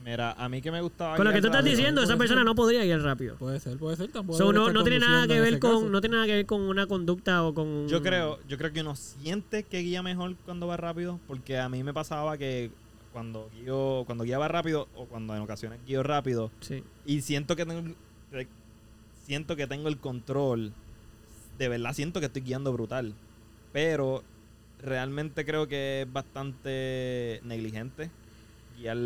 Mira, a mí que me gustaba. Con lo guiar que tú estás rápido. diciendo, esa puede persona ser. no podría guiar rápido. Puede ser, puede ser tampoco. So, debe no, estar no tiene nada conduciendo que en ver ese caso. con no tiene nada que ver con una conducta o con Yo creo, yo creo que uno siente que guía mejor cuando va rápido, porque a mí me pasaba que cuando guío, cuando guiaba rápido o cuando en ocasiones guío rápido Sí. y siento que tengo re- siento que tengo el control, de verdad siento que estoy guiando brutal, pero realmente creo que es bastante negligente guiar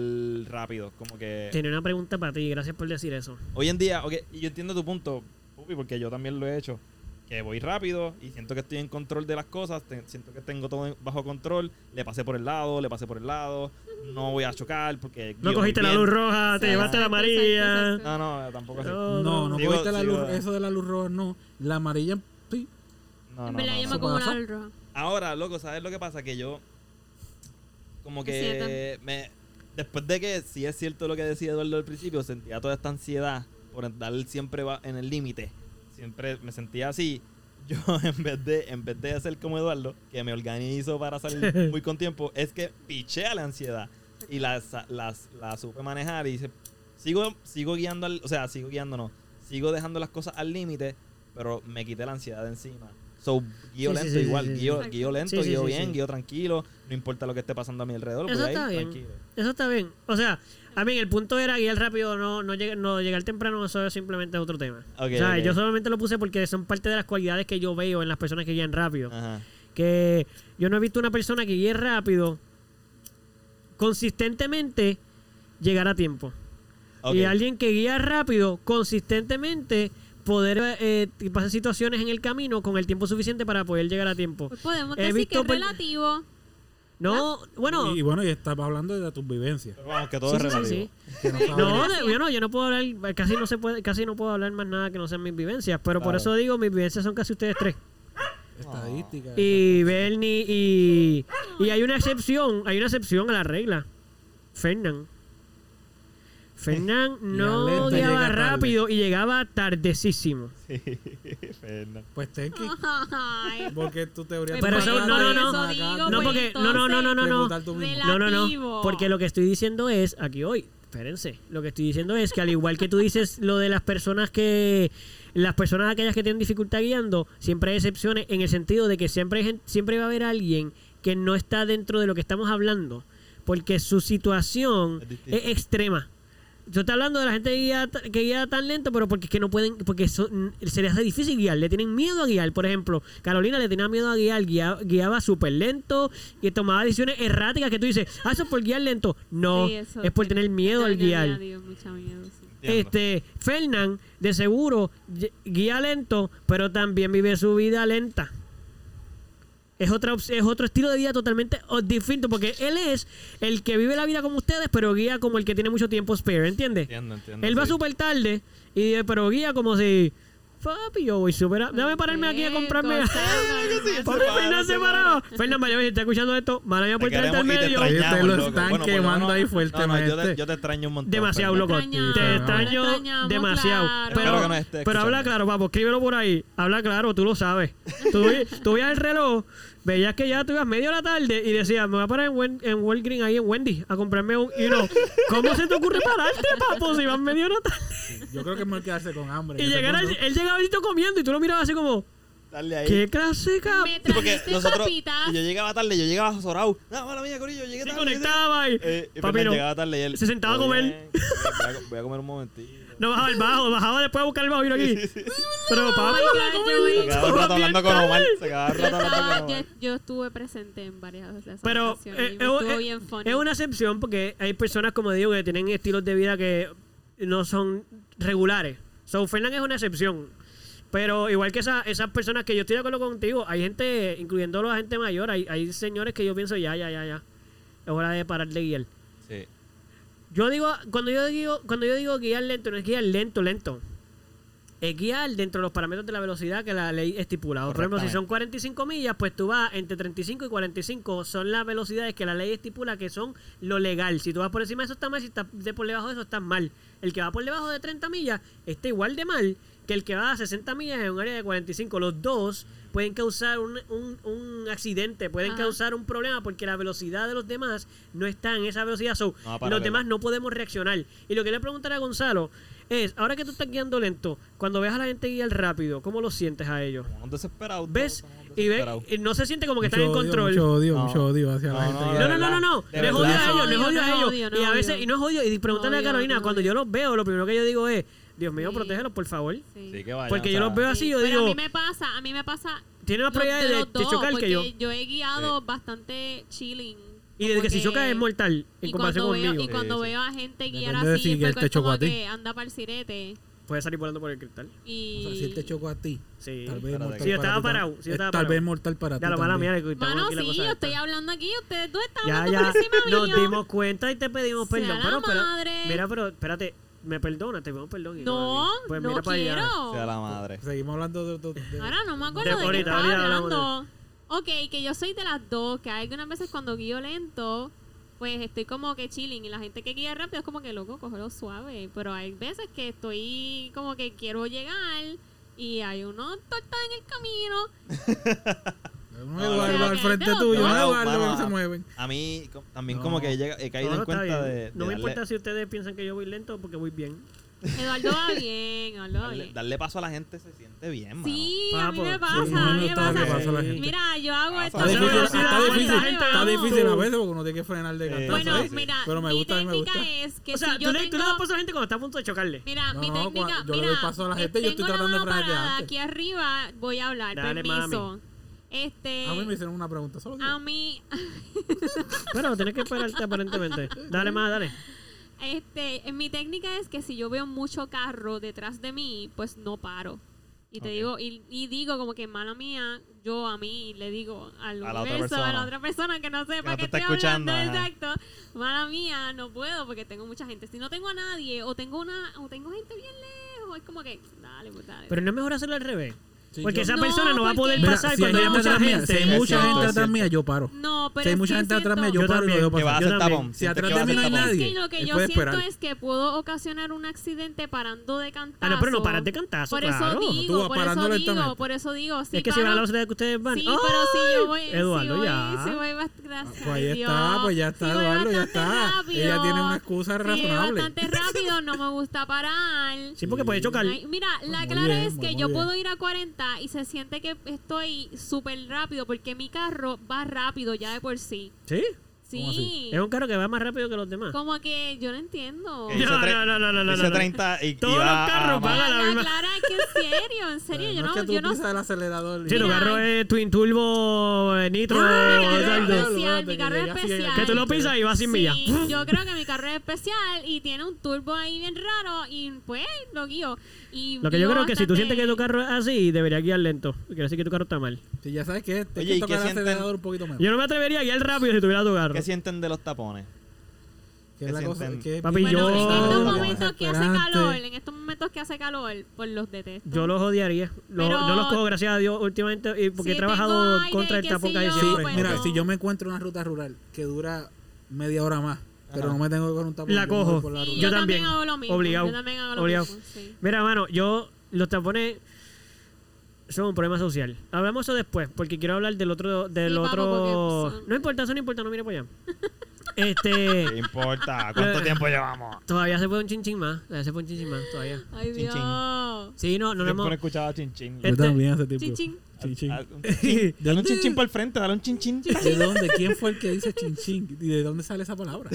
rápido, como que Tenía una pregunta para ti, gracias por decir eso. Hoy en día, ok, y yo entiendo tu punto, Pupi, porque yo también lo he hecho. Que voy rápido y siento que estoy en control de las cosas, te- siento que tengo todo en- bajo control. Le pasé por el lado, le pasé por el lado, no voy a chocar porque. guío No muy cogiste la bien. luz roja, te Sí, llevaste la exacto, amarilla. No, exacto, no, tampoco así. No, No, No, no Digo, cogiste la sí, luz, ¿verdad? eso de la luz roja no. La amarilla sí. no, en no, verdad no, yo no. me acumulo ¿Pasa? el rojo. Ahora, loco, ¿sabes lo que pasa? Que yo. Como Te que. Me, después de que, si es cierto lo que decía Eduardo al principio, sentía toda esta ansiedad por dar siempre va- en el límite. Siempre me sentía así. Yo, en vez, de, en vez de hacer como Eduardo, que me organizo para salir muy con tiempo, es que piché a la ansiedad y la, sa- las- la supe manejar. Y se- sigo, sigo guiando, al, o sea, sigo guiando, no. Sigo dejando las cosas al límite, pero me quité la ansiedad de encima. So, guío Sí, sí, lento sí, sí, igual, sí, sí. guío, Exacto. guío lento, Sí, sí, guío sí, bien, sí. guío tranquilo, no importa lo que esté pasando a mi alrededor, Eso voy pues ahí está bien. tranquilo. Eso está bien. O sea, a mí el punto era guiar rápido, no, no, llegar, no llegar temprano, eso es simplemente otro tema. Ok, o sea, ok. yo solamente lo puse porque son parte de las cualidades que yo veo en las personas que guían rápido. Ajá. Que yo no he visto una persona que guíe rápido consistentemente llegar a tiempo. Ok. Y alguien que guía rápido consistentemente poder eh, pasar situaciones en el camino con el tiempo suficiente para poder llegar a tiempo. Pues podemos He decir que visto es por- relativo. No, bueno, Y, y bueno, y estás hablando de tus vivencias. Pero vamos, que todo Sí, es sí, sí, relativo. sí. que no sabes. No, Gracias. de- yo no, yo no puedo hablar, casi no se puede, casi no puedo hablar más nada que no sean mis vivencias, pero por Claro. eso digo, mis vivencias son casi ustedes tres. Estadísticas. Ah. Y Bernie y y hay una excepción, hay una excepción a la regla. Fernán. Fernán no guiaba lento llega tarde. rápido y llegaba tardesísimo. Fernan. Pues Tenki, Ay, porque tu teoría pues Pero por eso- no, no, no. eso digo, No, pues, porque- no, no, no, no, no, no. entonces, Reputar tú mismo. No, no, no. relativo. Porque lo que estoy diciendo es, aquí hoy, espérense, lo que estoy diciendo es que al igual que tú dices lo de las personas que, las personas aquellas que tienen dificultad guiando, siempre hay excepciones en el sentido de que siempre, hay gen- siempre va a haber alguien que no está dentro de lo que estamos hablando, porque su situación Es es, distinta. extrema. Yo estoy hablando de la gente que guía, ta- que guía tan lento, pero porque es que no pueden, porque son- se les hace difícil guiar, le tienen miedo a guiar. Por ejemplo, Carolina le tenía miedo a guiar, guia- guiaba súper lento y tomaba decisiones erráticas que tú dices, ah, eso es por guiar lento. No, Sí, eso es por tiene- tener miedo al Tenía guiar. miedo, mucha miedo, sí. Entiendo. Este, Fernán, de seguro, lle- guía lento, pero también vive su vida lenta. Es, otra, ops- es otro estilo de vida totalmente o- distinto, porque él es el que vive la vida como ustedes, pero guía como el que tiene mucho tiempo spare, ¿entiendes? Entiendo, entiendo. Él va sí. súper tarde, y, eh, pero guía como si... Papi, yo voy súper... a- Dame pararme aquí a comprarme... Cosa normal. Papi, Fernán se paró. Fernán, vaya, oye, está escuchando esto. Mala mía Te por tirarte al queremos y te medio. Oye, extrañamos, ustedes lo loco. están Bueno, por lo quemando menos- ahí no, no, yo, te, fuertemente. yo te extraño un montón. Demasiado, Fernan. loco. extrañamos, Te lo extraño extrañamos, demasiado. claro. Espero Pero, que nos esté pero habla escuchando. claro, papo. Escríbelo por ahí. Habla claro, tú lo sabes. Tú, ve- tú veías el reloj, veías que ya tú ibas medio de la tarde y decías, me voy a parar en, Wen- en Walgreens ahí en Wendy a comprarme un... Y no, ¿cómo se te ocurre pararte, papo, si vas medio de la tarde? Yo creo que es mejor quedarse con hambre. Y que llegar al- todo el mundo- él llegaba ahorita comiendo y tú lo mirabas así como, Dale ahí. ¿qué clase, cabrón? Me Sí, porque trajiste nosotros. papitas. Y yo llegaba tarde, yo llegaba sorao. No, mala mía, Corillo, llegué Se tarde. conectaba y... Eh, y papi, Fernan no. llegaba tarde y él. Se sentaba a "Todo comer". bien, voy a- Voy a comer un momentito. No bajaba el bajo, bajaba después a buscar el bajo y vino aquí. Pero papi, Oh my voy a God, comer. Joey. Se quedaba un Tú vas rato bien hablando con tarde. Omar. Se quedaba un Yo, rato hablando estaba- con Omar. yo- yo estuve presente en varias de esas Pero ocasiones. eh, y es, estuvo es- bien funny. es una excepción porque hay personas, como digo, que tienen estilos de vida que no son regulares. So, Fernán es una excepción. Pero igual que esa- esas personas que yo estoy de acuerdo contigo, hay gente, incluyendo la gente mayor, hay, hay señores que yo pienso, ya, ya, ya, ya. Es hora de parar de guiar. Sí. Yo digo, cuando yo digo, cuando yo digo guiar lento, no es guiar lento, lento. Es guiar dentro de los parámetros de la velocidad que la ley estipula. Por ejemplo, si son 45 millas, pues tú vas entre 35 y 45. Son las velocidades que la ley estipula que son lo legal. Si tú vas por encima de eso, está mal. Si estás de por debajo de eso, estás mal. El que va por debajo de 30 millas está igual de mal que el que va a 60 millas en un área de 45. Los dos pueden causar un, un- un accidente, pueden Ajá. causar un problema porque la velocidad de los demás no está en esa velocidad. So, No, para, los para. demás no podemos reaccionar. Y lo que le preguntaré a Gonzalo es, ahora que tú estás guiando lento, cuando ves a la gente guiar rápido, ¿cómo lo sientes a ellos? Como unos desesperados. ¿Ves? todos somos Y ves, desesperados. y no se siente como que Mucho están en odio, control. Mucho odio, No. mucho odio hacia No, la gente. no, que- de No, no, no, no, no. De Les odio verdad. a ellos, les No, odio no, a ellos. odio, no, Y a veces, odio. y no es odio, y pregúntale a Odio, Carolina, no, cuando odio. yo los veo, lo primero que yo digo es, Dios mío, Sí. protégelos, por favor. Sí. Sí, que vayan, Porque o yo sea, los veo así, yo pero digo, a mí me pasa, a mí me pasa tiene más los de probabilidades los de, de dos, chocar que yo. porque yo he guiado Sí. bastante chilling. Y desde como que si choca es mortal, en y comparación cuando veo, conmigo. Y cuando Sí, sí. veo a gente guiar Depende de si así, él pues te es chocó como a ti. que anda para el sirete. Puede salir volando por el cristal. Y... O sea, si él te chocó a ti, Sí. tal vez Espérate, mortal que- Si yo para estaba ti tam- parado, si yo es estaba Tal parado. vez mortal para ti. Ya lo van a también. mirar. que estamos Mano, aquí, la sí, cosa yo esta. estoy hablando aquí, ustedes dos están Ya, hablando ya. por encima Nos mío. dimos cuenta y te pedimos Sea perdón. la Pero, pero- madre. mira, pero espérate, me perdona, te pedimos perdón. Iván. No, Pues no mira para allá. quiero. Sea la madre. Seguimos hablando de otro. de- Ahora no me De- acuerdo de, qué ahorita, estaba ahorita hablamos de- hablando. Ok, que yo soy de las dos, que algunas veces cuando guío lento, pues estoy como que chilling. Y la gente que guía rápido es como que loco, cógelo suave. Pero hay veces que estoy como que quiero llegar y hay unos tortas en el camino. Un No, Eduardo no, al no. frente tuyo, No, un no, Eduardo que vamos no se a- mueven. A mí com- también No. como que he llega- he caído No, en no, está cuenta bien. de. de No me darle- importa si ustedes piensan que yo voy lento porque voy bien. Eduardo va bien, Eduardo va Darle, bien. darle paso a la gente se siente bien, mano. Sí, a mí Papo, me sí, pasa, no, a mí no, me está bien, pasa. pasa la gente. Mira, yo hago Pasa esto. Está Esa difícil, velocidad, está ¿cuánta difícil, gente está vamos? difícil a veces porque uno tiene que frenar de Eh, cantar. Bueno, Sí, sí. mira, Pero me mi gusta, a mí me técnica gusta. es que O sea, si tú, yo le, tengo... tú le das paso a la gente cuando está a punto de chocarle. Mira, No, mi no, técnica, cuando yo le mira, doy paso a la gente, yo estoy tengo la tratando de mano frenar de parada antes. aquí arriba, voy a hablar, Dale, permiso. Este, A mí me hicieron una pregunta solo. a mí, Pero tenés que esperarte aparentemente. Dale más, dale. este, mi técnica es que si yo veo mucho carro detrás de mí, pues no paro. Y te Ok. digo, y, y digo como que mala mía, yo a mí le digo al A la otra universo, a la persona. otra persona que no sepa no que, te está estoy hablando, escuchando, ajá. exacto. Mala mía, no puedo porque tengo mucha gente. Si no tengo a nadie o tengo una o tengo gente bien lejos, es como que dale, pues dale. Pero no es mejor hacerlo al revés. Sí, porque yo- esa No, persona no va a poder porque- pasar si hay cuando haya gente mucha atrás mía, gente. Si hay Es mucha cierto, gente es atrás cierto. mía, yo paro. no, pero Si hay es mucha que gente atrás mía, siento- Yo yo paro y lo dejo también. Que pasar. vas a Pues Yo hacer también. tapón. Si sientes atrás que vas a de mí no hacer hay tapón. Es nadie. que lo que Él yo puede siento esperar. es que puedo ocasionar un accidente parando de cantazo. Ah, no, pero no paras de cantazo, Por claro. eso Tú digo, vas por parando eso lentamente. digo, por eso digo. Si es que si paro- van a la velocidad que ustedes van. Sí, pero si yo voy. ¡Ay! si Eduardo, voy- ya. si voy bast- gracias, Pues ahí ay, está, Dios. pues ya Si está, voy Eduardo, ya bastante está. rápido, Ella tiene una excusa si voy razonable. bastante rápido, no me gusta parar. Sí, porque puede chocar. Ay, mira, la Pues Muy clara bien, es que muy yo bien. puedo ir a 40 y se siente que estoy súper rápido porque mi carro va rápido ya de por sí. ¿Sí? ¿Cómo Sí. así? Es un carro que va más rápido que los demás. Como que yo no entiendo. Que hizo No, tre- no, no, no, no, no, hizo no, no. 30 y, y Todos va los carros a- van a la Clara, misma- Clara, es que en serio, en serio, yo es que no, tú yo no pisas el acelerador. Sí, tu Mira. carro es Twin Turbo, eh, Nitro, Ah, mi o sea, carro exacto. es especial, mi carro es Llegas y llegas. especial. que tú lo pisas y vas sin Mm. millas. Sí, yo creo que mi carro es especial y tiene un turbo ahí bien raro y pues lo guío. Y Lo que yo guío creo es que si tú bastante. sientes que tu carro es así, deberías guiar lento. Quiere decir que tu carro está mal. Si ya sabes que te Oye, que ¿y tocar qué el sienten? acelerador un poquito menos. Yo no me atrevería a guiar rápido si tuviera tu carro. ¿Qué sienten de los tapones? Que es la ¿qué cosa- sienten? que es Papi, bien Bueno, pues yo- en estos desesperante, momentos que hace desesperante. calor, en estos momentos que hace calor, pues los detesto. Yo los odiaría. Lo- Pero- no los cojo, gracias a Dios, últimamente, y porque he Sí, trabajado tengo aire, contra el qué tapón sé que hay yo, siempre. pues, Mira, no. si yo me encuentro una ruta rural que dura media hora más, pero Ajá. no me tengo que poner un tapón. La yo me voy cojo. por la Sí, ruta. yo también. hago lo mismo. Obligado. Yo también hago lo Obligado. mismo. sí. Mira, mano, yo los tapones son un problema social. Hablamos eso después, porque quiero hablar del otro, del Sí, vamos, otro. porque son- No importa, eso no importa, no mire para allá. este, ¿Qué importa? ¿Cuánto Eh. tiempo llevamos? todavía se puede un chinchín más, todavía se puede un chinchín más, todavía. Ay, Chin, chin. Dios. Sí, no, no lo Siempre hemos. he escuchado a Chin Chin. Yo Este- también hace tiempo. Chin, chin. Chin, chin. Ah, un chin. Dale un chin chin para el frente, dale un chin chin. ¿De dónde? ¿Quién fue el que dice chin chin? ¿Y de dónde sale esa palabra?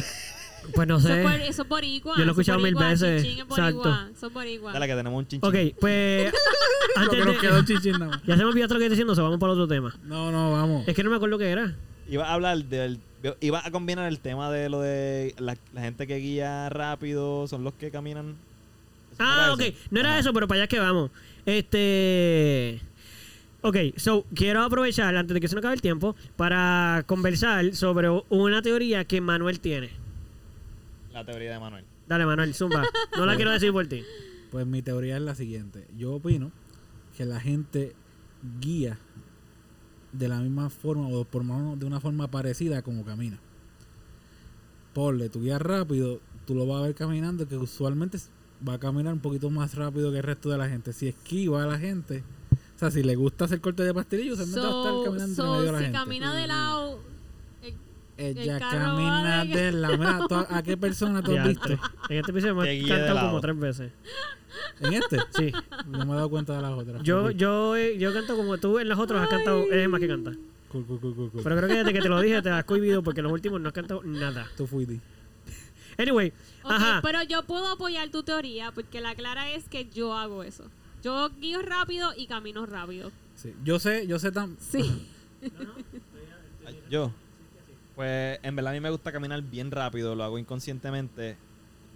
Pues no Eso es sé. por- eso es boricua. Yo lo he eso es escuchado mil boricua, veces. chin, chin es Exacto. boricua, Eso es boricua. Dale que tenemos un chin chin. Ok, pues. Lo que antes nos de- quedó chin chin nada más. ya se me olvidó lo que estoy diciendo, so vamos para otro tema. No, no, vamos. Es que no me acuerdo qué era. Iba a hablar del. Iba a combinar el tema de lo de la, la gente que guía rápido, son los que caminan. ¿Eso no Ah, era ok. eso? No era Ajá. eso, pero para allá es que vamos. Este. Ok, so quiero aprovechar, antes de que se nos acabe el tiempo, para conversar sobre una teoría que Manuel tiene. La teoría de Manuel. Dale, Manuel, zumba. No la quiero decir por ti. Pues mi teoría es la siguiente. Yo opino que la gente guía de la misma forma o por lo menos de una forma parecida a como camina. Porle, tú guías rápido, tú lo vas a ver caminando que usualmente va a caminar un poquito más rápido que el resto de la gente. Si esquiva a la gente, o sea, si le gusta hacer corte de pastelillo, usualmente va a estar So, caminando en so, medio de la si gente. camina de lado. eh, Ella el carro camina va de- de la... Mira, ¿tú- ¿a qué persona tú has visto? Diantre. En este episodio Te hemos guía de cantado lado. como tres veces. ¿En este? Sí. No me he dado cuenta de las otras. Yo, Ok. yo, eh, yo canto como tú en las otras has cantado. Eres más que canta. Cool, cool, cool, cool, cool. Pero creo que desde que te lo dije te has cohibido porque en los últimos no has cantado nada. Tú fuiste. Anyway, ok, pues. ajá. pero yo puedo apoyar tu teoría porque la clara es que yo hago eso. Yo guío rápido y camino rápido. Sí, Yo sé, yo sé tan. Sí. Ay, Yo. Pues en verdad a mí me gusta caminar bien rápido, lo hago inconscientemente.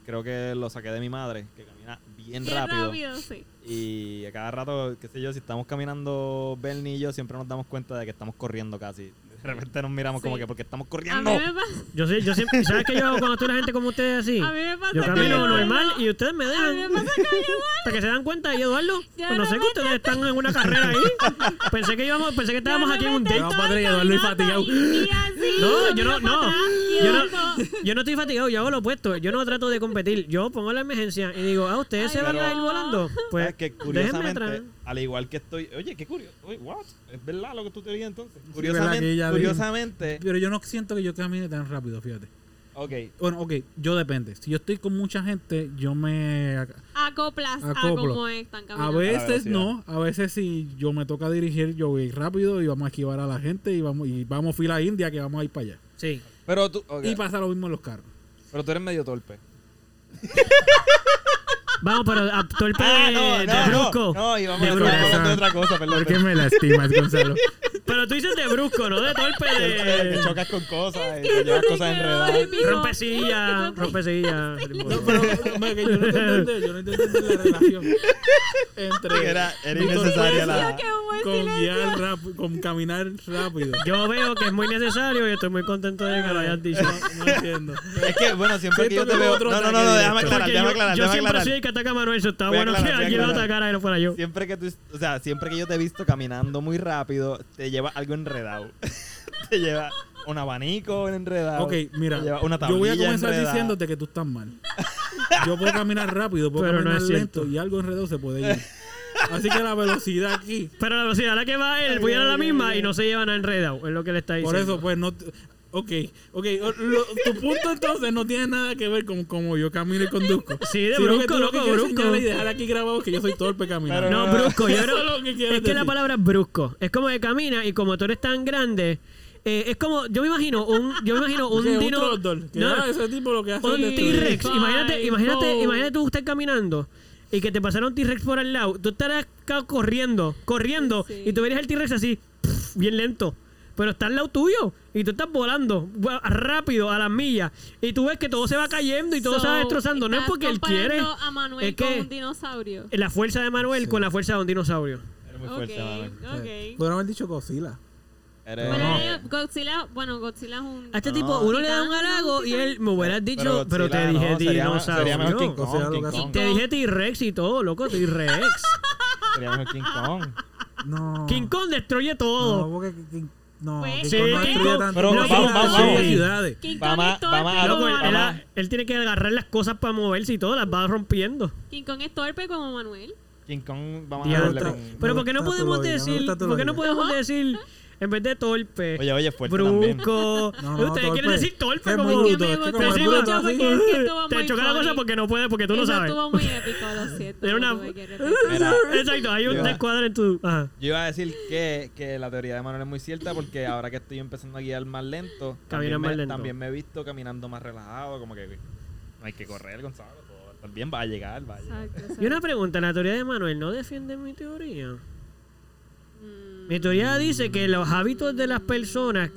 Creo que lo saqué de mi madre, que camina bien Qué rápido. rápido, sí. Y a cada rato, qué sé yo, si estamos caminando Bernie y yo, siempre nos damos cuenta de que estamos corriendo casi. De repente nos miramos como Sí. que porque estamos A mí, corriendo. me pasa, Yo, sé- yo siempre, ¿sabes qué yo hago cuando estoy la gente como ustedes así? a mí me pasa Yo que camino Eduardo- normal y ustedes me A mí me dejan. pasa que Hasta que se dan cuenta, y Eduardo, Ya pues no sé que realmente- ustedes están en una carrera ahí. Pensé que íbamos, pensé que estábamos de aquí en un repente date. Vamos estoy para atrás y Eduardo es caminando y- y así, No, yo no, miro no. para atrás y Yo no, Eduardo- yo no estoy fatigado, yo hago lo opuesto. Yo no trato de competir. Yo pongo la emergencia y digo, ah, ustedes Ay, se van a ir no. volando. Pues ¿Sabes que déjenme atrás. curiosamente, al igual que estoy. Oye, qué curioso. Oye, what? Es verdad lo que tú te digas entonces. verdad que Curiosamente. ella dijo. curiosamente Pero yo no siento que yo camine tan rápido, fíjate. ok. Bueno, ok, yo depende. Si yo estoy con mucha gente, yo me. ac- Acoplas a Acoplo. cómo están A caminando. veces velocidad. no, a veces si yo me toca dirigir, yo voy rápido y vamos a esquivar a la gente y vamos y vamos fila india que vamos a ir para allá. Sí. Pero tú, ok, Y pasa lo mismo en los carros. pero tú eres medio torpe. Vamos, pero a torpe Ah, de, no, eh, de no, brusco. no, no, íbamos De a brusco. estar hablando de otra cosa, perdón. ¿Por qué me lastimas, Gonzalo? Pero tú dices de brusco, no de torpe Que de chocas con cosas, y te llevas cosas enredadas. rompecilla, rompecilla. No, pero hombre, que yo no entiendo, yo no entiendo la relación entre Era, era Mi innecesaria la. Que hubo el con silencio. guiar rápido, con caminar rápido. Yo veo que es muy necesario y estoy muy contento de que lo hayas dicho. No, no entiendo. Es que, bueno, siempre que yo Siento te que veo. otro No, no, no, ataque no, déjame directo. aclarar, Porque déjame yo- aclarar, yo déjame siempre aclarar. soy el que ataca a Manuel, eso está Voy a bueno aclarar, que voy a alguien lo aclarar. atacara y no fuera yo. Siempre que tú, o sea, siempre que yo te he visto caminando muy rápido, te lleva algo enredado. te lleva un abanico enredado. Ok, mira, te lleva una yo voy a tablilla comenzar enredada. diciéndote que tú estás mal. Yo puedo caminar rápido, puedo Pero no caminar es cierto. lento y algo enredado se puede ir. Así que la velocidad aquí. Pero la velocidad a la que va él, voy a la misma y no se llevan a enredado, es lo que le está Por diciendo. eso, pues, no. t- Ok, ok. o- lo- tu punto entonces no tiene nada que ver con cómo yo camino y conduzco. Sí, de Sino que brusco, tú lo loco, que quieres brusco. señalar Y dejar aquí grabado que yo soy torpe caminando. Pero No, brusco, yo Eso creo- es lo que Es quieres que la decir. palabra es brusco. Es como que camina y como tú eres tan grande, eh, es como, yo me imagino un, yo me imagino un Oye, dino, Troodor, que no, era ese tipo lo que hace un es destruir. T-Rex. Imagínate, Ay, imagínate, no. imagínate tú estar caminando y que te pasara un T-Rex por al lado. Tú estarás ca- corriendo, corriendo Sí. y tú verías el T-Rex así, pf, bien lento. Pero está al lado tuyo y tú estás volando bu- rápido a las millas y tú ves que todo se va cayendo y todo se va So, destrozando. No es estás porque él comparando quiere. a Manuel es con que- un dinosaurio. La fuerza de Manuel Sí. con la fuerza de un dinosaurio. Eres muy Ok, fuerte, Manuel. ok. Pudieron haber dicho Godzilla. Eres- Bueno, No. eh, Godzilla, bueno, Godzilla es un... A este No. tipo, uno le da un Titán, halago y no, titán. él me hubieras dicho, Ah. Pero pero te Godzilla no, dije sería- dinosaurio. Sería mejor King Godzilla Kong. lo que King hace. Kong. Te dije T-Rex y todo, loco, T-Rex. Sería mejor King Kong. No. King Kong destruye No, Ah, todo. porque King, no, Pues- King Sí, Kong no King destruye Kong. tanto. Pero Loco, vamos, vamos, destruye vamos. ciudades. King Kong Vamos es a- vamos a- torpe Loco, como pues, él, Vamos. Manuel. él- él tiene que agarrar las cosas para moverse y todo, las va rompiendo. King Kong es torpe como Manuel. King Kong, vamos a Diablo. darle con... Me Pero porque no gusta tu podemos lógica, me decir, gusta tu porque no lógica. podemos decir, en vez de torpe, Oye, oye, fuerte también. brusco. No, no, Ustedes quieren torpe. decir Que torpe es muy como... bruto, Que me es que gustó como es ese bruto, muchacho así. porque es que estuvo Te muy choca la cosa funny. porque no puedes, porque tú no Eso sabes. estuvo muy épico, lo siento. Era lo una- tuve que repetir. Mira, Exacto, hay un Mira. descuadre en tu... Ajá. Yo iba a decir que, que la teoría de Manuel es muy cierta porque ahora que estoy empezando a guiar más lento, Camina también, más me, lento. también me he visto caminando más relajado, como que no hay que correr, Gonzalo, todo va a estar bien, va a llegar, va a llegar. Exacto, Y una exacto. pregunta, la teoría de Manuel no defiende mi teoría. Mm, Mi teoría dice que los hábitos de las personas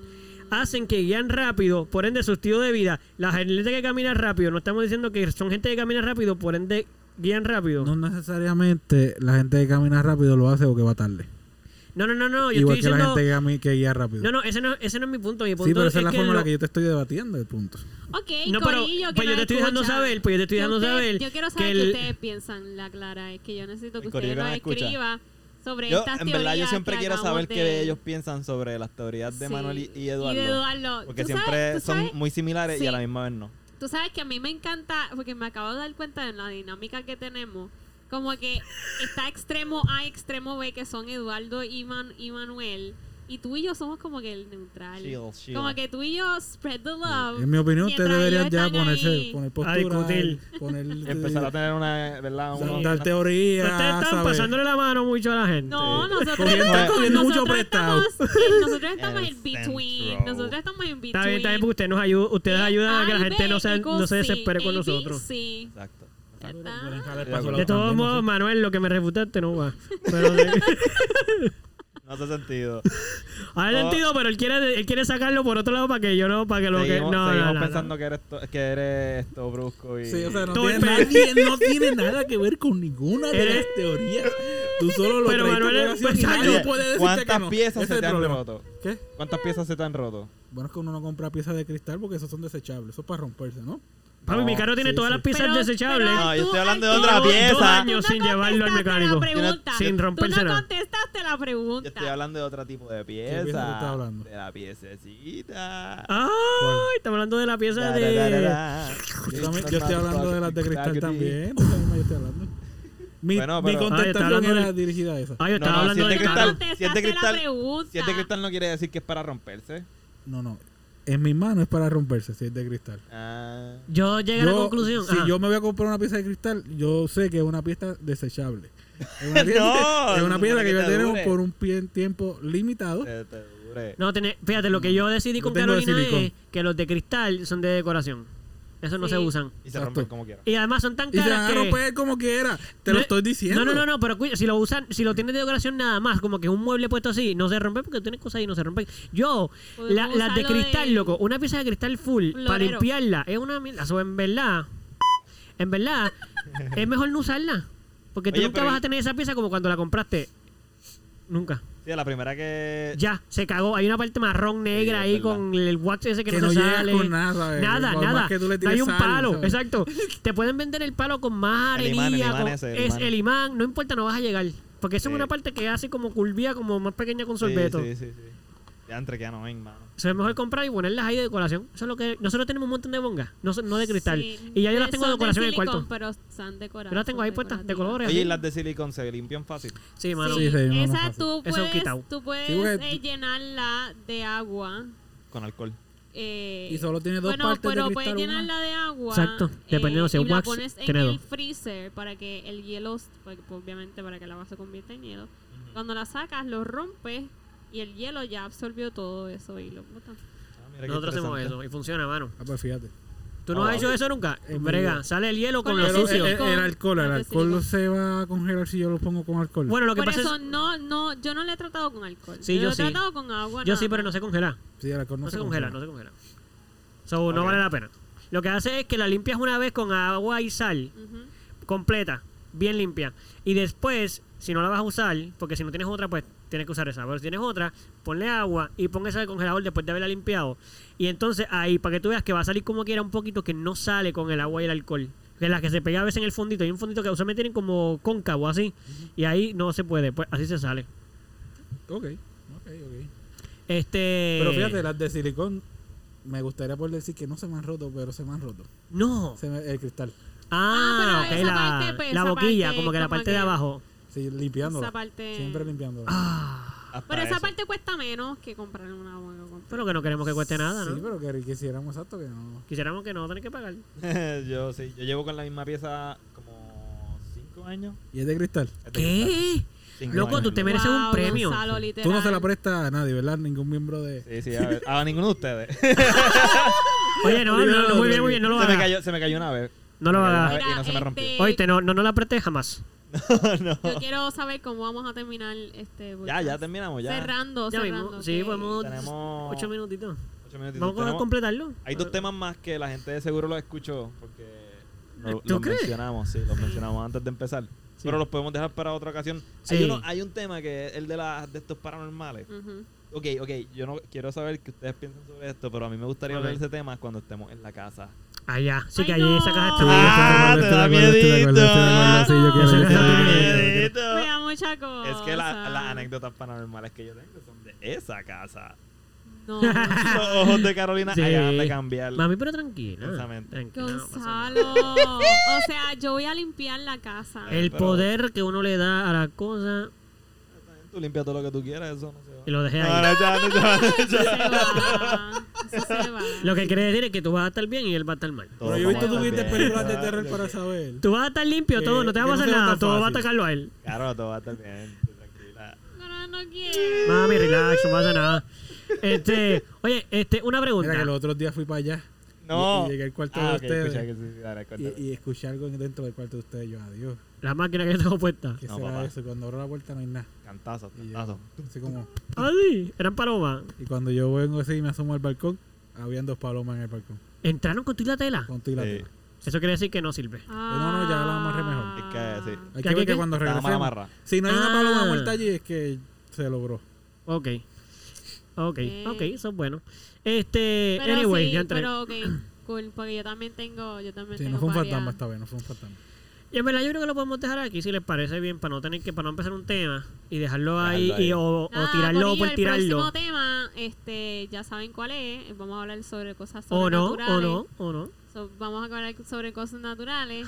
hacen que guían rápido, por ende su estilo de vida. La gente que camina rápido, no estamos diciendo que son gente que camina rápido, por ende guían rápido. No necesariamente la gente que camina rápido lo hace o que va tarde. No, no, no, no, yo Igual que estoy la diciendo... gente que, cami- que guía rápido. No, no, ese no, ese no es mi punto, mi punto sí, pero es, esa es la que forma en lo- la que yo te estoy debatiendo el punto. Ok, No, pero Corillo, que pues yo nos te estoy dejando escucha. saber, pues yo te estoy Que dejando usted- saber Yo quiero saber que qué el- ustedes piensan, la Clara. Es que yo necesito que El Corillo que ustedes nos nos escucha. escriban sobre Yo, estas en verdad, yo teorías siempre que quiero acabamos saber de- qué ellos piensan sobre las teorías de Sí, Manuel y, y Y Eduardo. de Eduardo. Porque ¿Tú siempre sabes- tú son sabes- muy similares Sí. y a la misma vez no. Tú sabes que a mí me encanta, porque me acabo de dar cuenta de la dinámica que tenemos. Como que está extremo A, extremo B, que son Eduardo y, Man- y Manuel. Y tú y yo somos como que el neutral. Chill, chill. Como que tú y yo spread the love. En mi opinión, ustedes Mientras deberían ellos ya están ponerse, ahí. poner postura, discutir. poner Y empezar a tener una, ¿verdad? o sea, Uno- dar teoría, Pero ustedes están ¿sabes? pasándole la mano mucho a la gente. No, nosotros Cogiendo- estamos, cogiendo mucho nosotros prestado. estamos- nosotros estamos El en between. centro. Nosotros estamos en between. Está bien, está bien, porque ustedes nos ayudan, ustedes ayudan a que la gente no se, no se desespere con nosotros. Sí. Exacto. Pero Está. pueden dejar el De paso a la De todos pandemia, modos, sí. Manuel, lo que me refutaste no va. Pero de- No hace sentido. Ha Oh. sentido, pero él quiere, él quiere sacarlo por otro lado para que yo no, para que lo que. seguimos No, no, seguimos no, no. pensando Que, eres to- que eres esto brusco y... Sí, o sea, no Todo tiene, el nadie- no tiene nada que ver con ninguna de Eres- las teorías. Tú solo lo Eh. Pero traes a Manuel, colación pues, y nadie Oye, puede decirte ¿Cuántas que no. piezas Ese se es te el han problema. roto? ¿Qué? ¿Cuántas piezas se te han roto? Bueno, es que uno no compra piezas de cristal porque esos son desechables. Eso es para romperse, ¿no? Papi, mi No, carro tiene sí, todas sí. las piezas Pero- desechables. pero No, yo tú- estoy hablando ay, de tú- otra tú- tú pieza. no Yo sin llevarlo al contestaste la mecánico. pregunta. Sin romperse Tú no nada. contestaste la Yo pregunta. estoy hablando de otro tipo de pieza. pieza tú estás hablando? De la piececita. ¡Ay! Estamos hablando de la pieza Da, de. da, da, da, da. Yo, también- yo estoy hablando de las de cristal también. Tú también yo estoy hablando. Mi, Ah, mi Bueno, pero- está contestación hablando era del- Ah. dirigida a esa. Ay, yo No, estaba no, hablando de si es de No cristal. carro. contestaste Si es de cristal- la pregunta. Si es de cristal no quiere decir que es para romperse. No, no. En mis manos es para romperse, si es de cristal. Ah, Yo llegué a la Yo- conclusión. Si ah, yo me voy a comprar una pieza de cristal, yo sé que es una pieza desechable. Es una pieza, No, es una no pieza que que yo te tengo dure. Eh. por un pie- tiempo limitado. te, te dure. No, tené- fíjate, lo que yo decidí Yo con tengo de Carolina es silicón. que los de cristal son de decoración. Esos no Sí. se usan. Y se rompen Exacto. como quiera. Y además son tan Y se van caras a que. romper como quiera. Te No lo es- estoy No, diciendo. no, no, no, pero cuida, si lo usan, si lo tienes de decoración nada más, como que un mueble puesto así, no se rompe porque tiene cosas y no se rompe. Yo, Podemos la- las de usarlo de- cristal, loco, una pieza de cristal full Un para lorero. limpiarla es una mierda. O en verdad, en verdad, es mejor no usarla. Porque tú Oye, nunca pero vas y- a tener esa pieza como cuando la compraste. Nunca. Sí, la primera que. Ya, se cagó. Hay una parte marrón negra Eh. es ahí verdad. con el wax ese que, Que no no se llegas sale. con nada, ¿sabes? Nada, Por más nada. que tú le no hay tires un sal, palo, ¿sabes? exacto. Te pueden vender el palo con más El arenilla. imán, el imán con- ese, el es imán. el imán, no importa, no vas a llegar. Porque eso es Sí. una parte que hace como curvía, como más pequeña con Sí, sorbeto. Sí, sí, sí. Ya entre que ya no ven, mano. Eso es mejor comprar y ponerlas ahí de decoración. Eso es lo que nosotros tenemos un montón de bongas, no, son- no de cristal. Sí, y ya yo las tengo de son decoración en el silicón, cuarto. Pero son decoradas. Yo las tengo ahí puestas, de colores. Oye, y así. las de silicón se limpian fácil. Sí, mano. Sí, Sí, sí, no, no es esa fácil. tú Eso es puedes, quitado. tú puedes Sí, porque- eh, llenarla de agua. Con alcohol. eh, Y solo tiene dos bueno, partes pero de puedes cristal. una. llenarla de agua. Exacto, dependiendo si es y la wax, pones en tiene el dos. freezer para que el hielo, porque, pues, obviamente para que la agua se convierta en hielo. Cuando la sacas, lo rompes Y el hielo ya absorbió todo eso y lo botó. Ah, mira qué Nosotros hacemos interesante. eso y funciona, mano. Ah, pues fíjate. ¿Tú Ah, no has wow. hecho eso nunca? En mi Brega, vida. sale el hielo con Con lo el Pero sucio. el, el- el alcohol, el Con alcohol silicón. se va a congelar si yo lo pongo con alcohol. Bueno, lo que Por pasa eso es. no, no, yo no le he tratado con alcohol. Sí, yo lo sí. he tratado con agua. Yo nada sí, pero no más. se congela. sí, el alcohol No, no, se congela, no se congela. So, no vale la pena. Lo que hace es que la limpias una vez con agua y sal, Ujú. completa, bien limpia. Y después, si no la vas a usar, porque si no tienes otra, pues tienes que usar esa. Pero si tienes otra, ponle agua y pon esa al congelador después de haberla limpiado. Y entonces ahí, para que tú veas que va a salir como quiera un poquito que no sale con el agua y el alcohol. Que las que se pega a veces en el fondito, hay un fondito que usualmente tienen como cóncavo así, y ahí no se puede, pues así se sale. Ok, ok, Eh. ok. Este. Pero fíjate, las de silicón, me gustaría poder decir que no se me han roto, pero se me han roto. No. Se me- el cristal. Ah, Ah, pero ok, esa la, parte, pues, la esa boquilla, parte como que la como parte de que- abajo. Sí, limpiándolo. Esa parte- Siempre limpiándolo. Ah, Hasta Pero esa eso. parte cuesta menos que comprar una agua. que comprar. pero que no queremos que cueste nada, ¿no? Sí, pero que quisiéramos exacto que no. Quisiéramos que no tener que pagar. yo sí, yo llevo con la misma pieza como 5 años. Y es de cristal. Es Este de cristal. ¿Qué? Este Cinco Loco, años. tú te mereces un Wow, premio. Gonzalo, Tú no se la literal. prestas a nadie, ¿verdad? Ningún miembro de... Sí, sí, a, ver, a ninguno de ustedes. Oye, no, no, no, muy bien, muy bien, no lo se, me hagas. cayó, se me cayó una vez. No lo Se me cayó una hagas. vez Y no se me Mira, rompió. este- Oíste, no, no, no la apretes jamás. Yo quiero saber cómo vamos a terminar este. Ya, podcast. ya terminamos, ya. Cerrando, Ya cerrando. mismo. Sí, ok. podemos. Tenemos Ocho minutitos. ocho minutitos. Vamos a Tenemos- completarlo. Hay dos temas más que la gente de seguro los escuchó porque no- ¿Tú los crees? mencionamos, sí, los mencionamos antes de empezar. Pero los podemos dejar para otra ocasión. Hay, Sí. uno- hay un tema que es el de, las de estos paranormales. Ujú. Ok, ok, yo no quiero saber qué ustedes piensan sobre esto, pero a mí me gustaría Ok. hablar de ese tema cuando estemos en la casa. Allá. Ah, Sí, que Ay, allí no. sacas Sí, esta. Ah, estoy de acuerdo, te da estoy de acuerdo, estoy de acuerdo, estoy de acuerdo, sí, yo quiero, yo miedito. quiero, yo Te da quiero, yo quiero. Me da mucha cosa. Es que la- las anécdotas paranormales que yo tengo son de esa casa. No. Los ojos de Carolina Sí. acaban de cambiar. Mami, pero tranquila. Exactamente. Tranquila. no pasa nada. Gonzalo. o sea, yo voy a limpiar la casa. Eh, El Pero- poder que uno le da a la cosa. Tú limpia todo lo que tú quieras, eso no se va. Y lo dejé No, ahí. no, ya, no, ya, Eso ya. se va. Eso se va. Lo que quiere decir es que tú vas a estar bien y él va a estar mal. Todo pero yo he visto vamos a estar suficientes bien. películas de Ah, terror yo- para saber. Tú vas a estar limpio, Que- todo, no te va a Eh, que no pasar sea nada, tan todo va a fácil. atacarlo a él. Claro, todo va a estar bien. tú Tranquila. No, no quiero. Mami, relax, no pasa nada. Este, oye, este, una pregunta. Mira que los otros días fui para allá No. Y- y llegué al cuarto Ah, de ok, ustedes. escucha que sí, sí, dale, y, cuéntame. y escuché algo dentro del cuarto de ustedes. Yo, adiós. La máquina que yo tengo puesta. ¿Qué No, será papá. eso? Cuando abro la puerta no hay nada. Cantazos, Y yo- cantazos. Así como... Ah, sí, eran palomas. Y cuando yo vengo así y me asomo al balcón, habían dos palomas en el balcón. Entraron con tu y la tela. Con tú y la Sí. tela. Eso quiere decir que no sirve. no, no, ya la amarré Ah. mejor. Es que, sí. Hay ¿Qué, que qué, ver qué? que cuando Estaba mala regresemos... marra. Si no hay una paloma Ah. muerta allí es que se logró. Ok. Ok, Eh. ok, eso es bueno. Este, Pero anyway, sí, ya entré. pero ok, cool, porque yo también tengo, yo también Sí, tengo no fue un varias- fantasma esta vez, no fue un fantasma. Y en verdad yo creo que lo podemos dejar aquí si les parece bien para no tener que para no empezar un tema y dejarlo ahí, Dejarlo ahí. y o, o Nada, tirarlo corillo, por Ah, El tirarlo. próximo tema, este, ya saben cuál es, vamos a hablar sobre cosas O no, sobrenaturales. o no, o no. So, vamos a hablar sobre cosas naturales.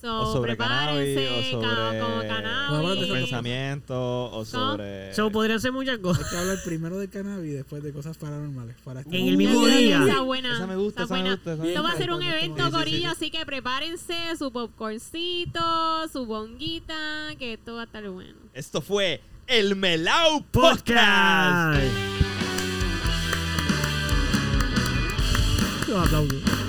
So, O sobre cannabis, o prepárense, ca- como sobre Vamos a hablar cannabis. de los pensamientos, o Eh. sobre... So, podrían ser muchas cosas. Hay que hablar primero de cannabis y después de cosas paranormales. Para Uh. estar- En el mismo Esa día. Esa buena. Esa me gusta, esa me buena. gusta, esa me Esto va a gusta. ser un evento, Sí, sí, sí, Corillo, sí. así que prepárense su popcorncito, su bonguita, que esto va a estar bueno. Esto fue el Melau Podcast. Podcast. Yo aplaudo.